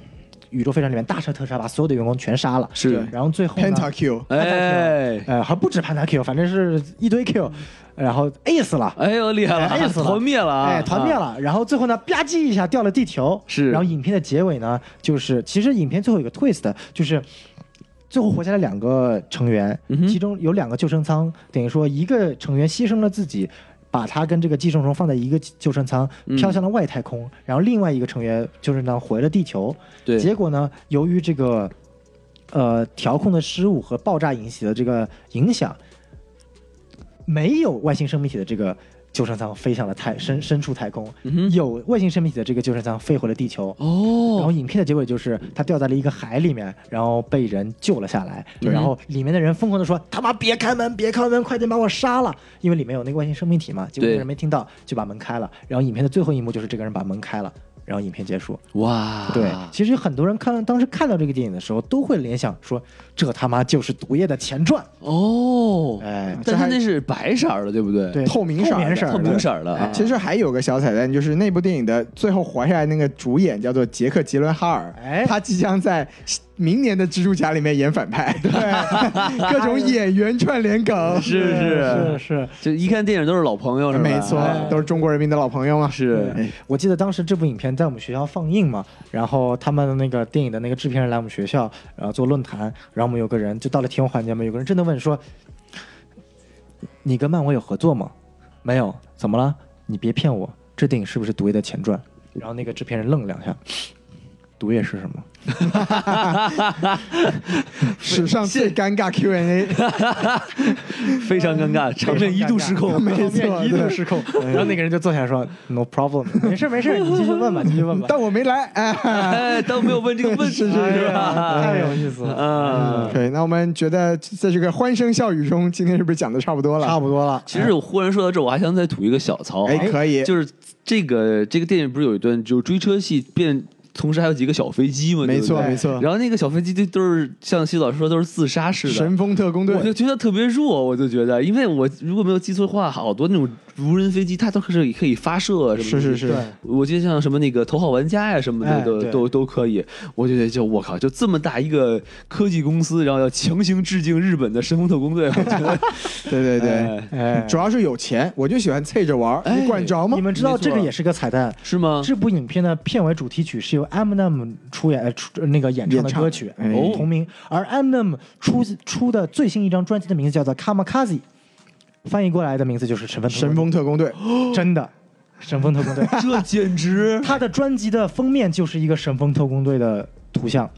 宇宙飞船里面大杀特杀，把所有的员工全杀了。
是
然后最后呢
Pentakill，
哎。
呃，还不止 Panda Q，反正是一堆 Q，然后 A 死了。
哎呦，厉害了，
哎死了
团灭了啊，
哎，团灭
啊，
了，然后最后呢，吧唧一下掉了地球。
是
然后影片的结尾呢，就是其实影片最后有个 twist，就是最后活下来两个成员，
嗯
其中有两个救生舱，等于说一个成员牺牲了自己。把他跟这个寄生虫放在一个救生舱，
嗯
飘向了外太空。然后另外一个成员救生舱回了地球。
对
结果呢，由于这个呃调控的失误和爆炸引起的这个影响，没有外星生命体的这个救生舱飞向了太深深处太空，有外星生命体的这个救生舱飞回了地球。然
哦，
后影片的结尾就是他掉在了一个海里面，然后被人救了下来，
对
然后里面的人疯狂的说：“他妈别开门，别开门，快点把我杀了！”因为里面有那个外星生命体嘛，结果那
对
个人没听到，就把门开了。然后影片的最后一幕就是这个人把门开了，然后影片结束。
哇，
对，其实很多人看当时看到这个电影的时候，都会联想说，这他妈就是《毒液》的前传。
哦，
哎，
但他
这还
那是白色儿的，对不对？
对，
透明色
透
儿的哎
明色儿的，
透明色儿的啊，
其实还有个小彩蛋，就是那部电影的最后活下来那个主演叫做杰克·杰伦哈尔，
哎
他即将在明年的蜘蛛侠里面演反 派，对，各种演员串联梗，
哎是是
是是，
就一看电影都是老朋友，是吧？
没错
哎，
都是中国人民的老朋友嘛。
是
哎
我记得当时这部影片在我们学校放映嘛，然后他们的那个电影的那个制片人来我们学校，然后做论坛，然后我们有个人就到了提问环节嘛，有个人真的问说：“你跟漫威有合作吗？”“没有。”“怎么了？”“你别骗我，这电影是不是毒液的前传？”然后那个制片人愣了两 下，“毒液是什么
史上最尴尬 Q&A，
非常尴
嗯
尬，场面一度失控。
没错，
一度
失 控。？”
然后那个人就坐下说：“No problem，没事没事，你继续问吧，继续问 吧。
但我没来，哎。
哎，都没有问这个问 题，是
哎呀”
吧？
太有意思了，
嗯，
对，那我们觉得在这个欢声笑语中，今天是不是讲的差不多了？
差不多了。
其实我忽然说到这儿，我还想再吐一个小槽啊。
哎，可以，
就是这个这个电影不是有一段就是追车戏变。同时还有几个小飞机嘛，
没错
对不对
没错
然后那个小飞机就都是像西老师说都是自杀式的，
神风特工队
我就觉得特别弱，我就觉得，因为我如果没有记错的话，好多那种无人飞机它都是可以发射什么的。
是是是
对
我记得像什么那个头号玩家呀什么的
哎
都、
对
都都可以，我就觉得就我靠，就这么大一个科技公司，然后要强行致敬日本的神风特工队，我觉得
对对对
哎，
哎
主要是有钱，我就喜欢蹭着玩儿，
哎
你管着吗
你？们知道
没错
这个也是个彩蛋，
是吗？
这部影片的片尾主题曲是由 Eminem 出演呃出那个演唱的歌曲
演唱
哎
同名，而 Eminem 出出的最新一张专辑的名字叫做 Kamikaze，翻译过来的名字就是神风特
神
工
风特工 队，
队真的神风特工 队，
这简直，
他的专辑的封面就是一个神风特工队的图像，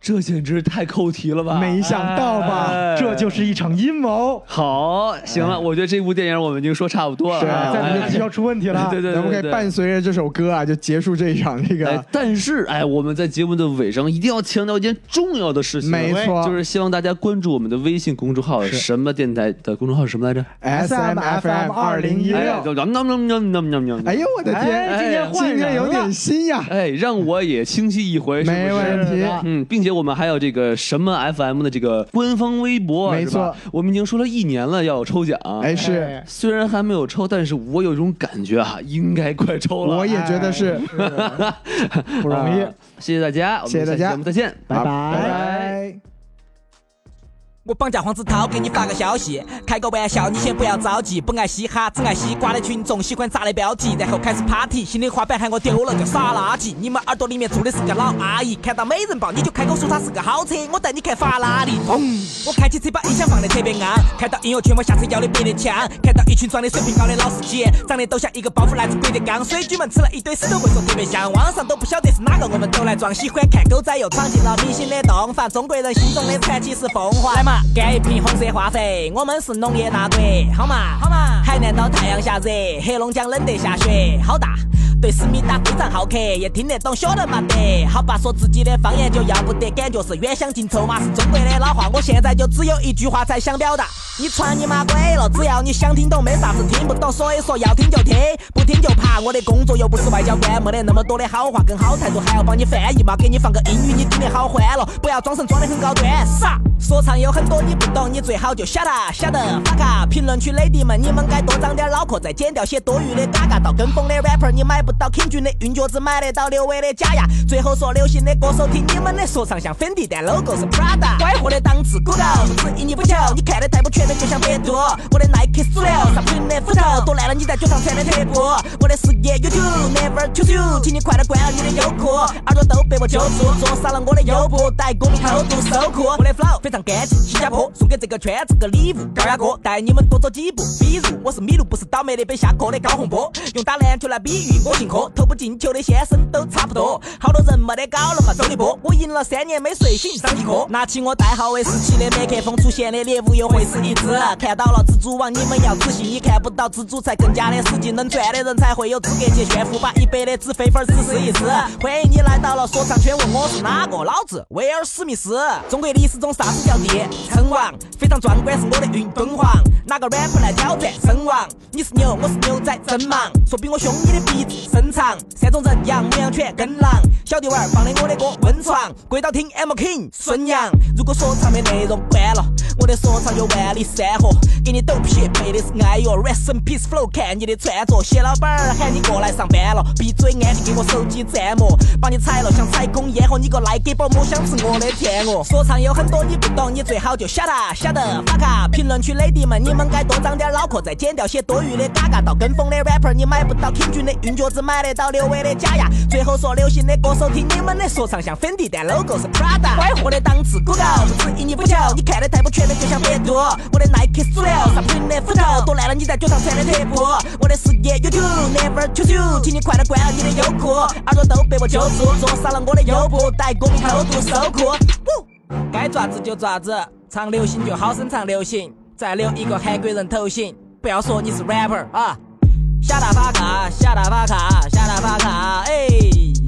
这简直太扣题 了吧！
没想到吧？
哎
这就是一场阴谋，
好，行了，我觉得这部电影我们已经说差不多了
是哎
啊，
在你
哎
们学 校出问题了，
对对对
咱们可以伴随着这首歌啊，就结束这一场这
哎
个，
但是哎，我们在节目的尾声一定要强调一件重要的事情，
没错
就是希望大家关注我们的微信公众号“什么电台”的公众号是什么来着？
S M F M 二零一
哎
呀
六。
叫喵喵喵喵喵喵
哎呦我的天，
哎
今天
换人了
今天有点新呀，
哎，让我也清晰一回，是不是
没问
是
题。
的
嗯，并且我们还有这个什么 FM 的这个官方微博，
没
是吧，我们已经说了一年了要有抽奖，
哎，是
哎，
虽然还没有抽，但是我有一种感觉啊，应该快抽了。
我也觉得是。
不容易
啊。谢谢大家，我们
谢谢大
下
家
期节目再见，
拜
好
拜
拜拜。
我绑架黄子韬，给你发个消息，开个玩笑，你先不要着急。不爱嘻哈，只爱西瓜的群众喜欢炸的标题，然后开始 party。新的滑板喊我丢了个傻垃圾，你们耳朵里面住的是个老阿姨，看到美人豹你就开口说她是个好车，我带你看法拉利。轰！我开起车把音响放的特别安，看到音乐圈我下车摇的变得强，看到一群装的水平高的老司机，长得都像一个包袱来自鬼的刚，水军们吃了一堆屎都会说特别香，网上都不晓得是哪个我们都来装，喜欢看狗仔又闯进了明星的洞房，中国人心中的传奇是风华。来嘛，干一瓶红色化肥，我们是农业大国，好嘛好嘛。海南岛太阳下热，黑龙江冷得下雪，好大。对思密达非常好客，也听得懂，晓得嘛得。好吧，说自己的方言就要不得，感觉是远乡近臭嘛，是中国的老话。我现在就只有一句话才想表达：你传你妈鬼了！只要你想听懂，没啥子听不懂。所以说要听就听，不听就爬。我的工作又不是外交官，没得那么多的好话跟好态度，还要帮你翻译嘛，给你放个英语，你听得好欢乐。不要装神装得很高端，傻。说唱有很多你不懂，你最好就晓得晓得。发嘎，评论区 lady 们，你们该多长点脑壳，再减掉些多余的嘎嘎。到跟风的 rapper 你买不到 King 君的韵脚，只买得到刘伟的假牙。最后说流行的歌手听你们的说唱像 Fendi，但 logo 是 Prada。乖货的档次 Google，质疑你不求，你看的太不全面，就像百度。我的 Nike 是主流，上不的斧头，多烂了你在脚上穿的特步。我的事业 YouTube，never choose you，请你快点关了你的优酷，耳朵都被我揪住，坐傻了我的优步，带公民偷渡收酷。我的 flow 非常干净，新加坡送给这个圈子个礼物，高压锅带你们多走几步。比如我是米露，不是倒霉的被下课的高洪波，用打篮球来比喻我姓柯，投不进球的先生都差不多。好多人没得搞了嘛，周立波，我赢了三年没睡醒，上一课。拿起我代号为十七的麦克风，出现的猎物又会是一只。看到了蜘蛛网，你们要仔细，你看不到蜘蛛才更加的使劲，能赚的人才会有资格去炫富，把一百的纸飞粉儿只试一试。欢迎你来到了说唱圈，问我是哪个？老子威尔史密斯。中国历史中啥子叫地称王？非常壮观是我的运敦煌。哪个 rapper 来挑战身亡？你是牛，我是牛仔，真忙。说比我凶，你的鼻子伸长。三种人，羊、牧羊犬跟狼。小弟娃儿放的我的歌温床。跪倒听 M King 孙杨。如果说唱的内容关了，我的说唱有万里山河，给你抖皮配的是哎哟，rest in peace flow，看你的穿着，谢老板儿喊你过来上班了，闭嘴安静给我手机粘膜，把你踩了像踩空烟火，你个赖给宝莫想吃我的天鹅。说唱有很多你不懂，你最好就晓得晓得发卡。啊评论区 lady 们，你们该多长点脑壳，再剪掉些多余的嘎嘎。到跟风的 rapper 你买不到 King 君的韵脚，只买得到刘伟的假牙。最后说流行的歌手听你们的说唱像 Fendi，但 logo 是 Prada。乖货的档次 Google，不质疑你不求，你看的太不全面，就像百度。我的 Nike 是主流，上不的斧头，多烂了你在脚上穿的贴布。我的事业 YouTube，Never choose you，请你快点关了你的优酷，耳朵都被我揪住，坐上了我的优步，带歌迷偷渡收酷。Woo 该爪子就爪子，唱流行就好生唱流行，再留一个韩国人头型，不要说你是 rapper 啊！下大发卡，下大发卡，下大发卡，哎，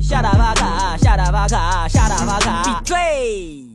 下大发卡，下大发卡，下大发卡，闭嘴！